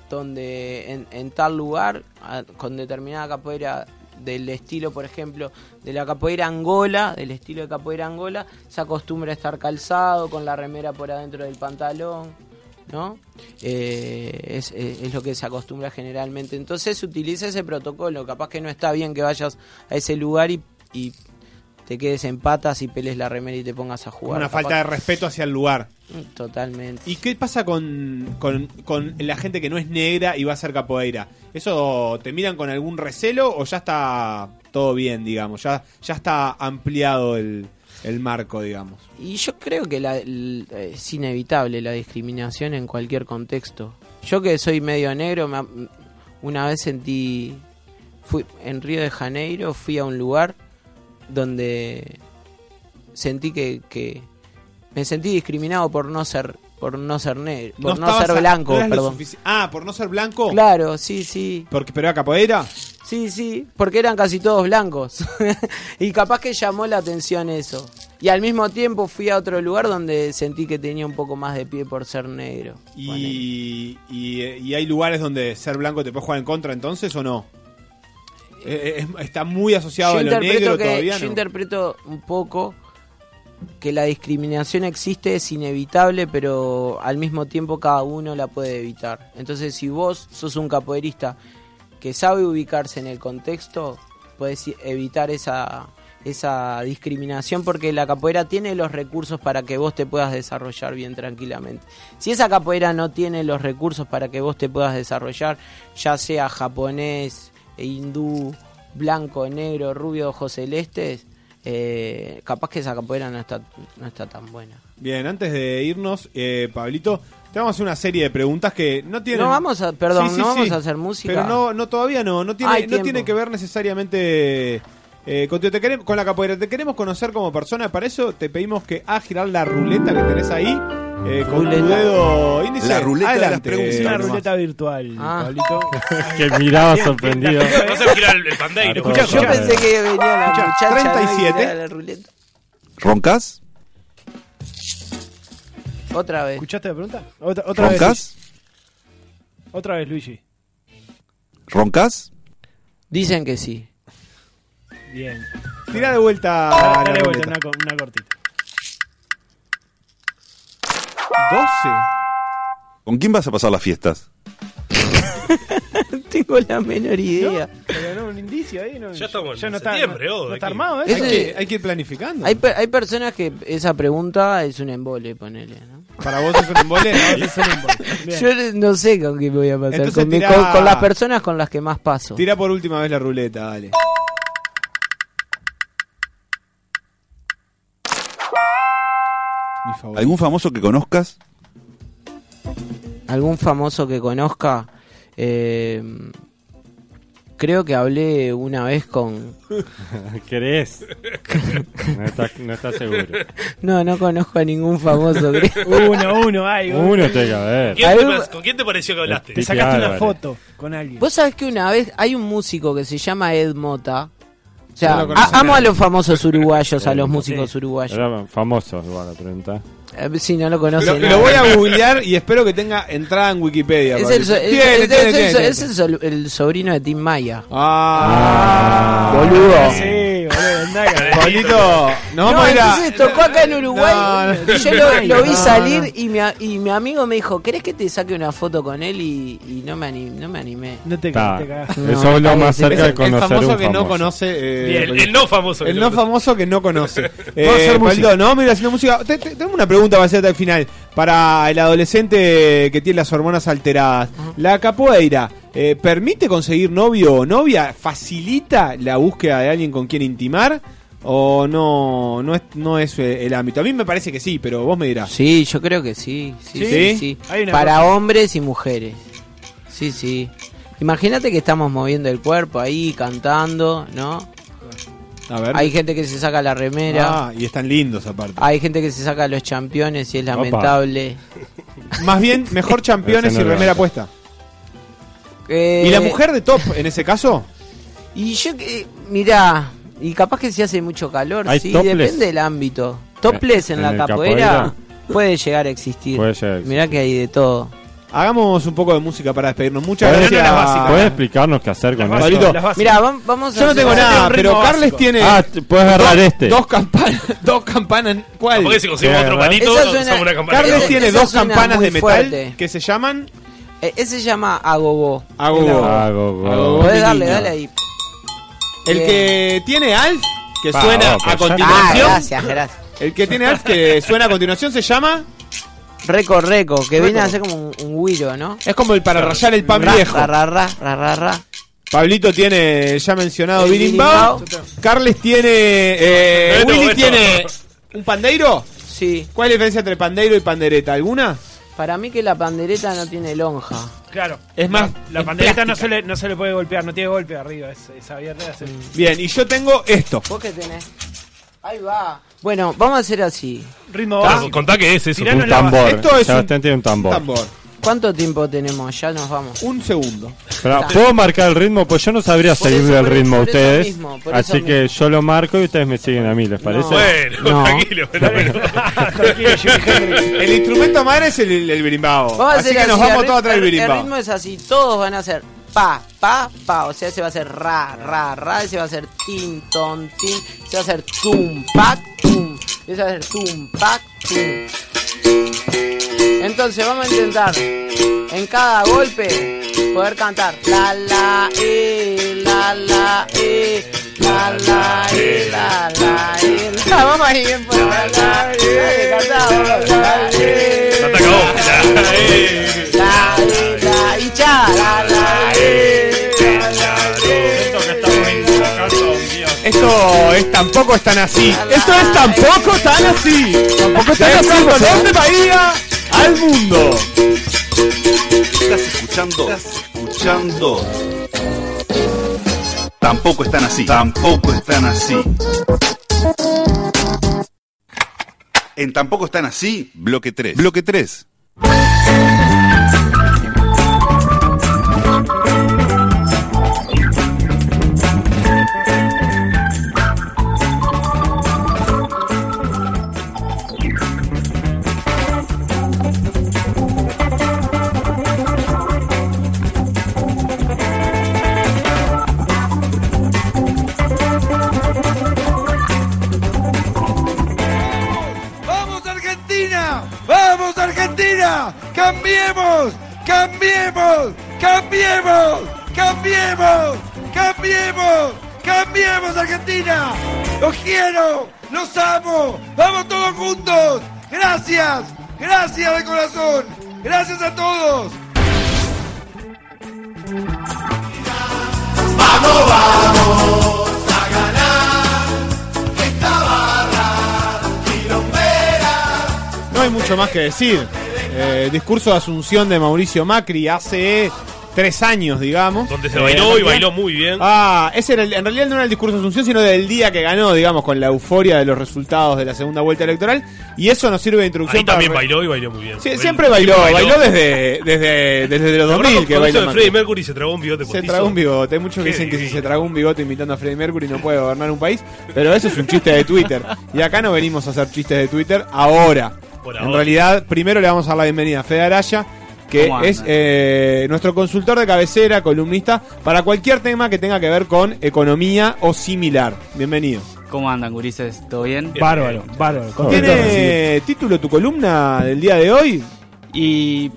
donde en, en tal lugar, a- con determinada capoeira del estilo, por ejemplo, de la capoeira angola, del estilo de capoeira angola, se acostumbra a estar calzado, con la remera por adentro del pantalón, ¿no? Eh, es, es- es lo que se acostumbra generalmente. Entonces se utiliza ese protocolo, capaz que no está bien que vayas a ese lugar y, y te quedes en patas y peles la remera y te pongas a jugar.
Una
Capaz- Mm,
falta de respeto hacia el lugar.
Totalmente.
¿Y qué pasa con, con- con la gente que no es negra y va a hacer capoeira? ¿Eso te miran con algún recelo o ya está todo bien, digamos? Ya, ya está ampliado el, el marco, digamos.
Y yo creo que la- l- eh, es inevitable la discriminación en cualquier contexto. Yo que soy medio negro, me ap- una vez sentí, fui en Río de Janeiro, fui a un lugar donde sentí que, que me sentí discriminado por no ser por no ser negro, por no,
estabas
ser
a-
blanco,
no eras lo
perdón.
sufici- ah, por no ser blanco.
Claro, sí, sí.
Porque, ¿Pero era capoeira?
Sí, sí, porque eran casi todos blancos. (laughs) y capaz que llamó la atención eso. Y al mismo tiempo fui a otro lugar donde sentí que tenía un poco más de pie por ser negro.
Y, y, y hay lugares donde ser blanco te puede jugar en contra entonces o no? Eh, eh, está muy asociado
Yo
a lo
interpreto,
negro
que-
todavía.
yo
¿no?
interpreto un poco que la discriminación existe, es inevitable, pero al mismo tiempo cada uno la puede evitar. Entonces, si vos sos un capoeirista que sabe ubicarse en el contexto, puedes i- evitar esa, esa discriminación porque la capoeira tiene los recursos para que vos te puedas desarrollar bien tranquilamente. Si esa capoeira no tiene los recursos para que vos te puedas desarrollar, ya sea japonés, hindú, blanco, negro, rubio, ojos celestes, eh, capaz que esa capoeira no está, no está tan buena.
Bien, antes de irnos, eh, Pablito, te vamos a hacer una serie de preguntas que no tienen.
No vamos a- perdón, no vamos a hacer música.
Pero no, no todavía no, no
Hay
tiene, no
tiempo.
tiene que ver necesariamente eh, contigo. Te queremos, con la capoeira. Te queremos conocer como persona, para eso te pedimos que a girar la ruleta que tenés ahí Eh, con tu dedo índice.
La ruleta
adelante.
Una ruleta virtual, Pablito.
Que miraba
(laughs)
sorprendido.
No se girar el, el pandeiro.
Escuchá,
Yo
escuchá.
pensé
que venía la
Escuchá,
muchacha, ¿no? Y
37.
era la ruleta.
¿Roncas?
Otra vez.
¿Escuchaste la pregunta? Otra, otra vez.
¿Roncas?
Luigi. Otra vez, Luigi.
¿Roncas?
Dicen que sí. (laughs)
Bien.
Tira de vuelta. la
Dale Oh, vuelta,
ruleta.
una, co- una cortita.
12.
¿Con quién vas a pasar las fiestas?
Tengo la menor idea.
Pero no, un indicio ahí. No,
Ya estamos en
ya no
septiembre,
está, no-
oh,
no
de
está
aquí.
armado, ¿eh?
Ese-
Hay que, hay que ir planificando.
Hay, per- hay personas que esa pregunta es un embole, ponele, ¿no?
Para vos es un
(laughs)
embole. ¿no?
Bien.
Yo no sé con qué voy a pasar.
Entonces
con, mi-
tirá-
con- con las personas con las que más paso.
Tira por última vez la ruleta, dale. Mi favorito.
¿Algún famoso que conozcas?
algún famoso que conozca. eh, creo que hablé una vez con.
(laughs) ¿Querés? No estás no estás seguro.
No, no conozco a ningún famoso. (laughs) creo.
Uno, uno, ay.
Uno tiene que haber.
¿Quién te
Ahí-
pa- ¿Con quién te pareció que hablaste?
Te
Pipe
sacaste una
eh.
Álvarez.
foto con alguien.
Vos sabés que una vez hay un músico que se llama Ed Mota. O sea,
No lo conozco Eh,
a- amo a los famosos uruguayos, a los músicos uruguayos.
Era famoso, igual la pregunta.
Eh, Si no lo conocen.
Lo,
no.
lo voy a googlear y espero que tenga entrada en
(laughs)
Wikipedia.
Es
Pablito.
el, so- es-
Tiene,
es-
tiene,
es
tiene,
el so-
tiene.
es el sol- el sobrino de Tim Maya.
Ah,
Boludo.
Sí, boludo, anda acá.
Pablito, nos
No,
vamos a ir a.
entonces tocó acá en Uruguay.
No, no.
y yo lo, lo vi
No,
salir
no.
Y, mi, a- y mi amigo me dijo, ¿querés que te saque una foto con él? Y, y no, me anim- no me animé.
No te,
Está.
no te cagás.
No,
Eso es
está
lo más
bien, sí,
cerca de
el
conocer
famoso,
un
que no
famoso.
conoce. eh,
Bien, el, el no famoso. que
El
lo
no
conoce.
famoso que
(laughs)
no conoce.
Puedo hacer
Eh,
música.
Paldo, no, mira, haciendo música. Te- te- tenemos una pregunta para hacerte al final. Para el adolescente que tiene las hormonas alteradas. La capoeira, eh, ¿permite conseguir novio o novia? ¿Facilita la búsqueda de alguien con quien intimar? ¿O no, no, es, no es eh, el ámbito? A mí me parece que sí, pero vos me dirás.
Sí, yo creo que sí. Sí,
¿Sí?
sí,
Hay
sí.
una
Para hombres y mujeres. Sí, sí. Imagínate que estamos moviendo el cuerpo ahí, cantando, ¿no?
A ver.
Hay gente que se saca la remera.
Ah, y están lindos aparte.
Hay gente que se saca los championes y es lamentable.
Más bien, mejor campeones
Ese
y
no lo
remera
hago.
puesta.
(laughs) Eh,
¿Y la mujer de top en ese caso?
Y yo que, mirá, y capaz que si hace mucho calor,
¿Hay
sí,
topless?
depende del ámbito. Topless en,
¿En
la
el
capoeira, puede llegar a existir.
Puede llegar a existir.
Mirá que hay de todo.
Hagamos un poco de música para despedirnos. Muchas
¿Puedes,
gracias.
¿Puedes explicarnos qué hacer con
Pablito,
esto?
Las bases.
Mirá, vam- vamos a
Yo no
hacer-
tengo nada,
un ritmo
pero Carles
básico.
tiene.
Ah, te- puedes agarrar
dos-
este.
Dos campanas. Dos campanas. ¿Cuál?
Capaz que si conseguimos
Sí,
otro
¿verdad?
panito,
Esa
usamos
suena-
una campana.
Carles
Esa-
tiene
esa
dos
suena
campanas
muy
de metal
fuerte.
que se llaman
Eh, ese se llama Agobo.
Agogo.
Ah, Agogo.
Agogo, mi
Podés darle,
niño.
dale ahí.
El que tiene Alf, que
Pa,
suena
oh, pero
a
ya-
Ah,
continuación.
gracias, gracias.
El que tiene Alf, que suena a continuación, se llama.
Reco, reco, que viene
Reco.
a ser como un, un guiro, ¿no?
Es como el para rayar el pan
Ra,
viejo.
ra, ra, ra, ra, ra, ra.
Pablito tiene ya mencionado
El
Birimbao.
Birimbao.
Carles tiene. eh,
No, no,
Willy
esto.
tiene. ¿Un pandeiro?
Sí,
¿Cuál es la diferencia entre pandeiro y pandereta? ¿Alguna?
para mí que la pandereta no tiene lonja.
Claro.
Es más,
La,
es
pandereta no se, le, no se le puede golpear, no tiene golpe arriba, es, es abierta. es-
Mm.
Bien, y yo tengo esto.
¿Vos qué tenés? Ahí va. Bueno, vamos a hacer así.
Ritmo
Claro,
básico.
contá que es eso.
Tirá-
tú.
Un tambor.
Esto es
Sebastián tiene un
Un
tambor.
tambor.
¿Cuánto tiempo tenemos? Ya nos vamos.
Un segundo.
Pero, ¿Puedo marcar el ritmo? Pues yo no sabría
Por
seguir
eso,
del
por eso,
ritmo a
por eso
ustedes.
mismo, por
así
eso
que yo lo marco y ustedes me siguen a mí, ¿les parece?
Bueno,
No.
tranquilo. tranquilo.
(laughs)
Tranquilo, Jimi
(laughs)
Hendrix.
El instrumento madre es el, el birimbao.
Vamos a
Así
hacer
que nos
así,
vamos
el
todos atrás del
rit- El
birimbao.
ritmo es así, todos van a hacer pa, pa, pa. O sea, se va a hacer ra, ra, ra. y Se va a hacer tin, ton, tin. Se va a hacer tum, pac, tum. y Se va a hacer tum, pac, tum. Entonces vamos a intentar en cada golpe poder cantar la la eh, la la eh, la la eh, la la eh. Vamos a ir por la la eh, la la eh.
Ya te acabó. Ya, eh.
La, la, y cha, la, la, eh, la, la, eh.
Esto es tampoco es tan así. Esto es tampoco tan así. Tampoco es tan así. Colón de Bahía al mundo.
Estás escuchando. escuchando. Tampoco están así. Tampoco están así. En Tampoco están así, bloque 3. Bloque 3.
¡Vamos Argentina! ¡Vamos Argentina! ¡Cambiemos! ¡Cambiemos! ¡Cambiemos! ¡Cambiemos! ¡Cambiemos! ¡Cambiemos Argentina! ¡Los quiero! ¡Los amo! ¡Vamos todos juntos! ¡Gracias! ¡Gracias de corazón! ¡Gracias a todos! ¡Vamos, ¡Ah, vamos! ¡A ganar esta barra quilombera!
No hay mucho más que decir. Eh, discurso de asunción de Mauricio Macri hace tres años, digamos.
Donde se bailó y bailó muy bien.
Ah, ese era el- en realidad no era el discurso de asunción, sino del día que ganó, digamos, con la euforia de los resultados de la segunda vuelta electoral. Y eso nos sirve de introducción
Ahí también
para...
bailó y bailó muy bien.
Sí, siempre bailó, bailó desde, desde, desde los
¿Te acordás
2000 que
cuando
bailó
hizo de
Macri.
Freddie Mercury se tragó un bigote
Se
postizo?
tragó un bigote. Hay muchos que dicen que si se tragó un bigote imitando a Freddie Mercury no puede gobernar un país. Pero eso es un chiste de Twitter. Y acá no venimos a hacer chistes de Twitter ahora.
Por
En
ahora.
realidad, primero le vamos a dar la bienvenida a Fede Araya, que
¿Cómo
es
anda?
eh, nuestro consultor de cabecera, columnista, para cualquier tema que tenga que ver con economía o similar. Bienvenido.
¿Cómo andan, gurises? ¿Todo bien?
Bárbaro, bárbaro. Contento de recibirte.
¿Tiene título tu columna del día de hoy?
Y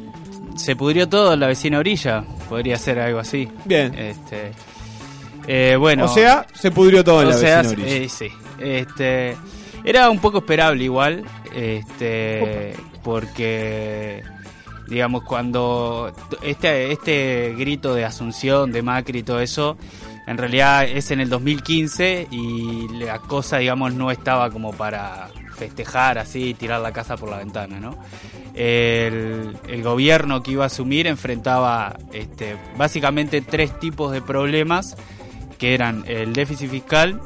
se pudrió todo en la vecina orilla. Podría ser algo así.
Bien.
Este, eh, bueno.
O sea, se pudrió todo en
O
la
sea,
vecina orilla.
eh, sí. Este, era un poco esperable igual. Este, porque digamos cuando t- este este grito de Asunción, de Macri y todo eso, en realidad es en el 2015 y la cosa digamos no estaba como para festejar así y tirar la casa por la ventana, ¿no? El, el gobierno que iba a asumir enfrentaba este, básicamente tres tipos de problemas que eran el déficit fiscal,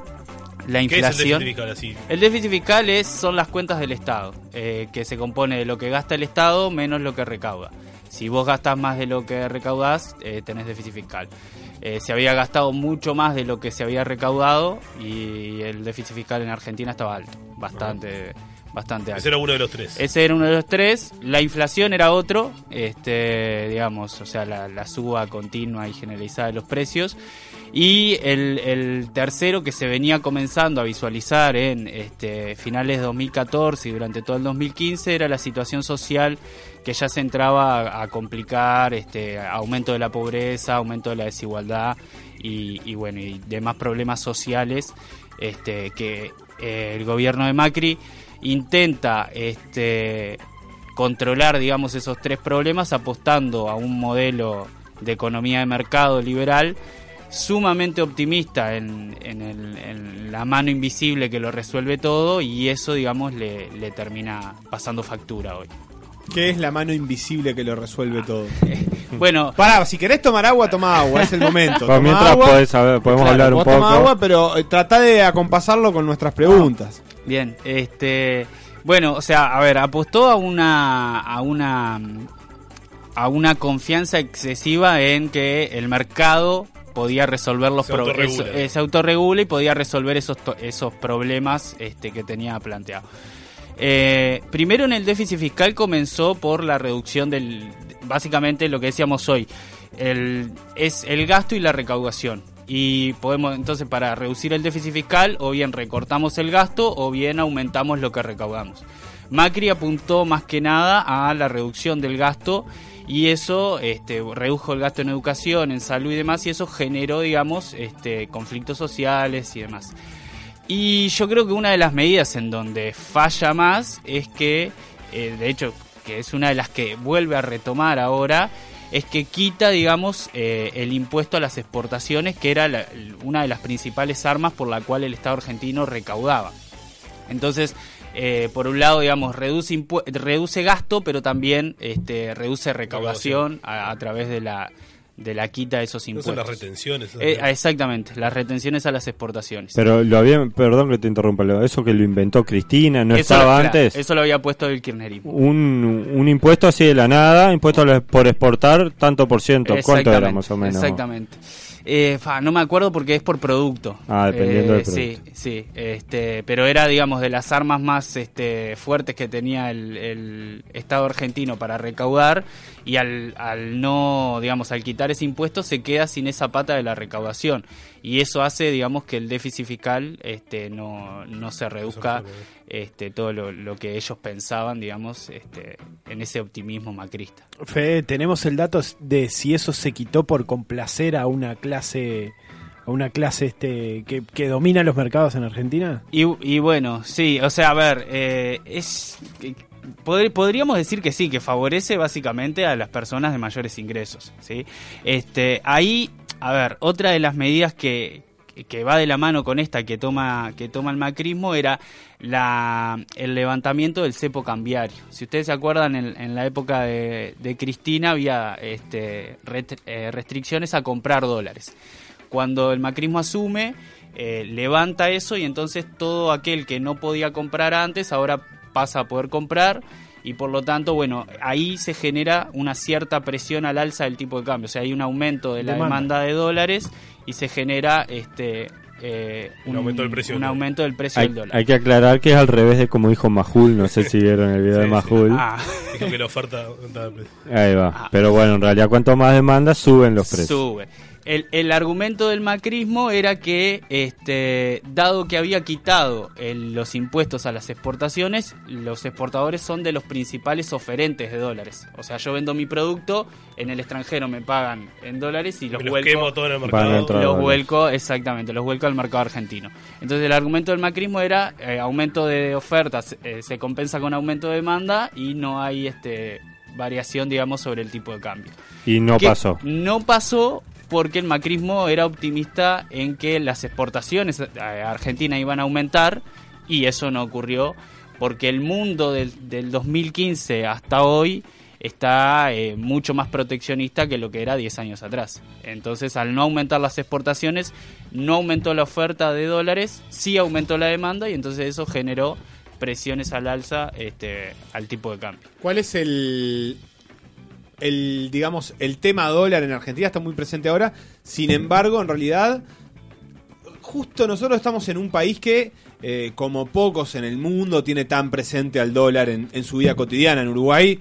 la
¿Qué es el déficit
inflación.
fiscal así?
El déficit fiscal es, son las cuentas del Estado, eh, que se compone de lo que gasta el Estado menos lo que recauda. Si vos gastas más de lo que recaudás, eh, tenés déficit fiscal. Eh, se había gastado mucho más de lo que se había recaudado y el déficit fiscal en Argentina estaba alto, bastante, bastante alto.
Ese era uno de los tres.
Ese era uno de los tres. La inflación era otro, este, digamos, o sea, la, la suba continua y generalizada de los precios. Y el, el tercero que se venía comenzando a visualizar en este, finales de 2014 y durante todo el 2015 era la situación social que ya se entraba a, a complicar, este, aumento de la pobreza, aumento de la desigualdad y, y bueno, y demás problemas sociales este, que eh, el gobierno de Macri intenta este, controlar, digamos, esos tres problemas apostando a un modelo de economía de mercado liberal sumamente optimista en, en el- en la mano invisible que lo resuelve todo y eso, digamos, le, le termina pasando factura hoy.
¿Qué es la mano invisible que lo resuelve (laughs) todo?
Bueno,
Pará, si querés tomar agua, toma agua, es el (laughs) momento.
Pues
Toma
mientras
agua.
podés saber, podemos hablar un
vos tomá
poco.
agua, pero eh, tratá de acompasarlo con nuestras preguntas.
Bien, este, bueno, o sea, a ver, apostó a una a una a una confianza excesiva en que el mercado podía resolver los
Se
pro-
autorregula.
eso- eh, se autorregula y podía resolver esos to- esos problemas este, que tenía planteado. Eh, primero en el déficit fiscal comenzó por la reducción del básicamente lo que decíamos hoy, el, es el gasto y la recaudación. Y podemos, entonces, para reducir el déficit fiscal, o bien recortamos el gasto o bien aumentamos lo que recaudamos. Macri apuntó más que nada a la reducción del gasto y eso este, redujo el gasto en educación, en salud y demás, y eso generó, digamos, este, conflictos sociales y demás. Y yo creo que una de las medidas en donde falla más es que, eh, de hecho, que es una de las que vuelve a retomar ahora, es que quita, digamos, eh, el impuesto a las exportaciones, que era la- una de las principales armas por la cual el Estado argentino recaudaba. Entonces, eh, por un lado, digamos, reduce, impu- reduce gasto, pero también este, reduce recaudación a, a través de la, de la quita de esos
No
impuestos.
son las retenciones,
Eh,
¿no?
exactamente, las retenciones a las exportaciones.
Pero lo había, perdón que te interrumpa, Leo, eso que lo inventó Cristina, no
eso,
estaba
claro,
antes.
Eso lo había puesto el kirchnerismo.
Un, un impuesto así de la nada, impuesto a la- por exportar, tanto por ciento. ¿Cuánto
Exactamente,
era más o menos?
Exactamente. Eh, fa, no me acuerdo porque es por producto. Eh,
Ah, dependiendo del
Sí, sí. Este, pero era, digamos, de las armas más este, fuertes que tenía el, el Estado argentino para recaudar. Y al, al no, digamos, al quitar ese impuesto, se queda sin esa pata de la recaudación. Y eso hace, digamos, que el déficit fiscal este, no, no se reduzca este, todo lo, lo que ellos pensaban, digamos, este, en ese optimismo macrista.
Fede, tenemos el dato de si eso se quitó por complacer a una clase a una clase este que, que domina los mercados en Argentina.
Y, y bueno, sí, o sea, a ver, eh, es que- pod- podríamos decir que sí, que favorece básicamente a las personas de mayores ingresos, ¿sí? Este, ahí, a ver, otra de las medidas que, que va de la mano con esta que toma, que toma el macrismo era la, el levantamiento del cepo cambiario. Si ustedes se acuerdan, en, en la época de, de Cristina había este, retr- eh, restricciones a comprar dólares. Cuando el macrismo asume, eh, levanta eso y entonces todo aquel que no podía comprar antes ahora pasa a poder comprar y por lo tanto, bueno, ahí se genera una cierta presión al alza del tipo de cambio. O sea, hay un aumento de la
Demanda.
demanda, de dólares y se genera este eh,
Un aumento del precio
un
del
aumento del precio
Hay,
del dólar.
hay que aclarar que es al revés de como dijo Majul, no sé si vieron el video de Majul.
Ah,
Dijo que la oferta. da-
Ahí va. Pero bueno, en realidad cuanto más demanda, suben los precios.
Sube. El, el argumento del macrismo era que, este, dado que había quitado el- los impuestos a las exportaciones, los exportadores son de los principales oferentes de dólares. O sea, yo vendo mi producto, en el extranjero me pagan en dólares y los,
Me los
vuelco,
quemo todo en el mercado. Van a entrar
los
dólares.
vuelco, exactamente, los vuelco al mercado argentino. Entonces el argumento del macrismo era eh, aumento de ofertas eh, se compensa con aumento de demanda y no hay este variación, digamos, sobre el tipo de cambio.
Y no
Que
pasó.
No pasó porque el macrismo era optimista en que las exportaciones a Argentina iban a aumentar y eso no ocurrió porque el mundo del, del 2015 hasta hoy está eh, mucho más proteccionista que lo que era 10 años atrás. Entonces, al no aumentar las exportaciones, no aumentó la oferta de dólares, sí aumentó la demanda y entonces eso generó presiones al alza este, al tipo de cambio.
¿Cuál es el, el, digamos, el tema dólar en Argentina? Está muy presente ahora. Sin embargo, en realidad, justo nosotros estamos en un país que, eh, como pocos en el mundo, tiene tan presente al dólar en, en su vida cotidiana. En Uruguay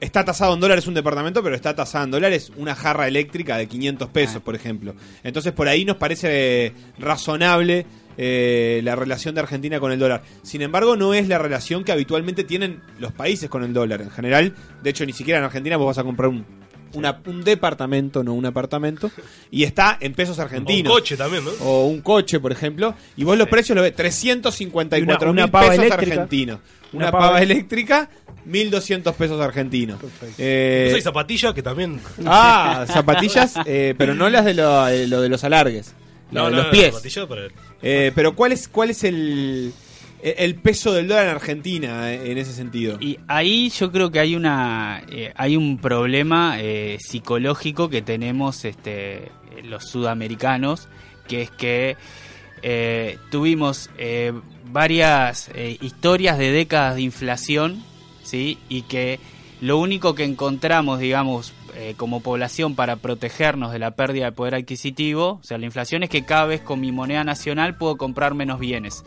está tasado en dólares un departamento, pero está tasado en dólares una jarra eléctrica de 500 pesos,
Ah.
por ejemplo. Entonces, por ahí nos parece eh, razonable eh, la relación de Argentina con el dólar. Sin embargo, no es la relación que habitualmente tienen los países con el dólar en general. De hecho, ni siquiera en Argentina vos vas a comprar un, una- un departamento, no un apartamento, y está en pesos argentinos.
O un coche también, ¿no?
O un coche, por ejemplo. Y vos los precios los ves, 354
Una-
mil
una pava
pesos
eléctrica.
argentinos. Una,
Una
pava,
pava
eléctrica, 1.200 pesos argentinos. Eh,
Yo soy zapatilla que también.
(laughs) ah,
(laughs)
zapatillas, eh, pero no las de lo, eh, lo de los alargues.
No,
la de
no,
los
no,
pies.
zapatillas para el-
Eh, pero ¿cuál es, cuál es el, el peso del dólar en Argentina eh, en ese sentido?
Y ahí yo creo que hay una eh, hay un problema eh, psicológico que tenemos este los sudamericanos que es que eh, tuvimos eh, varias eh, historias de décadas de inflación sí y que lo único que encontramos digamos eh, como población para protegernos de la pérdida de poder adquisitivo o sea la inflación es que cada vez con mi moneda nacional puedo comprar menos bienes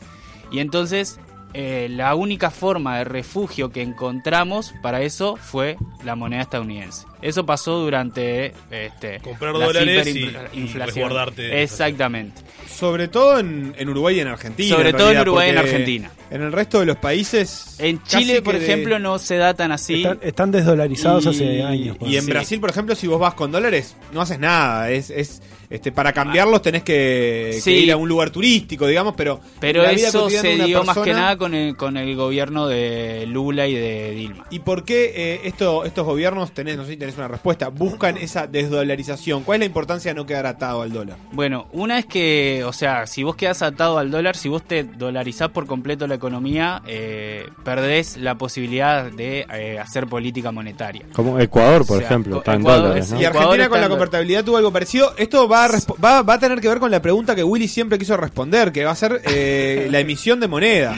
y entonces eh, la única forma de refugio que encontramos para eso fue la moneda estadounidense. Eso pasó durante este,
Comprar
la
dólares y-
hiperinfla-
y
inflación.
resguardarte de la inflación.
Exactamente.
Sobre todo en, en Uruguay y en Argentina.
Sobre todo en
realidad,
Uruguay y en
porque
Argentina.
En el resto de los países.
En
casi
Chile,
que
por
de-
ejemplo, no se da tan así.
Están, están desdolarizados
Y-
hace años.
Y en
Sí.
Brasil, por ejemplo, si vos vas con dólares, no haces nada. Es, es, Este, para cambiarlos tenés que, que
Sí.
ir a un lugar turístico, digamos, pero.
Pero
la vida
eso
cotidiana
se
de una
dio más que
persona-
nada con el, con el gobierno de Lula y de Dilma.
¿Y por qué eh, esto- estos gobiernos, tenés, no sé si tenés una respuesta, buscan esa desdolarización? ¿Cuál es la importancia de no quedar atado al dólar?
Bueno, una es que, o sea, si vos quedás atado al dólar, si vos te dolarizás por completo la economía, eh, perdés la posibilidad de eh, hacer política monetaria.
Como Ecuador, por
O sea,
ejemplo,
co-
está en
Ecuador
dólares,
es-
¿no?
Y Argentina
Ecuador
con la
está-
convertibilidad tuvo algo parecido. Esto va a, resp- va, va a tener que ver con la pregunta que Willy siempre quiso responder, que va a ser
(laughs)
eh, la emisión de moneda.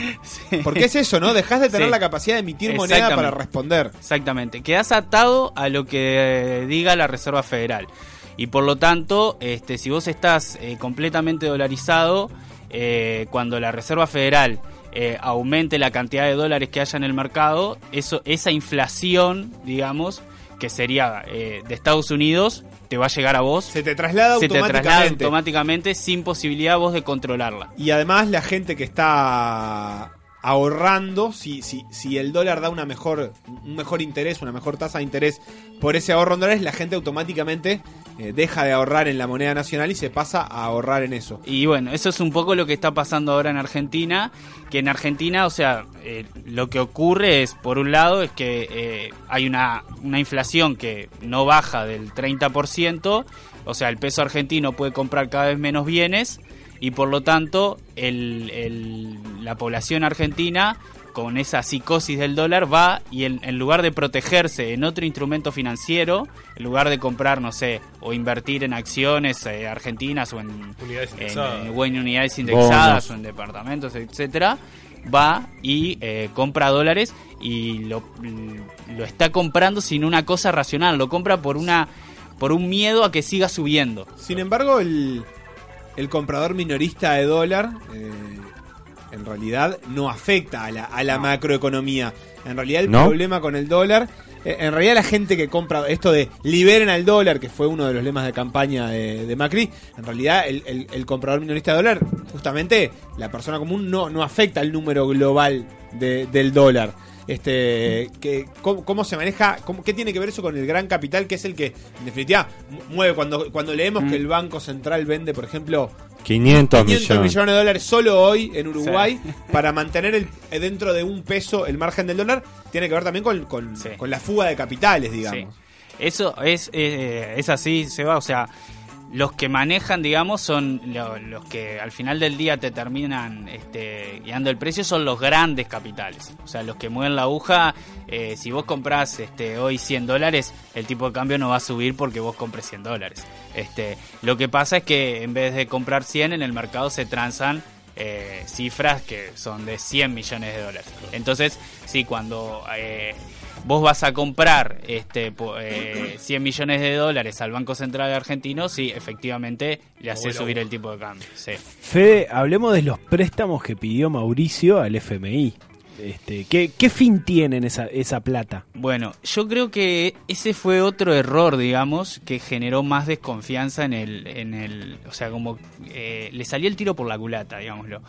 Porque es eso, ¿no? Dejás de tener
Sí.
la capacidad de emitir moneda para
Exactamente.
responder.
Exactamente. Quedás atado a lo que eh, diga la Reserva Federal. Y por lo tanto, este, si vos estás eh, completamente dolarizado, eh, cuando la Reserva Federal eh, aumente la cantidad de dólares que haya en el mercado, eso, esa inflación, digamos, que sería eh, de Estados Unidos, te va a llegar a vos. Se
te traslada
Se te traslada
automáticamente.
automáticamente sin posibilidad vos de controlarla.
Y además la gente que está ahorrando, si, si, si el dólar da una mejor, un mejor interés, una mejor tasa de interés por ese ahorro en dólares, la gente automáticamente eh, deja de ahorrar en la moneda nacional y se pasa a ahorrar en eso.
Y bueno, eso es un poco lo que está pasando ahora en Argentina, que en Argentina, o sea, eh, lo que ocurre es, por un lado, es que eh, hay una, una inflación que no baja del 30%, o sea, el peso argentino puede comprar cada vez menos bienes y por lo tanto el- el- la población argentina con esa psicosis del dólar va y en, en lugar de protegerse en otro instrumento financiero, en lugar de comprar, no sé, o invertir en acciones eh, argentinas o en
Unidades
en,
indexadas.
eh, o en unidades indexadas
Bonos.
o en departamentos, etcétera, va y eh, compra dólares y lo, lo está comprando sin una cosa racional, lo compra por una por un miedo a que siga subiendo.
Sin embargo, el, el comprador minorista de dólar eh, en realidad no afecta a la, a la macroeconomía. En realidad el
¿No?
problema con el dólar, eh, en realidad la gente que compra esto de liberen al dólar, que fue uno de los lemas de campaña de, de Macri, en realidad el, el- el comprador minorista de dólar, justamente la persona común no, no afecta al número global de- del dólar. Este, que, ¿cómo, cómo se maneja? Cómo, ¿Qué tiene que ver eso con el gran capital, que es el que, en definitiva, mu- mueve? Cuando, cuando leemos que el Banco Central vende, por ejemplo,
500
500
millones.
millones de dólares solo hoy en Uruguay
(laughs)
para mantener el, eh, dentro de un peso el margen del dólar, tiene que ver también con, con- con la fuga de capitales, digamos.
Eso es, eh, es así, se va. O sea, los que manejan, digamos, son lo- los que al final del día te terminan este, guiando el precio, son los grandes capitales. O sea, los que mueven la aguja. eh, si vos comprás este, hoy 100 dólares, el tipo de cambio no va a subir porque vos compres 100 dólares. Este, lo que pasa es que en vez de comprar 100, en el mercado se transan eh, cifras que son de 100 millones de dólares. Entonces, sí, cuando eh, vos vas a comprar este po- eh, 100 millones de dólares al Banco Central Argentino, sí, efectivamente le hace
Abuela,
subir el tipo de cambio. Sí.
Fede, hablemos de los préstamos que pidió Mauricio al FMI. Este, ¿qué, qué fin tienen esa, esa plata?
Bueno, yo creo que ese fue otro error, digamos, que generó más desconfianza en el... En el o sea, como eh, le salió el tiro por la culata, digámoslo.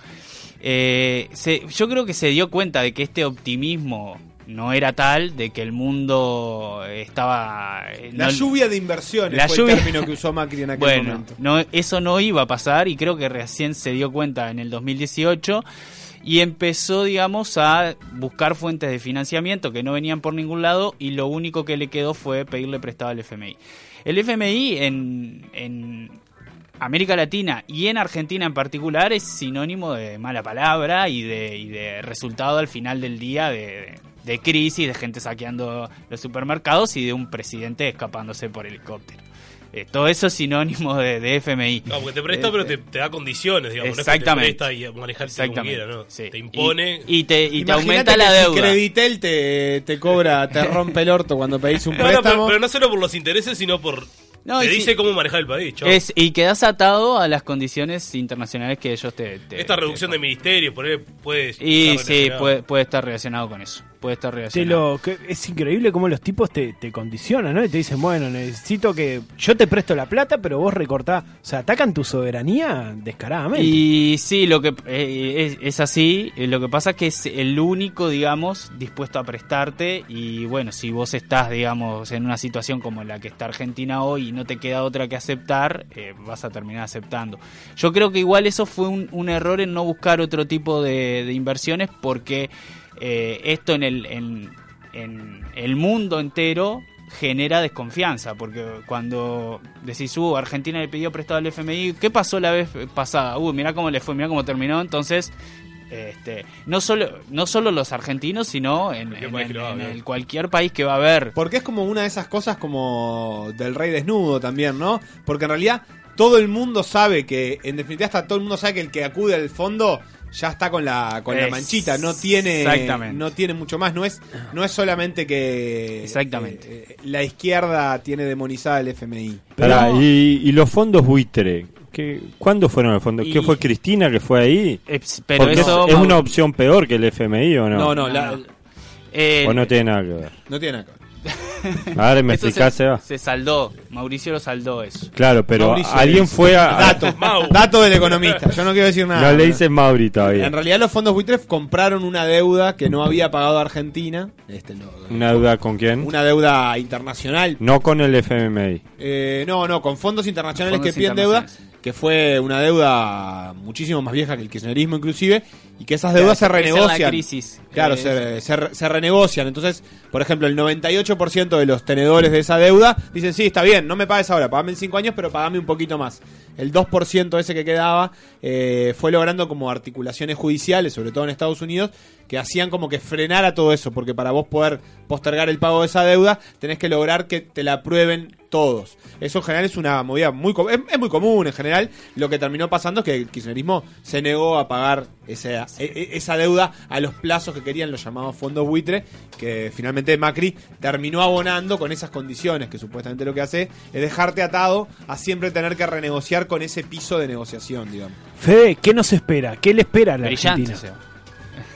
Eh, se- yo creo que se dio cuenta de que este optimismo no era tal, de que el mundo estaba... eh,
La
no-
lluvia de inversiones
La
fue
lluvia-
el término que usó Macri en aquel
bueno,
momento.
No, eso no iba a pasar y creo que recién se dio cuenta en el 2018 y empezó, digamos, a buscar fuentes de financiamiento que no venían por ningún lado y lo único que le quedó fue pedirle prestado al FMI. El FMI en, en América Latina y en Argentina en particular es sinónimo de mala palabra y de, y de resultado al final del día de, de crisis, de gente saqueando los supermercados y de un presidente escapándose por helicóptero. Eh, todo eso es sinónimo de, de FMI.
No, porque te presta,
Eh,
pero te, te da condiciones, digamos.
Exactamente.
No es que te presta y manejarte como
Exactamente,
quiera, ¿no? Te
y-
impone.
Y, te, y te
Imagínate
aumenta la
que si
deuda.
Creditel te, te cobra, te rompe el orto cuando pedís un
(laughs)
No, no,
préstamo.
pero, pero no solo por los intereses, sino por.
No,
te
y si-
dice cómo manejar el país, chao.
Es, y quedas atado a las condiciones internacionales que ellos te... te-
Esta reducción de ministerios, por ahí puede.
y
estar
sí,
relacionado.
puede, puede estar relacionado con eso. puede estar
Te
relacionado.
lo, que es increíble cómo los tipos te, te condicionan, ¿no? Y te dicen, bueno, necesito que yo te presto la plata, pero vos recortás. O sea, atacan tu soberanía descaradamente.
Y sí, lo que eh, es, es así. Eh, Lo que pasa es que es el único, digamos, dispuesto a prestarte. Y bueno, si vos estás, digamos, en una situación como la que está Argentina hoy y no te queda otra que aceptar, eh, vas a terminar aceptando. Yo creo que igual eso fue un, un error en no buscar otro tipo de, de inversiones porque eh, esto en el, en- en el mundo entero genera desconfianza, porque cuando decís, uh, Argentina le pidió prestado al FMI, ¿qué pasó la vez pasada? Uh, mirá cómo le fue, mirá cómo terminó, entonces, este, no solo, no solo los argentinos, sino en, en- en el cualquier país que va a haber.
Porque es como una de esas cosas como del rey desnudo también, ¿no? Porque en realidad todo el mundo sabe que, en definitiva, hasta todo el mundo sabe que el que acude al fondo ya está con la, con la manchita, no tiene,
Exactamente.
no tiene mucho más, no es, no es solamente que
Exactamente.
eh, la izquierda tiene demonizada el FMI.
Pará, y, y los fondos buitre. ¿Qué, ¿Cuándo fueron los fondos? ¿Qué
Y-
fue Cristina que fue ahí?
Eps, pero
Porque
eso-
es, es una
Mauro-
opción peor que el FMI o no?
No, no, la- Eh,
o no tiene nada que ver.
Ah. No tiene nada
(laughs)
A ver, me
Eso
explicás,
se,
Seba.
se saldó, Mauricio lo saldó eso.
Claro, pero
Mauricio,
alguien
eso.
fue a...
(laughs)
Dato, dato del economista, yo no quiero decir nada.
No le dice Mauri todavía.
En realidad los fondos buitres compraron una deuda que no había pagado Argentina, este, no,
¿Una deuda con quién?
una deuda internacional.
No con el FMI.
Eh, no, no, con fondos internacionales
Fondos
que piden deuda, que fue una deuda muchísimo más vieja que el kirchnerismo inclusive, y que esas deudas
Claro,
se
es en la
renegocian.
crisis.
Claro,
Eh,
se, se re- se renegocian. Entonces, por ejemplo, el 98% de los tenedores de esa deuda dicen, sí, está bien, no me pagues ahora, pagame en 5 años, pero pagame un poquito más. El 2% ese que quedaba eh, fue logrando como articulaciones judiciales, sobre todo en Estados Unidos, que hacían como que frenara todo eso, porque para vos poder postergar el pago de esa deuda, tenés que lograr que te la aprueben todos. Eso en general es una movida muy co- es, es muy común en general. Lo que terminó pasando es que el kirchnerismo se negó a pagar esa, e- e- esa deuda a los plazos que querían los llamados fondos buitre, que finalmente Macri terminó abonando con esas condiciones, que supuestamente lo que hace es dejarte atado a siempre tener que renegociar con ese piso de negociación, digamos.
Fede, ¿qué nos espera? ¿Qué le espera a la
Brillante,
Argentina?
(laughs)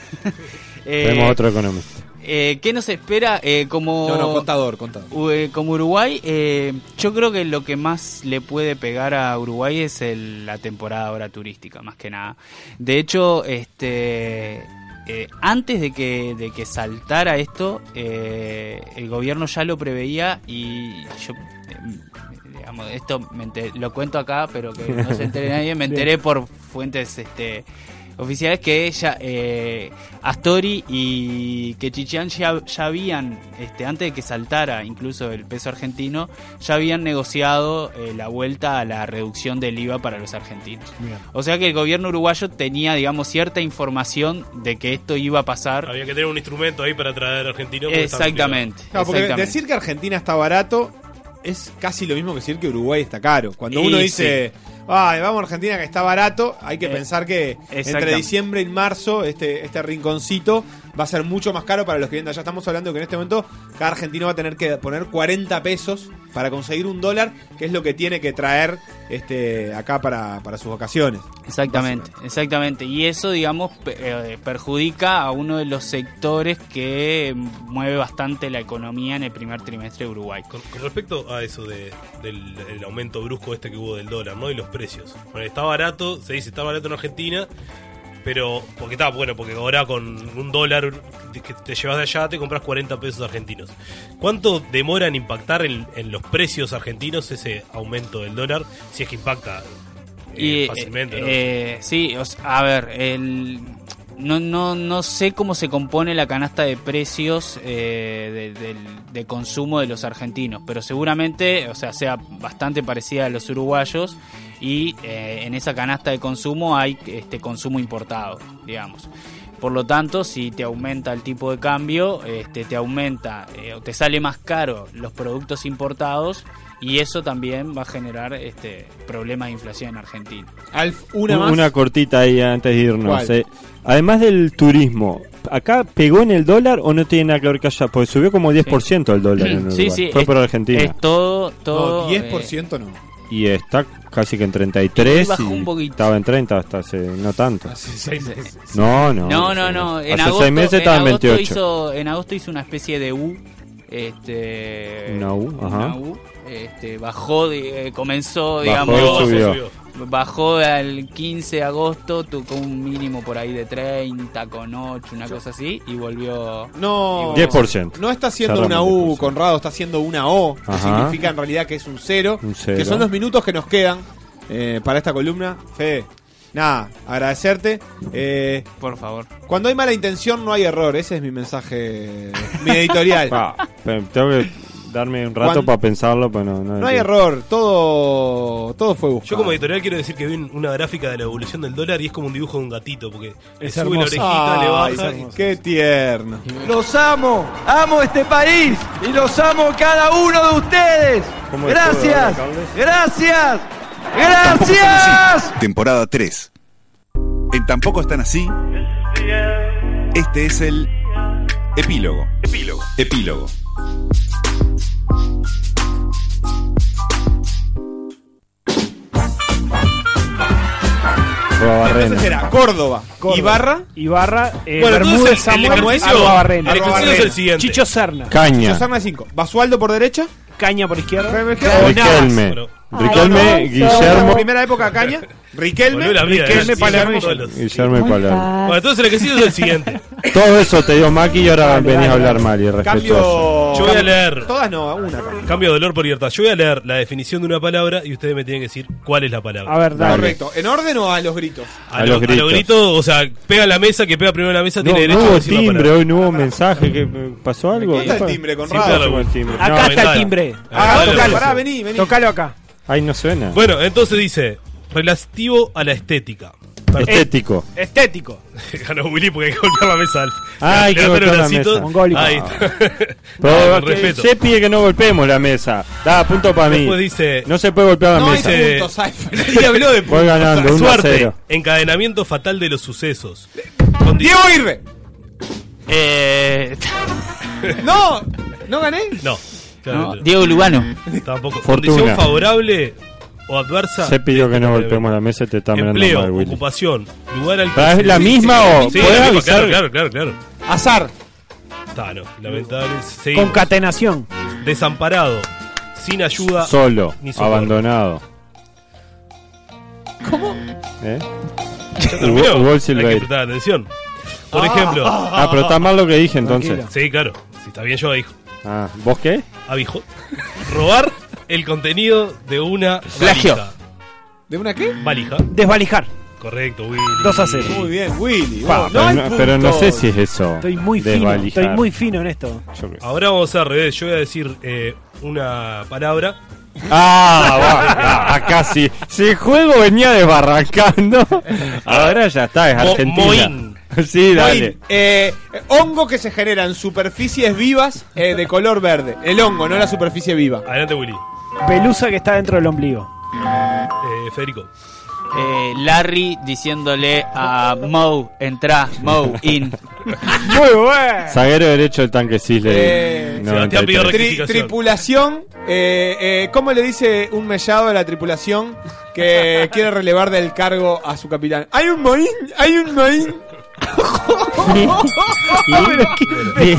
Eh,
Tenemos otro economista.
Eh, ¿Qué nos espera Eh, como...
No, no, contador, contador.
U- eh, como Uruguay, eh, yo creo que lo que más le puede pegar a Uruguay es el- la temporada ahora turística, más que nada. De hecho, este eh, antes de que, de que saltara esto, eh, el gobierno ya lo preveía y yo... eh, digamos, esto me enter- lo cuento acá, pero que no se entere nadie. Me
Bien.
enteré por fuentes este, oficiales que ella, eh, Astori y que Chichán ya, ya habían, este, antes de que saltara incluso el peso argentino, ya habían negociado eh, la vuelta a la reducción del IVA para los argentinos. O sea que el gobierno uruguayo tenía, digamos, cierta información de que esto iba a pasar.
Había que tener un instrumento ahí para traer argentinos. porque está
Exactamente.
complicado.
Claro, porque decir que Argentina está barato es casi lo mismo que decir que Uruguay está caro. Cuando
Y
uno
sí. Eh,
dice, "Ay, vamos a Argentina que está barato, hay que pensar que entre
exactamente.
diciembre y marzo este, este rinconcito va a ser mucho más caro para los que vienen de allá. Estamos hablando que en este momento cada argentino va a tener que poner 40 pesos para conseguir un dólar, que es lo que tiene que traer este, acá para, para sus vacaciones.
Exactamente, exactamente. Y eso, digamos, pe- eh, perjudica a uno de los sectores que mueve bastante la economía en el primer trimestre de Uruguay.
Con respecto a eso de- del el aumento brusco este que hubo del dólar, ¿no? Y los precios. Bueno, está barato, se dice, está barato en Argentina, pero porque está bueno, porque ahora con un dólar que te llevas de allá te compras 40 pesos argentinos. ¿Cuánto demora en impactar en, en los precios argentinos ese aumento del dólar si es que impacta eh,
Y,
fácilmente?
eh,
¿no?
eh, sí, o sea, a ver, el, no, no, no sé cómo se compone la canasta de precios eh, de, del- de consumo de los argentinos, pero seguramente, o sea, sea bastante parecida a los uruguayos y eh, en esa canasta de consumo hay este consumo importado, digamos. Por lo tanto, si te aumenta el tipo de cambio, este, te aumenta eh, o te sale más caro los productos importados y eso también va a generar este problemas de inflación en Argentina.
Alf, una más.
cortita ahí antes de irnos.
¿Cuál?
eh. Además del turismo, ¿acá pegó en el dólar o no tiene nada que ver que haya? Porque subió como 10% el dólar en Uruguay.
Sí, sí,
Fue
es-
por Argentina.
Es todo, eh, todo.
No, 10% no.
y está casi que en 33
Y bajó
y
un poquito.
estaba en 30 hasta hace no tanto.
seis meses.
No, no.
No, no, no. En
hace
agosto,
6 meses
en
estaba en
agosto
28.
Hizo, en agosto hizo una especie de U. Este,
Una U, ajá.
una U, este, bajó, de- eh, comenzó,
Bajó,
digamos.
subió.
Bajó al 15 de agosto, tocó un mínimo por ahí de 30 con 8, una cosa así, y volvió.
No,
y volvió-
10%.
No está haciendo
Cerramos
una U, Conrado, está haciendo una O, que
Ajá.
significa en realidad que es un cero,
Un cero.
que son los minutos que nos quedan eh, para esta columna. Fede, nada, agradecerte. eh,
Por favor.
cuando hay mala intención no hay error, ese es mi mensaje, mi editorial.
(laughs) Ah, pero tengo que darme un rato
Cuando-
para pensarlo, pero no,
No hay error, todo, todo fue buscado.
Yo como editorial quiero decir que vi una gráfica de la evolución del dólar y es como un dibujo de un gatito, porque le
Es
sube la
hermoso.
orejita, le
Ay,
baja. y-
Qué tierno.
Los amo, amo este país y los amo cada uno de ustedes.
¿Cómo estuvo,
Gracias,
Carlos?
(laughs)
gracias,
Tampoco están
gracias.
así. Temporada 3. En Tampoco están así. Este es el epílogo. Epílogo. Epílogo.
Entonces era Córdoba,
Córdoba.
Ibarra.
Ibarra, eh,
Bueno, entonces
Bermúdez,
el- el
Samuel,
ejercicio-
Arroba Barrena.
el ejercicio
Arroba
es el
Barrena.
siguiente.
Chicho Serna.
Caña.
Chicho Serna 5. Basualdo por derecha.
Caña por izquierda.
Riquelme. Riquelme, Guillermo.
Primera época Caña. Riquelme,
Volvió la vida,
Riquelme
eh.
Palermo.
Todos
Guillermo y Palermo.
Bueno, entonces el ejercicio es el
(laughs)
siguiente.
Todo eso te dio Maki y ahora venís a hablar mal y
Yo voy a leer.
Todas no, Oh. una.
Cambio de dolor por libertad. Yo voy a leer la definición de una palabra y ustedes me tienen que decir cuál es la palabra.
Correcto. ¿En orden o a los gritos?
A, lo- a los gritos. o sea, pega la mesa, que pega primero la mesa,
No,
tiene
no
derecho a
hubo
decir la
timbre
palabra.
hoy, no hubo mensaje. que ¿Pasó algo?
¿Dónde está el timbre, Conrado? Acá está el timbre.
Ah,
Dale,
tocalo.
dale.
Pará, vení, vení.
Tocalo acá.
Ahí no suena.
Bueno, entonces dice, relativo a la estética.
Estético.
Estético.
(laughs) Ganó Willy porque hay que golpear la mesa. Alf.
Ah, hay que
Levantá los
golpear la
bracitos.
mesa. Mongólico.
Ahí está.
Pero
No, con
que
respeto.
Se pide que no golpeemos la mesa. Da, punto para mí.
Después dice-
no se puede golpear la
No,
mesa.
dice-
(laughs)
puntos, Y habló de
Voy ganando, 1 a
Suerte,
0.
encadenamiento fatal de los sucesos.
Diego Irre.
(laughs)
Eh,
No, no gané.
No. claramente no.
Diego Lugano.
Tampoco.
Fortuna.
Condición favorable o adversa.
Se pidió que no
Este,
golpeemos la mesa y te está mirando
Empleo,
mal, Willy.
ocupación, lugar al
Pero es la misma o-
Sí,
¿puedes
la misma,
avisar?
claro, claro, claro, claro.
Azar.
Está, no, lamentable. seguimos.
Concatenación.
Desamparado, sin ayuda.
Solo,
ni socorro.
abandonado. ¿Cómo? ¿Eh?
Ya terminó.
Hubo- hubo el
Hay
Silveira.
que prestar atención. Por
Ah.
ejemplo.
Ah, pero está mal lo que dije, entonces.
Sí, claro. Si está bien yo dijo.
Ah, ¿Vos qué?
Abijo. Robar el contenido de una
Plagio.
valija.
¿De una qué?
Valija.
Desvalijar.
Correcto, Willy.
2 a 0.
Muy bien, Willy.
Pa, pero, no, pero no sé si es eso.
Estoy muy fino.
desvalijar.
Estoy muy fino en esto.
Yo creo.
Ahora vamos al revés. Yo voy a decir eh, una palabra.
Ah, va, va, acá sí. Si el juego venía desbarrancando, ahora ya está, es
Mo-
Argentina.
Moín.
(laughs) Sí, dale.
Moín, eh, eh, hongo que se genera en superficies vivas eh, de color verde. El hongo, no la superficie viva.
Adelante, Willy.
Pelusa que está dentro del ombligo.
Eh, Federico.
Eh, Larry diciéndole a Moe, entra, Moe, in.
Muy
(laughs)
bueno. (laughs)
Zaguero derecho del tanque Sisle.
Eh,
Sebastián pidió
93.
Tri- tripulación. eh, eh, ¿Cómo le dice un mellado a la tripulación
(laughs)
que quiere relevar del cargo a su capitán? Hay un moín, hay
(laughs)
un moín. Hay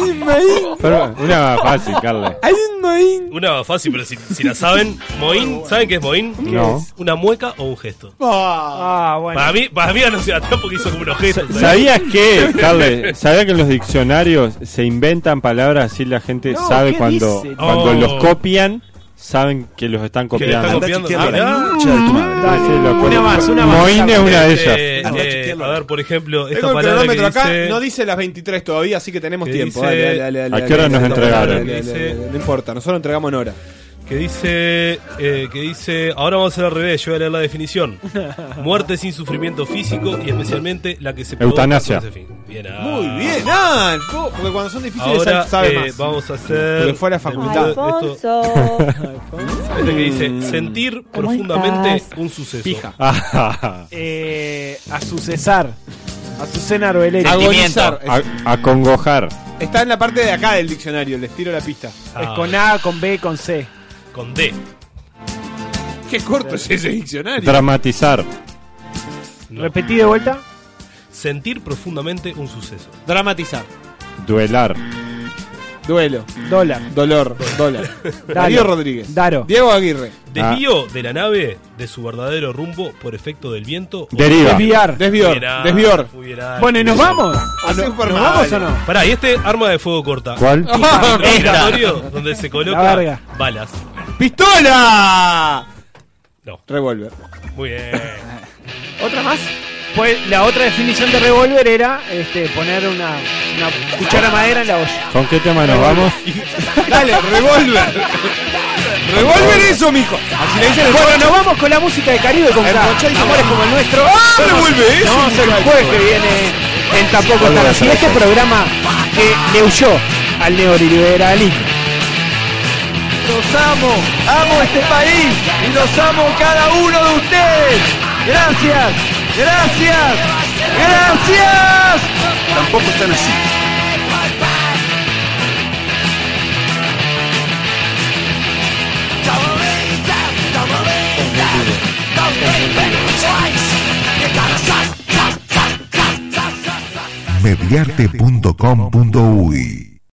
un moín,
Pero una fácil, Carla.
hay un moín.
Una fácil, pero si, si la saben, Moín, ¿saben qué es Moín?
No. es?
¿Una mueca o un gesto?
Ah, bueno.
Para mí, para mí ganó Sebastián (laughs) porque hizo como unos gestos. ¿sabes?
¿Sabías qué, Carle? ¿Sabías que en los diccionarios se inventan palabras así la gente
No,
sabe
¿qué
cuando,
dice?
cuando
Oh.
los copian, saben que los están
Que le están
copiando? Ah,
copiando.
chequeando
Mirá.
la lucha de tu madre.
Ah,
Sí, lo
Una
acuerdo.
Ah,
más, una más.
Moín es una de ellas.
Eh,
Anda
eh,
chequeando.
a ver, por ejemplo, esta
Tengo el
palabra que
cronómetro acá,
dice...
no dice las 23 todavía, así que tenemos
que
tiempo.
dice-
Dale, dale, dale,
¿A
dale,
qué hora
dale,
nos
dale,
entregaron?
dale, dale, dale, No importa, nosotros entregamos en hora.
Que dice, eh, que dice, ahora vamos a hacer al revés, yo voy a leer la
(laughs)
definición. Muerte sin sufrimiento físico y especialmente la que se provoca
Eutanasia.
con ese fin. Bien, ah.
Muy bien, ah, po- porque cuando son difíciles
Ahora
él sabe
eh,
más.
vamos a hacer...
Porque fue a la facultad.
Esto, esto que dice, sentir profundamente un suceso.
Pija.
Ah,
Eh, a su César. A su Cenar Belén.
Agonizar.
a, a congojar.
Está en la parte de acá del diccionario, les tiro la pista.
Ah,
Es con A, con B, con C.
con D.
Qué corto es ese diccionario.
Dramatizar.
Repetí de vuelta.
Sentir profundamente un suceso.
Dramatizar.
Duelar.
Duelo.
Dólar.
Dolor.
(laughs)
Dólar. Darío Rodríguez.
Daro.
Diego Aguirre.
Ah.
Desvío de la nave de su verdadero rumbo por efecto del viento. o-
Deriva.
Desviar.
Desvior, desvior.
muy bien, ah,
Bueno, ¿y nos
muy
vamos?
bien.
¿O no- ¿Nos vamos o no?
Pará, y este arma de fuego corta.
¿Cuál?
(laughs)
(laughs)
Un recordatorio donde se
La
coloca
verga.
balas.
¡Pistola!
No.
Revólver.
Muy bien.
¿Otra más? Pues la otra definición de revólver era este, poner una, una cuchara de madera en la olla.
¿Con qué tema nos vamos?
Dale, revólver. revólver eso, mijo. Así le dicen el
Bueno,
pueblo.
nos vamos con la música de Caribe con K. Amores como el nuestro.
¡Ah, revuelve eso!
Nos vamos el jueves que viene en Tampoco Tan Así. Este programa que le huyó al neoliberalismo.
Los amo, amo este país y los amo cada uno de ustedes. Gracias, gracias, gracias.
Tampoco están así.
mediarte.com.uy